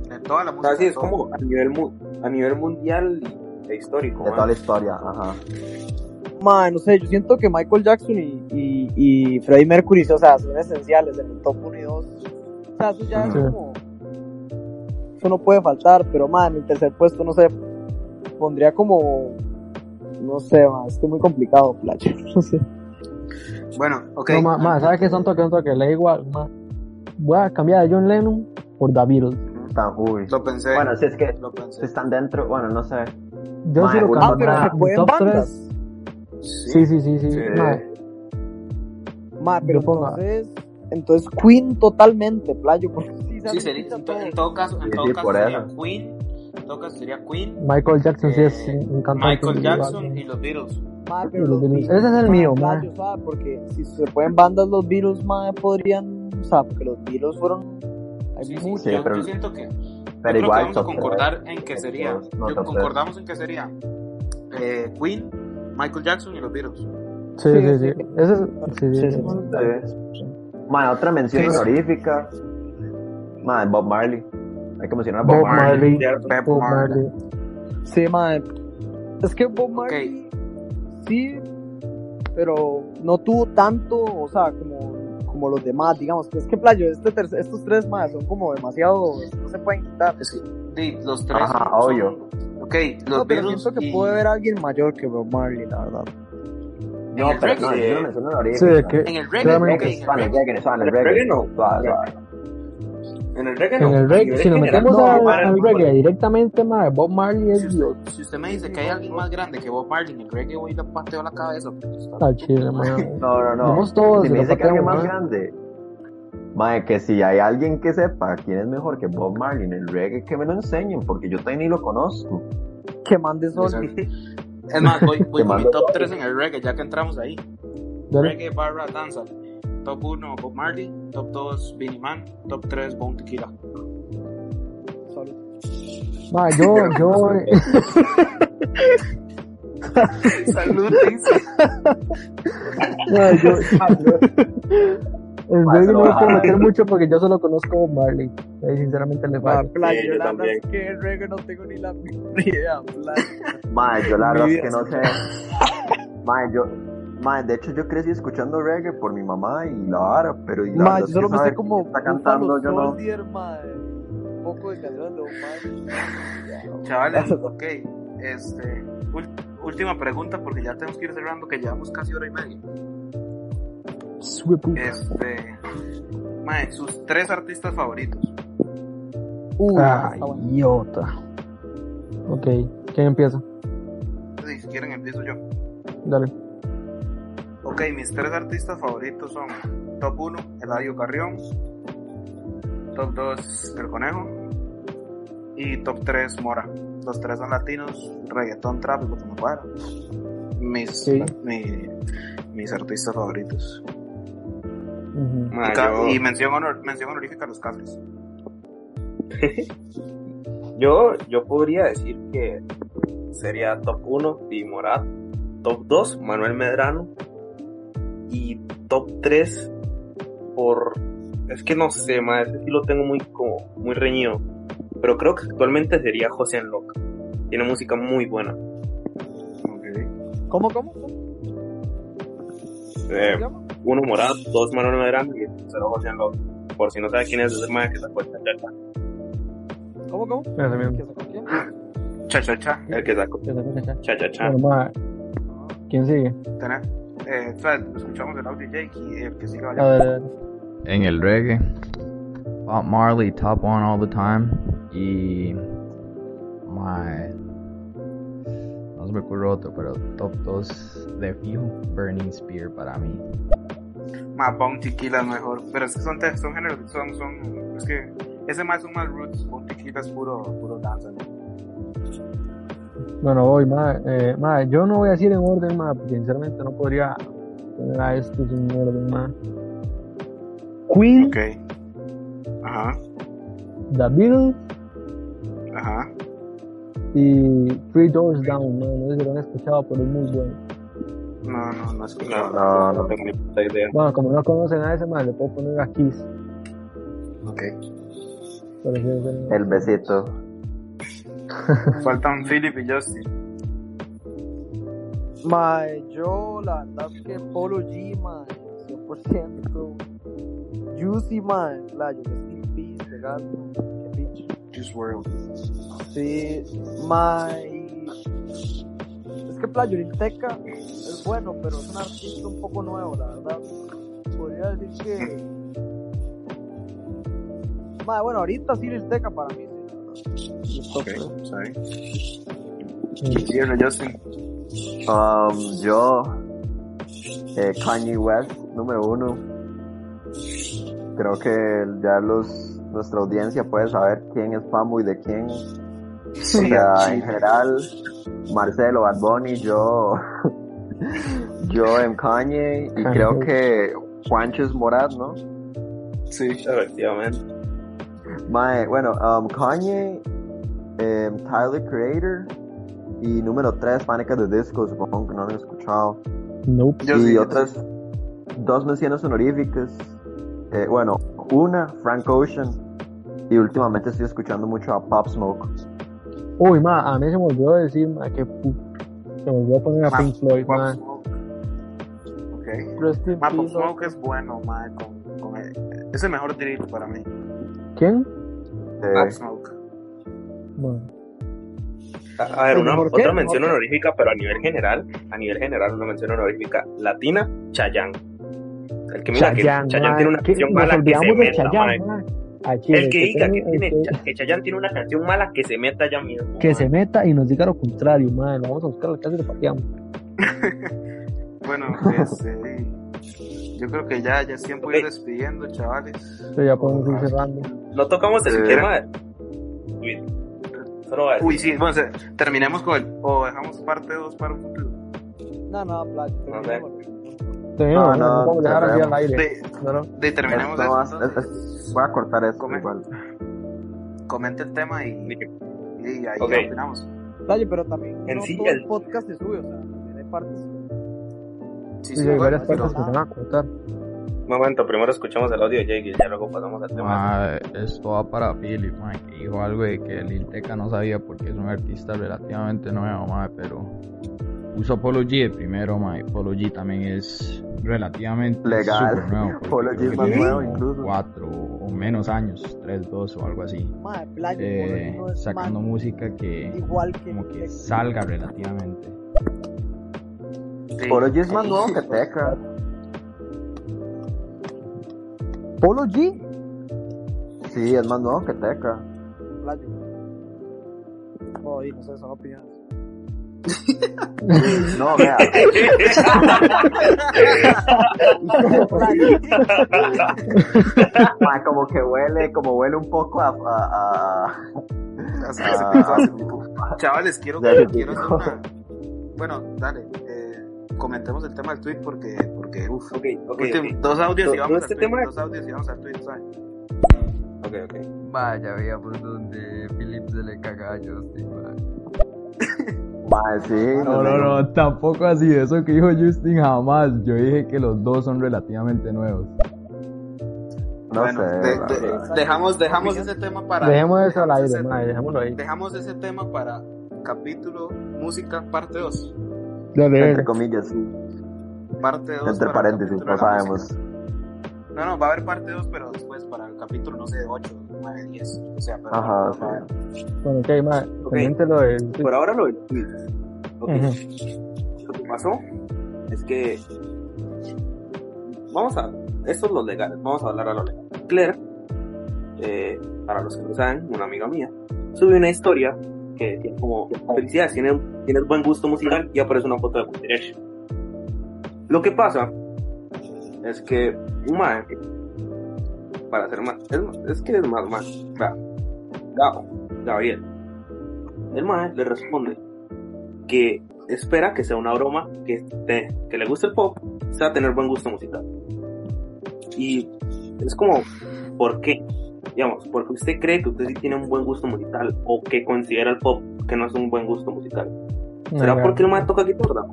S1: De toda la
S4: O sea,
S1: música.
S4: sí, es
S1: todo.
S4: como a nivel, mu- a nivel mundial y- e histórico,
S7: De
S4: ma.
S7: toda la historia, ajá.
S5: Mae, no sé, yo siento que Michael Jackson y, y, y Freddie Mercury, o sea, son esenciales en el top 1 y 2. O sea, eso ya es
S3: Sí.
S5: como. Eso no puede faltar, pero mae, en el tercer puesto, no sé, pondría como. No sé, mae, esto es muy complicado, playa. No sé.
S1: Bueno, ok.
S3: No, más, ¿sabes qué? Son toques, son toques, le da igual, más. Voy a cambiar a John Lennon por The Beatles.
S7: Tan uy.
S1: Lo pensé.
S7: Bueno, si es que
S1: Lo
S7: si
S1: pensé.
S7: están dentro, bueno, no sé.
S3: Yo
S7: Mae,
S3: sí lo
S7: una
S5: Ah,
S3: cambio,
S5: pero
S3: mae,
S5: se
S3: mi
S5: pueden
S3: top
S5: bandas.
S3: tres. Sí, sí, sí, sí.
S1: Sí.
S3: mae,
S5: Ma, pero
S3: Yo pongo-
S5: entonces, entonces Queen totalmente, playo, porque sí se
S1: Sí, sería,
S5: aplica
S1: en, to-
S5: todo.
S1: en todo caso, en
S7: Sí,
S1: todo
S7: sí,
S1: caso
S7: por
S1: sería
S7: eso.
S1: Queen, en todo caso sería Queen,
S3: Michael Jackson sí es
S1: eh,
S3: un un cantante
S1: Michael
S3: individual,
S1: Jackson
S3: mae.
S1: y los Beatles.
S5: Ma,
S3: Y
S5: pero
S3: los
S5: los
S3: Beatles.
S5: Beatles,
S3: Ese es el
S5: ma,
S3: mío, mae.
S5: playo, ¿sabes? Porque si se pueden bandas los Beatles, ma, podrían, o sea, porque los Beatles fueron, hay
S1: Sí, sí,
S5: muchos.
S7: Sí,
S1: yo,
S7: pero-
S1: yo siento que, yo
S7: Pero
S1: creo que
S7: igual,
S1: vamos a
S7: top tres.
S1: concordar en que sería,
S7: No,
S1: yo
S7: top tres.
S1: concordamos en que sería eh, Queen, Michael Jackson y los Beatles.
S3: Sí,
S5: Sí,
S3: sí,
S5: sí.
S3: sí. Ese es... Sí, sí,
S5: Sí, sí,
S3: sí.
S5: sí.
S7: Sí. Mae, otra mención
S1: Ok.
S7: honorífica. Mae, Bob Marley. Hay que mencionar a Bob
S3: Bob
S7: Marley.
S3: Marley.
S4: Cierto.
S1: Pep
S3: Bob
S1: Marley.
S3: Marley.
S5: Sí, ma, es que Bob
S1: Ok,
S5: Marley, sí, pero no tuvo tanto, o sea, como, como los demás, digamos. Es que, playo, este ter- estos tres, más son como demasiado, no se pueden quitar.
S1: es que, di, los tres
S7: Ajá,
S1: son,
S7: obvio.
S1: son- ok, los
S5: No, pero
S1: Beatles
S5: siento que
S1: y
S5: puede haber alguien mayor que Bob Marley, la verdad.
S1: en
S7: No,
S1: el
S7: pero no,
S1: reggae,
S7: es una
S4: Eh,
S7: mención
S3: Sí,
S7: honorífica.
S3: que
S1: en el reggae, ok,
S3: claramente.
S1: en
S7: Reggae,
S1: el
S7: suave,
S1: reggae,
S7: reggae, suave,
S4: en el
S7: reggae.
S4: reggae no.
S7: Suave, suave.
S4: En el reggae
S3: En
S4: no.
S3: el
S4: A
S3: reggae,
S4: nivel
S3: si nos
S4: general,
S3: metemos
S4: no,
S3: a-
S4: Bob Marley,
S3: al
S4: por
S3: reggae
S4: ahí.
S3: directamente, mae, Bob Marley
S1: si
S3: es
S1: usted,
S3: Dios.
S1: si usted me
S5: Sí,
S1: dice
S5: sí,
S1: que hay
S5: no,
S1: alguien
S5: no.
S1: más grande que Bob Marley en el reggae, voy y le pateo la cabeza porque está
S3: Al
S1: loco.
S3: chile, mae.
S7: No, no,
S3: Vamos
S7: no.
S3: todos
S7: Si
S3: y
S7: me
S3: lo
S7: dice que alguien
S3: pateamos,
S7: más
S3: mae.
S7: grande, mae, que si hay alguien que sepa quién es mejor que Bob Marley en el reggae, que me lo enseñen, porque yo también ni lo conozco.
S5: Que mande sol.
S1: Exacto. Es más, voy, voy
S7: Te
S1: con mi
S7: mando
S1: top 3
S7: todo.
S1: en el reggae, ya que entramos ahí.
S3: Dale.
S1: Reggae barra danza. Top 1 Bob Marley, top 2 Vinnie Man, top 3 Bone Tequila.
S3: Mae, yo, yo, eh,
S1: Salud, dice.
S3: mae, yo, El
S7: Mae, se
S3: reggae
S7: lo
S3: no
S7: voy a
S3: me puedo
S7: dejar a
S3: meter
S7: él.
S3: mucho porque yo solo conozco a Bob Marley. Ahí sinceramente le
S5: Ma,
S3: fallo.
S5: playa,
S4: Sí,
S5: yo
S4: yo
S5: la verdad
S4: también.
S5: Ah, es que el reggae no tengo ni la menor idea, playa.
S7: Mae, yo la
S5: Mi
S7: verdad es
S5: vida
S7: que no sé. Mae, yo, mae, de hecho yo crecí escuchando reggae por mi mamá y la vara, pero y la
S5: Ma,
S7: verdad
S5: yo
S7: es que
S5: solo me sé
S7: saber quién
S5: como
S7: está
S5: Buffalo
S7: cantando yo no.
S5: Soldier, ma, un poco de canciones de Bob Marley.
S1: Chavales,
S5: Ya,
S1: ok. Este, ul- última pregunta porque ya tenemos que ir cerrando, que llevamos casi hora y media.
S3: Sue puta.
S1: Este, mae, sus tres artistas favoritos.
S5: Uy, esa
S3: Ay,
S5: está buena.
S3: Ah, idiota. Ok, ¿quién empieza?
S1: Si quieren, empiezo yo.
S3: Dale.
S1: Ok, mis tres artistas favoritos son Top 1, Eladio Carrión, Top 2, El Conejo y Top 3, Mora. Los tres son latinos, reggaetón, trap y lo que me cuadra. mis, mi- mis artistas favoritos.
S3: Ujú.
S4: Ah,
S1: Y ca- Y mención, honor, mención honorífica a los cafres.
S4: Yo, yo podría decir que sería top 1 Di Morat, top 2 Manuel Medrano y top 3 por... Es que no sé, más ese sí lo tengo muy como muy reñido, pero creo que actualmente sería José Enloc. Tiene música muy buena.
S5: ¿Cómo, cómo?
S4: Eh, uno Morat, dos Manuel Medrano y el tercero José Enloc. Por si no sabe quién es ese man que sacó el cha-cha-cha.
S5: ¿Cómo, cómo?
S3: Pensamiento.
S1: Cha-cha-cha.
S4: El que sacó cha-cha-cha.
S3: Bueno, ma, ¿Quién sigue?
S1: Tené- Eh, Fred, escuchamos el audio Jake y el que siga
S3: A ver, a ver.
S6: en el reggae. Bob Marley, Top One All the Time. Y. My. No se me ocurre otro, pero top 2 de fijo. Burning Spear para mí.
S1: Ma, Bounty Killa es mejor. Pero es que son, te- son géneros, son, son, es que ese más son más roots. Bounty Killa es puro, puro danza.
S3: Bueno, voy, ma, eh, ma, yo no voy a decir en orden, ma, porque sinceramente no podría poner a estos en orden, ma. Queen,
S1: Ok. Ajá,
S3: The Beatles
S1: ajá.
S3: y Three Doors Down, ma, no sé si lo han escuchado, pero es muy bueno.
S1: No, no, no es que
S4: No,
S1: no,
S4: no tengo ni puta idea.
S3: Bueno, como no conocen a ese, ma, le puedo poner a Kiss.
S1: Ok.
S3: Pero sí, es el-
S7: El besito.
S1: Faltan Philip y Justin.
S5: Mae, yo la verdad es que Polo G, mae, 100%. Juicy, mae, la yo Steel Peace, legal, qué pinche.
S1: Juice World.
S5: Sí, mae. Es que Playo Teca es bueno, pero es un artista un poco nuevo, la verdad. Podría decir que. Mae, bueno, ahorita sí Teca para mí, sí, la verdad.
S1: Ok, sorry. Cierra Justin.
S7: Um, yo, eh, Kanye West, número uno. Creo que ya los, nuestra audiencia puede saber quién es fanboy de quién. o sea,
S1: sí.
S7: en general, Marcelo, Bad Bunny, yo, yo en Kanye, y creo que Juancho es Morat, ¿no?
S1: Sí,
S4: efectivamente.
S7: Mae, bueno, um, Kanye, em, Tyler Creator, y número 3, Pánica de Disco, supongo que no lo he escuchado.
S3: Nope.
S7: y otras dos menciones honoríficas. Eh, bueno, una, Frank Ocean. Y últimamente estoy escuchando mucho a Pop Smoke. eh,
S3: Uy, ma, a mí se me olvidó decir, ma, que pu- se me olvidó poner a
S7: Ma,
S3: Pink Floyd,
S7: Pop
S3: ma. Rest
S1: Ok.
S3: in
S1: Map of
S3: peace,
S1: Smoke es bueno, ma, con, con es el mejor drill para mí.
S3: ¿Quién?
S1: Pop Smoke.
S3: Bueno.
S4: A, a ver,
S3: Sí,
S4: una,
S3: ¿por qué?
S4: otra mención
S3: ¿Por qué?
S4: honorífica, pero a nivel general, a nivel general, una mención honorífica latina, Chayanne. El que mira
S3: Chayanne,
S4: que Chayanne
S3: ma,
S4: tiene una
S3: que
S4: canción
S3: nos
S4: mala que se
S3: olvidamos de
S4: meta,
S3: Chayanne,
S4: mae.
S3: ma. Al chile,
S4: El que diga que,
S3: tenga- el
S4: tiene,
S3: que- este
S4: Cha- que Chayanne tiene una canción mala que se meta ya mismo.
S3: que se meta y nos diga lo contrario, madre. Lo vamos a buscar a la casa y le pateamos.
S1: Bueno, este, yo creo que ya, ya es tiempo de ir despidiendo, chavales.
S3: Pero ya podemos ir cerrando.
S4: No tocamos el
S1: Eh.
S4: tema de Uy, Solo va a decir.
S1: Uy, sí, bueno, se- terminemos con el, o dejamos parte 2 para un futuro.
S5: No, no, Playo.
S4: No sé.
S3: No, no, vamos a dejar así al
S7: cerremos.
S3: aire.
S1: De terminemos
S7: Esto va-
S1: esto,
S7: es- es- voy a cortar esto igual.
S1: comente el tema y, y ahí
S4: Ok.
S1: opinamos.
S5: Playo, pero también
S4: En
S5: no
S4: sí,
S5: todo el...
S4: el-
S5: podcast se sube, o sea, tiene partes.
S1: Sí,
S3: Sí, hay varias
S5: bueno,
S3: partes que se van a cortar.
S4: Un momento, primero escuchamos el audio de Jake y ya luego pasamos al tema.
S6: Ma, esto va para Philip, ma, que dijo algo de que Lil Teca no sabía porque es un artista relativamente nuevo, ma, pero uso Polo G de primero, ma, y Polo G también es relativamente
S7: Legal.
S6: súper nuevo. porque
S7: Polo
S6: creo
S7: G es
S6: que
S7: más
S6: tiene
S7: nuevo
S6: como
S7: incluso.
S6: Cuatro o menos años, tres, dos o algo así.
S5: Mae, Playo,
S6: Eh,
S5: no es
S6: sacando
S5: man,
S6: música que
S5: igual que.
S6: como que salga relativamente.
S7: Polo G es más nuevo que Teca.
S5: ¿Polo G?
S7: Sí, es más nuevo que Teca.
S5: Playo. Oh, y no sé, son opiniones.
S7: No, vea. Ma, como que huele, como huele un poco a... a, a-
S1: O sea,
S7: a-
S1: Chavales, quiero,
S7: Ah. Ya, ya,
S1: quiero
S7: ya.
S1: hacer una. Bueno, dale. eh, comentemos el tema del tweet porque, porque uff.
S4: Ok, ok,
S1: Últim-
S4: ok.
S1: Dos audios y vamos
S4: Todo- todo
S1: al
S4: este
S1: tweet,
S4: tema-
S1: Dos audios y vamos al tweet, ¿sabes?
S4: Ok, ok.
S9: Vaya, veamos donde Philip se le caga a Justin, man.
S6: No, no, no, tampoco así. Eso que dijo Justin jamás. Yo dije que los dos son relativamente nuevos.
S2: No
S1: Bueno,
S2: sé,
S1: de-
S2: la
S1: de-
S2: verdad.
S1: dejamos, dejamos ese tema para.
S3: Dejemos eso al aire,
S1: ese-
S3: madre, dejémoslo ahí.
S1: Dejamos ese tema para capítulo música parte 2.
S2: Entre comillas.
S1: Parte 2.
S2: Entre paréntesis, no sabemos.
S1: No, no, va a haber parte 2, pero después para el capítulo, no sé, 8, 9, 10. O sea, pero.
S2: Ajá,
S1: va a haber.
S3: Bueno, ok, ma, coméntelo de.
S4: Por ahora lo del tweet. Ok.
S3: Ujú.
S4: Lo que pasó es que. Vamos a. Esto es lo legal. Vamos a hablar a lo legal. Claire, eh, para los que no saben, una amiga mía, sube una historia que tiene como. Felicidades, tienes, tienes buen gusto musical y aparece una foto de Guterres. Lo que pasa es que. Un mae, Para ser más. Es, más- es que es más, más. Vea, Gabo, Gabriel. El mae le responde que espera que sea una broma que, te- que le guste el pop, sea tener buen gusto musical. Y es como, ¿por qué? Digamos, porque usted cree que usted sí tiene un buen gusto musical o que considera el pop que no es un buen gusto musical. ¿Será
S5: Ajá.
S4: porque el man toca guitarra?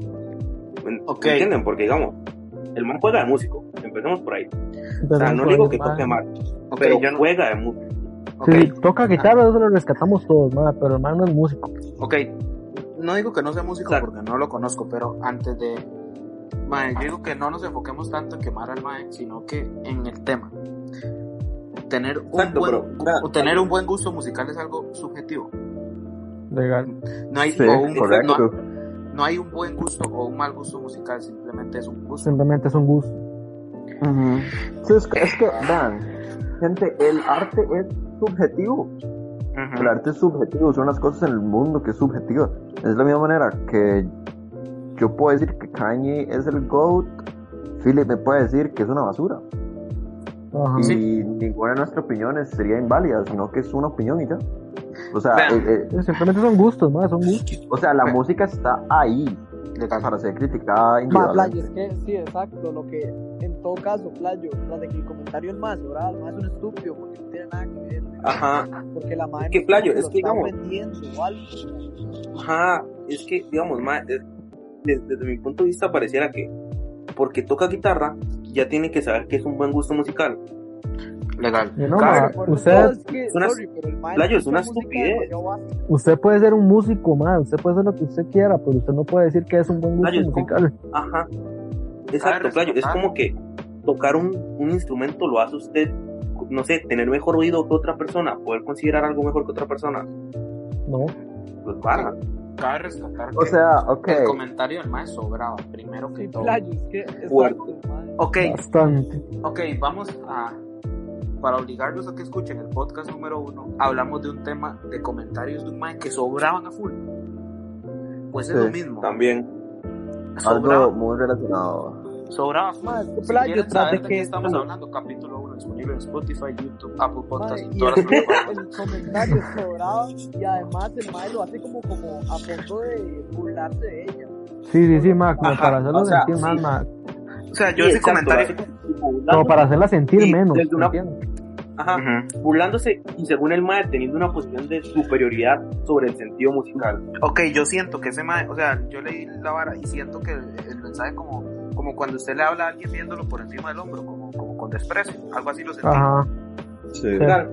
S4: ¿Me- me ¿Entienden? Porque digamos, el man juega de músico, empecemos por ahí. O sea,
S3: Empecemos
S4: no
S3: por
S4: digo
S3: ahí,
S4: que
S3: man.
S4: toque mal, pero juega de músico.
S3: Sí, toca guitarra, eso lo rescatamos todos, ma, pero el man no es músico.
S1: Ok, no digo que no sea músico porque no lo conozco, pero antes de. Mae, yo digo que no nos enfoquemos tanto en quemar al Mae, sino que en el tema. Tener, un buen, o tener un buen gusto musical es algo subjetivo.
S3: Legal.
S1: No hay,
S3: Sí,
S1: o un-
S3: correcto.
S1: no- no hay un buen gusto o un mal gusto musical, simplemente es un gusto.
S3: Simplemente es un gusto.
S7: Sí, es, que- es que, vean, gente, el arte es subjetivo.
S1: Ujú.
S7: El arte es subjetivo, son las cosas en el mundo que es subjetiva. Es de la misma manera que yo puedo decir que Kanye es el GOAT, Philip me puede decir que es una basura.
S1: Ah,
S7: Y ninguna de nuestras opiniones sería inválida, sino que es una opinión y ya. O sea,
S3: Vean.
S7: eh, eh,
S3: Simplemente son gustos, ma, son gustos.
S7: o sea la música está ahí para ser criticada
S5: Ma, playo,
S7: individualmente.
S5: es que sí, exacto, lo que en todo caso, playo, tras de que el comentario es más, ¿verdad? El más es un estúpido porque no tiene nada que ver.
S4: Ajá.
S5: Porque la madre
S4: Es que,
S5: no
S4: playo,
S5: lo
S4: es que,
S5: está
S4: digamos-
S5: vendiendo o algo.
S4: Ajá, es que, digamos, ma, es- des- desde, mi punto de vista pareciera que porque toca guitarra ya tiene que saber que es un buen gusto musical.
S1: Legal.
S3: Yo no, ma, usted,
S5: sorry, pero el mae
S4: Playo, es
S5: escucha
S4: una
S5: música
S4: estupidez.
S5: demasiado básica.
S3: usted puede ser un músico, ma, usted puede ser lo que usted quiera, pero usted no puede decir que es un buen gusto
S4: Playo, es como-
S3: musical.
S4: Ajá. Exacto, Playo, es como que tocar un, un instrumento lo hace usted, no sé, tener mejor oído que otra persona, poder considerar algo mejor que otra persona.
S3: No.
S4: Pues para.
S1: Cabe rescatar
S7: O
S1: que
S7: sea, ok.
S1: el comentario del Mae sobraba, primero que todo.
S5: Playo, es que es
S1: Ok,
S3: Bastante.
S1: ok, vamos a. Para obligarlos a que escuchen el podcast número uno, hablamos de un tema de comentarios de un Mae que sobraban a full. Pues es
S7: Sí.
S1: lo mismo.
S4: También.
S1: Sobraba,
S7: Algo muy relacionado.
S1: sobraba a full.
S5: Más, que
S1: si
S5: playo,
S1: quieren
S5: tras de
S1: saber de
S5: que-
S1: qué estamos
S5: Ah.
S1: hablando, capítulo uno disponible en Spotify, YouTube, Apple Podcasts
S5: Mae,
S1: y
S5: y
S1: todas las
S5: el,
S1: plataformas.
S5: el comentario sobrado y además el mae lo hace como, como a punto de burlarse de ella.
S3: Sí, sí, sí, ma, como
S5: Ajá,
S3: para hacerlo
S5: o sea,
S3: sentir más,
S5: sí.
S3: ma,
S1: O sea, yo
S4: Sí,
S1: ese
S4: exacto,
S1: comentario.
S4: lo hace
S3: como para hacerla sentir
S4: Y
S3: menos,
S4: desde una-
S3: ¿entiendes?
S4: Ajá, burlándose y según el mae teniendo una posición de superioridad sobre el sentido musical.
S1: Ok, yo siento que ese mae, o sea, yo leí la vara y siento que el, el mensaje como, como cuando usted le habla a alguien viéndolo por encima del hombro, como, como con desprecio, algo así lo sentí.
S3: Ajá.
S7: Sí.
S4: Claro.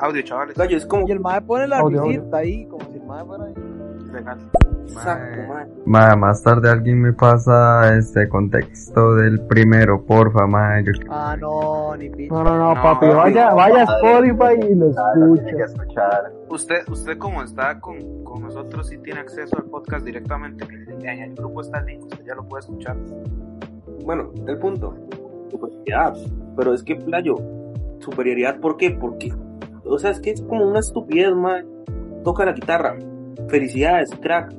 S1: Audio, chavales.
S4: Playo, es como
S5: Y el mae pone la
S1: Audio,
S5: risita ahí, como si el mae fuera ahí.
S1: Legal.
S4: Exacto, mae.
S9: Ma, más tarde alguien me pasa este contexto del primero, porfa, ma. Yo...
S5: Ah, no, ni pinche.
S3: No, no, no, papi, vaya, vaya a Spotify y lo escucha.
S1: Usted, usted como está con, con nosotros, sí tiene acceso al podcast directamente, que en el grupo está el link, usted ya lo puede escuchar.
S4: Bueno, el punto. Superioridad. Pero es que playo. Superioridad, ¿por qué? Porque. O sea, es que es como una estupidez, mae. Toca la guitarra. Felicidades, crack.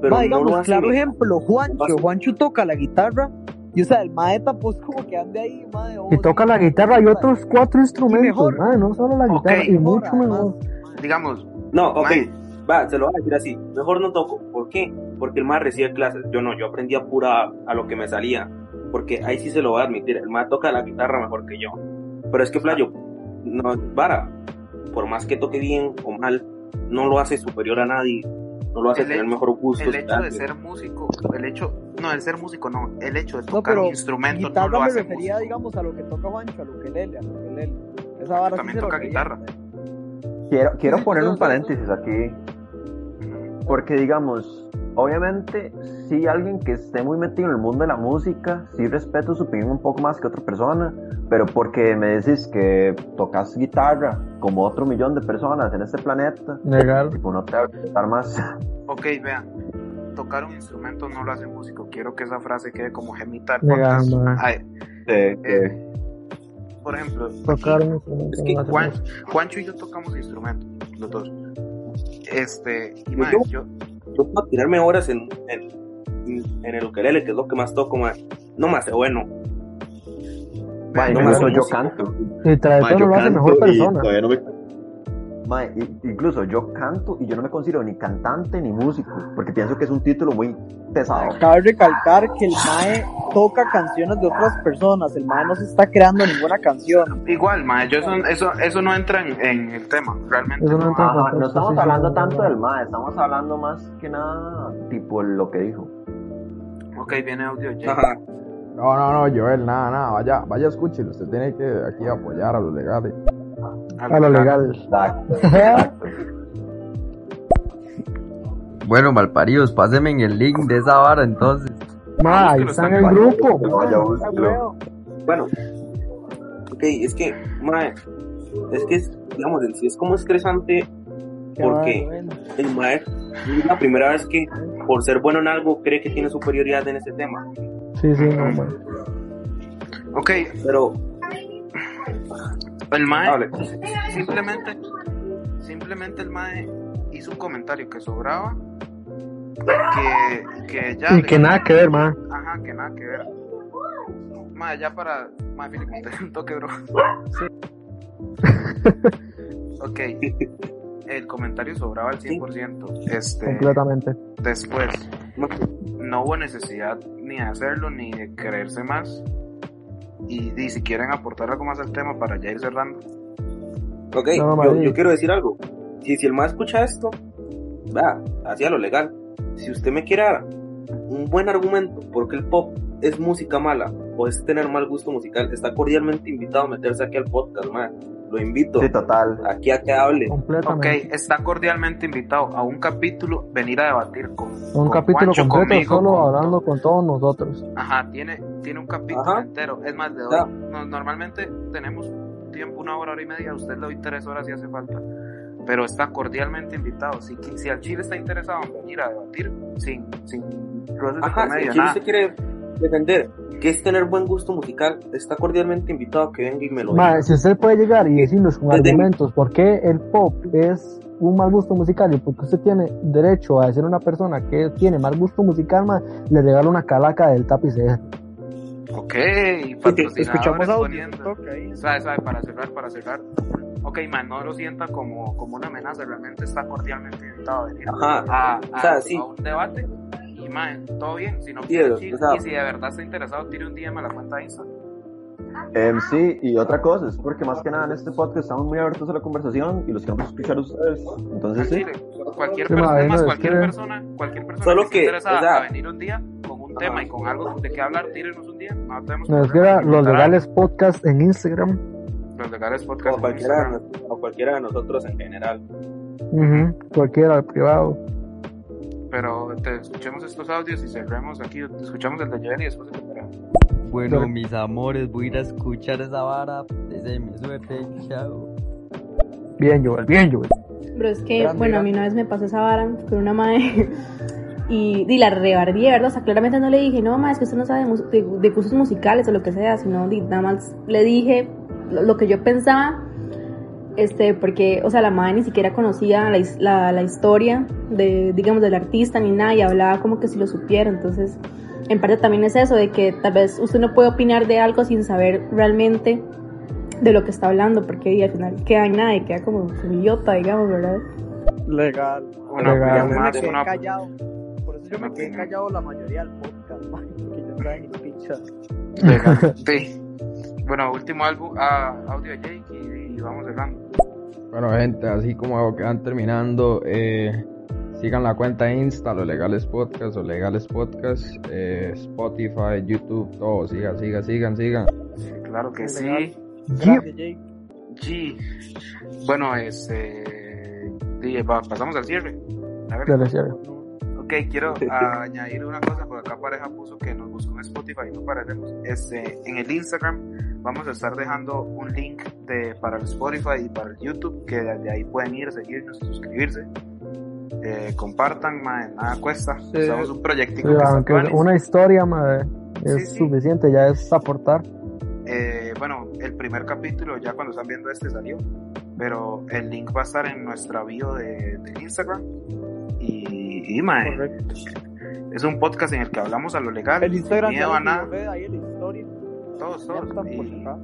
S4: Pero
S5: Ma, digamos,
S4: no lo hace.
S5: claro ejemplo, Juancho.
S4: Vas-
S5: Juancho toca la guitarra y, o sea, el mae tampoco es como que ande ahí, mae. oh,
S3: Y toca la guitarra y otros cuatro instrumentos,
S5: mejor.
S3: ma, no solo la guitarra, y
S5: mejor,
S3: mucho mejor.
S1: Digamos,
S4: No, ok. Va, se lo voy a decir así. Mejor no toco. ¿Por qué? porque el más recibe clases. Yo no, yo aprendía pura a lo que me salía. Porque ahí sí se lo voy a admitir. El más toca la guitarra mejor que yo. Pero es que Playo, no, vara, por más que toque bien o mal, no lo hace superior a nadie. No lo hace
S1: El
S4: tener
S1: hecho-
S4: mejor gusto.
S1: El hecho de
S4: tal.
S1: ser músico, el hecho, no, el ser músico no, el hecho de
S5: No,
S1: tocar
S5: pero
S1: un instrumento
S5: guitarra
S1: no lo
S5: me
S1: hace
S5: refería, digamos, a lo que toca Juancho, a lo que lele, a lo que lele. Esa vara sí
S1: También
S5: se lo
S1: toca
S5: leía.
S1: guitarra.
S7: Quiero, quiero poner un paréntesis aquí. Porque digamos, obviamente, si alguien que esté muy metido en el mundo de la música, sí respeto su opinión un poco más que otra persona, pero porque me decís que tocas guitarra como otro millón de personas en este planeta,
S3: Negar.
S7: tipo, no te va a respetar más.
S1: Ok, vean, tocar un instrumento no lo hace músico. Quiero que esa frase quede como gemita. del
S3: Legal,
S1: podcast.
S3: man.
S1: Ay,
S7: Eh,
S1: eh, por ejemplo, aquí,
S3: Tocar un instrumento
S1: es que
S3: no hace
S1: Juan-
S3: música.
S1: Juancho y yo tocamos instrumentos, los dos. Este, y
S4: Yo-
S1: mae,
S4: yo-
S1: yo,
S4: Yo puedo tirarme horas en, en, en el ukelele, que es lo que más toco, ma. No me hace bueno.
S7: Mae,
S4: No,
S7: incluso
S4: no,
S7: yo
S4: sí.
S7: canto.
S3: Y trae
S7: Mae,
S3: todo
S7: yo
S3: lo hace
S7: canto
S3: mejor
S7: y
S3: persona.
S7: todavía no me- Mae, i- incluso yo canto y yo no me considero ni cantante ni músico, porque pienso que es un título muy pesado.
S5: Cabe recalcar que el Mae toca canciones de otras personas. El Mae no se está creando ninguna canción.
S1: Igual, mae, yo eso, eso, eso no entra en, en el tema, realmente.
S3: Eso no entra en
S7: Ajá, no
S3: contexto, sí,
S7: estamos
S3: sí,
S7: hablando
S3: sí,
S7: tanto
S3: sí.
S7: del MAE, estamos hablando más que nada tipo lo que dijo.
S1: Ok, viene audio. Jake.
S4: Ajá.
S6: No, no, no, Joel, nada, nada, vaya, vaya, escúchelo. Usted tiene que aquí apoyar a los legales.
S3: A lo legal.
S7: Exacto.
S9: Bueno, malparidos, pásenme en el link de esa vara entonces.
S3: Ma, ahí está en el grupo.
S7: Vaya, búsquelo.
S4: Bueno, ok, es que, mae, es que, es, digamos, en sí es como estresante porque el mae es la primera vez que, por ser bueno en algo, cree que tiene superioridad en ese tema.
S3: Sí, sí, no, ma.
S1: Ok,
S4: Pero,
S1: el mae,
S4: Hable.
S1: simplemente, simplemente el mae hizo un comentario que sobraba, que, que ya...
S3: Y
S1: le-
S3: que nada que ver, ma.
S1: Ajá, que nada que ver. Mae, ya para... Mae, Filipe, te un toque, bro. Ok, el comentario sobraba al 100%. Este,
S3: Completamente.
S1: después, no hubo necesidad ni de hacerlo ni de creerse más. Y, di, si quieren aportar algo más al tema para ya ir cerrando.
S4: ok,
S3: No, no,
S4: yo,
S3: Madrid.
S4: yo quiero decir algo. Si, si el mae escucha esto, va, hacia lo legal. Si usted me quiere dar un buen argumento porque el pop es música mala o es tener mal gusto musical, está cordialmente invitado a meterse aquí al podcast, mae. Lo invito
S7: Sí, total.
S4: aquí a que hable.
S1: Ok,
S3: Completamente.
S1: está cordialmente invitado a un capítulo, venir a debatir con.
S3: Un
S1: con
S3: capítulo
S1: Juancho,
S3: completo
S1: conmigo,
S3: solo
S1: con-
S3: hablando con todos nosotros.
S1: Ajá, tiene, tiene un capítulo
S4: Ajá.
S1: entero. Es más, le doy.
S4: Ya.
S1: no- normalmente tenemos tiempo, una hora, hora y media. A usted le doy tres horas si hace falta. Pero está cordialmente invitado. Si, qui- si al Chile está interesado en venir a debatir, sin, sin roces de
S4: Ajá,
S1: por
S4: si
S1: medio,
S4: el chile
S1: nada.
S4: se quiere defender, que es tener buen gusto musical, está cordialmente invitado a que venga y me lo diga.
S3: Ma, si usted puede llegar y decirnos con
S4: Desde-
S3: argumentos por qué el pop es un mal gusto musical y por qué usted tiene derecho a decir a una persona que tiene mal gusto musical, ma, le regalo una calaca del tapiz de
S1: Ok,
S5: Escuchamos
S1: patrocinadores
S5: audio.
S1: poniendo-
S5: toca ahí.
S1: Sabe, sabe, para cerrar, para cerrar. Ok, man, no lo sienta como, como una amenaza, realmente está cordialmente invitado a venir
S4: Ajá.
S1: a, a-
S4: Ah, O sea, sí.
S1: a un debate. Y, man, todo bien, si no
S4: Sí,
S1: quiere
S4: o
S1: chill,
S4: sea-
S1: y si de verdad está interesado, tire un DM a la cuenta de Instagram.
S7: Em, sí, y otra cosa, es porque más que nada en este podcast estamos muy abiertos a la conversación y los queremos escuchar a ustedes. Entonces sí.
S1: Chile, cualquier
S3: Sí,
S1: persona,
S3: ma,
S1: es más,
S3: venga,
S1: cualquier
S3: escribe.
S1: persona, cualquier persona
S4: Solo
S1: esté
S4: que,
S1: interesada
S4: o sea-
S1: a venir un día con un tema y con algo de qué hablar, tírenos un día. No tenemos
S3: Nos
S1: problema
S3: queda
S1: en
S3: los
S1: invitar a-
S3: legales podcast en Instagram.
S1: Los legales podcast.
S4: O
S1: en
S4: cualquiera,
S1: Instagram.
S4: de nos- o cualquiera de nosotros en general.
S3: Ujú, Cualquiera, al privado.
S1: Pero te escuchemos estos audios y cerremos aquí. Escuchamos el de Joel y después el de Tara.
S9: Bueno, mis amores, voy a ir a escuchar esa vara. Desde mi suerte, chao.
S3: Bien, Joel, bien, Joel.
S11: Pero es que,
S5: Grande,
S11: bueno, a
S5: grande.
S11: mí una vez me pasó esa vara con una madre y, y la rebardié, ¿verdad? O sea, claramente no le dije, no, madre, es que usted no sabe de, mus- de, de cursos musicales o lo que sea, sino di- nada más le dije lo, lo que yo pensaba, este, porque, o sea, la madre ni siquiera conocía la, his- la, la historia de, digamos, del artista ni nada y hablaba como que si lo supiera, entonces, en parte también es eso, de que tal vez usted no puede opinar de algo sin saber realmente de lo que está hablando, porque y al final queda en nada y queda como, como idiota, digamos, ¿verdad?
S5: Legal.
S1: Una
S3: Legal.
S1: opinión más,
S5: Me quedé
S1: una
S5: callado. Por eso yo me quedé callado la mayoría del podcast, ma, porque yo estaba en picha.
S1: Sí. Bueno, último álbum, ah, audio Jake y, y vamos cerrando.
S6: Bueno, gente, así como quedan terminando, eh, sigan la cuenta Insta, los legales podcast, los legales podcast, eh, Spotify, YouTube, todo, sigan, sigan, sigan, sigan.
S1: Claro que sí.
S5: Gracias, Jake.
S1: Sí. Bueno, este. sí, va, pasamos al cierre. A ver.
S3: Dale, cierre.
S1: Ok, quiero ah, añadir una cosa, por acá pareja puso que nos buscó en Spotify y no parecemos. Este, en el Instagram vamos a estar dejando un link de, para el Spotify y para el YouTube, que desde ahí pueden ir, seguirnos y suscribirse. Eh, compartan, mae, nada cuesta. Usamos un proyectico.
S3: Sí,
S1: que está
S3: aunque
S1: tuanis.
S3: una historia, madre, es
S1: Sí, sí.
S3: suficiente, ya es aportar.
S1: Eh, bueno, el primer capítulo, ya cuando están viendo este, salió. Pero el link va a estar en nuestra bio de, de Instagram. Y, y, mae, es un podcast en el que hablamos a lo legal.
S5: El Instagram
S1: sin miedo a
S5: ya
S1: nada.
S5: lo ve ahí en la historia.
S1: Todos,
S5: Ya
S1: todos.
S5: están por
S1: Y,
S5: acá.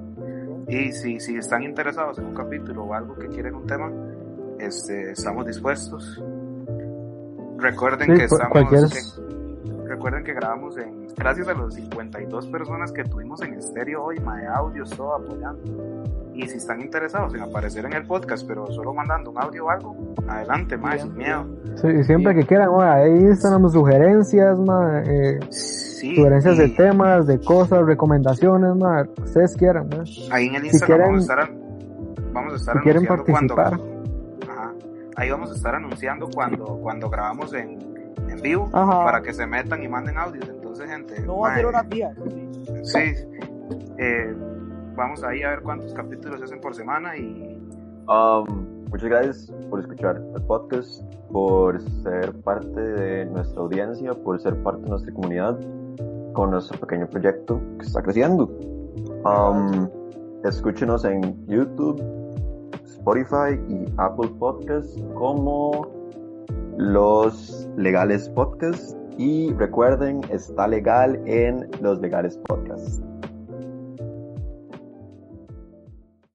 S1: y si, si están interesados en un capítulo o algo que quieren un tema, este, estamos dispuestos. Recuerden
S3: Sí,
S1: que
S3: cu-
S1: estamos.
S3: cualquier-
S1: que- recuerden que grabamos en. Gracias a los 52 personas que tuvimos en estéreo hoy, mae audios, todo apoyando. Y si están interesados en aparecer en el podcast, pero solo mandando un audio o algo, adelante, mae, sin miedo.
S3: Sí, y siempre que quieran, ma, ahí están sugerencias, ma, eh, sugerencias de temas, de cosas, recomendaciones, ma, ustedes quieran. ma.
S1: Ahí en el
S3: Si
S1: Instagram vamos
S3: quieren-
S1: a estar,
S3: si
S1: vamos a estar
S3: quieren
S1: anunciando cuando.
S3: participar.
S1: Ajá. Ahí vamos a estar anunciando cuando, cuando grabamos en, en vivo
S5: Ajá.
S1: para que se metan y manden audios. Entonces, gente,
S5: No va a
S1: mae,
S5: ser hora fija.
S1: sí, eh, vamos ahí a ver cuántos capítulos hacen por semana y
S7: Um, muchas gracias por escuchar el podcast, por ser parte de nuestra audiencia, por ser parte de nuestra comunidad con nuestro pequeño proyecto que está creciendo. Um, escúchenos en YouTube, Spotify y Apple Podcasts como los legales podcasts y recuerden, está legal en los legales podcasts.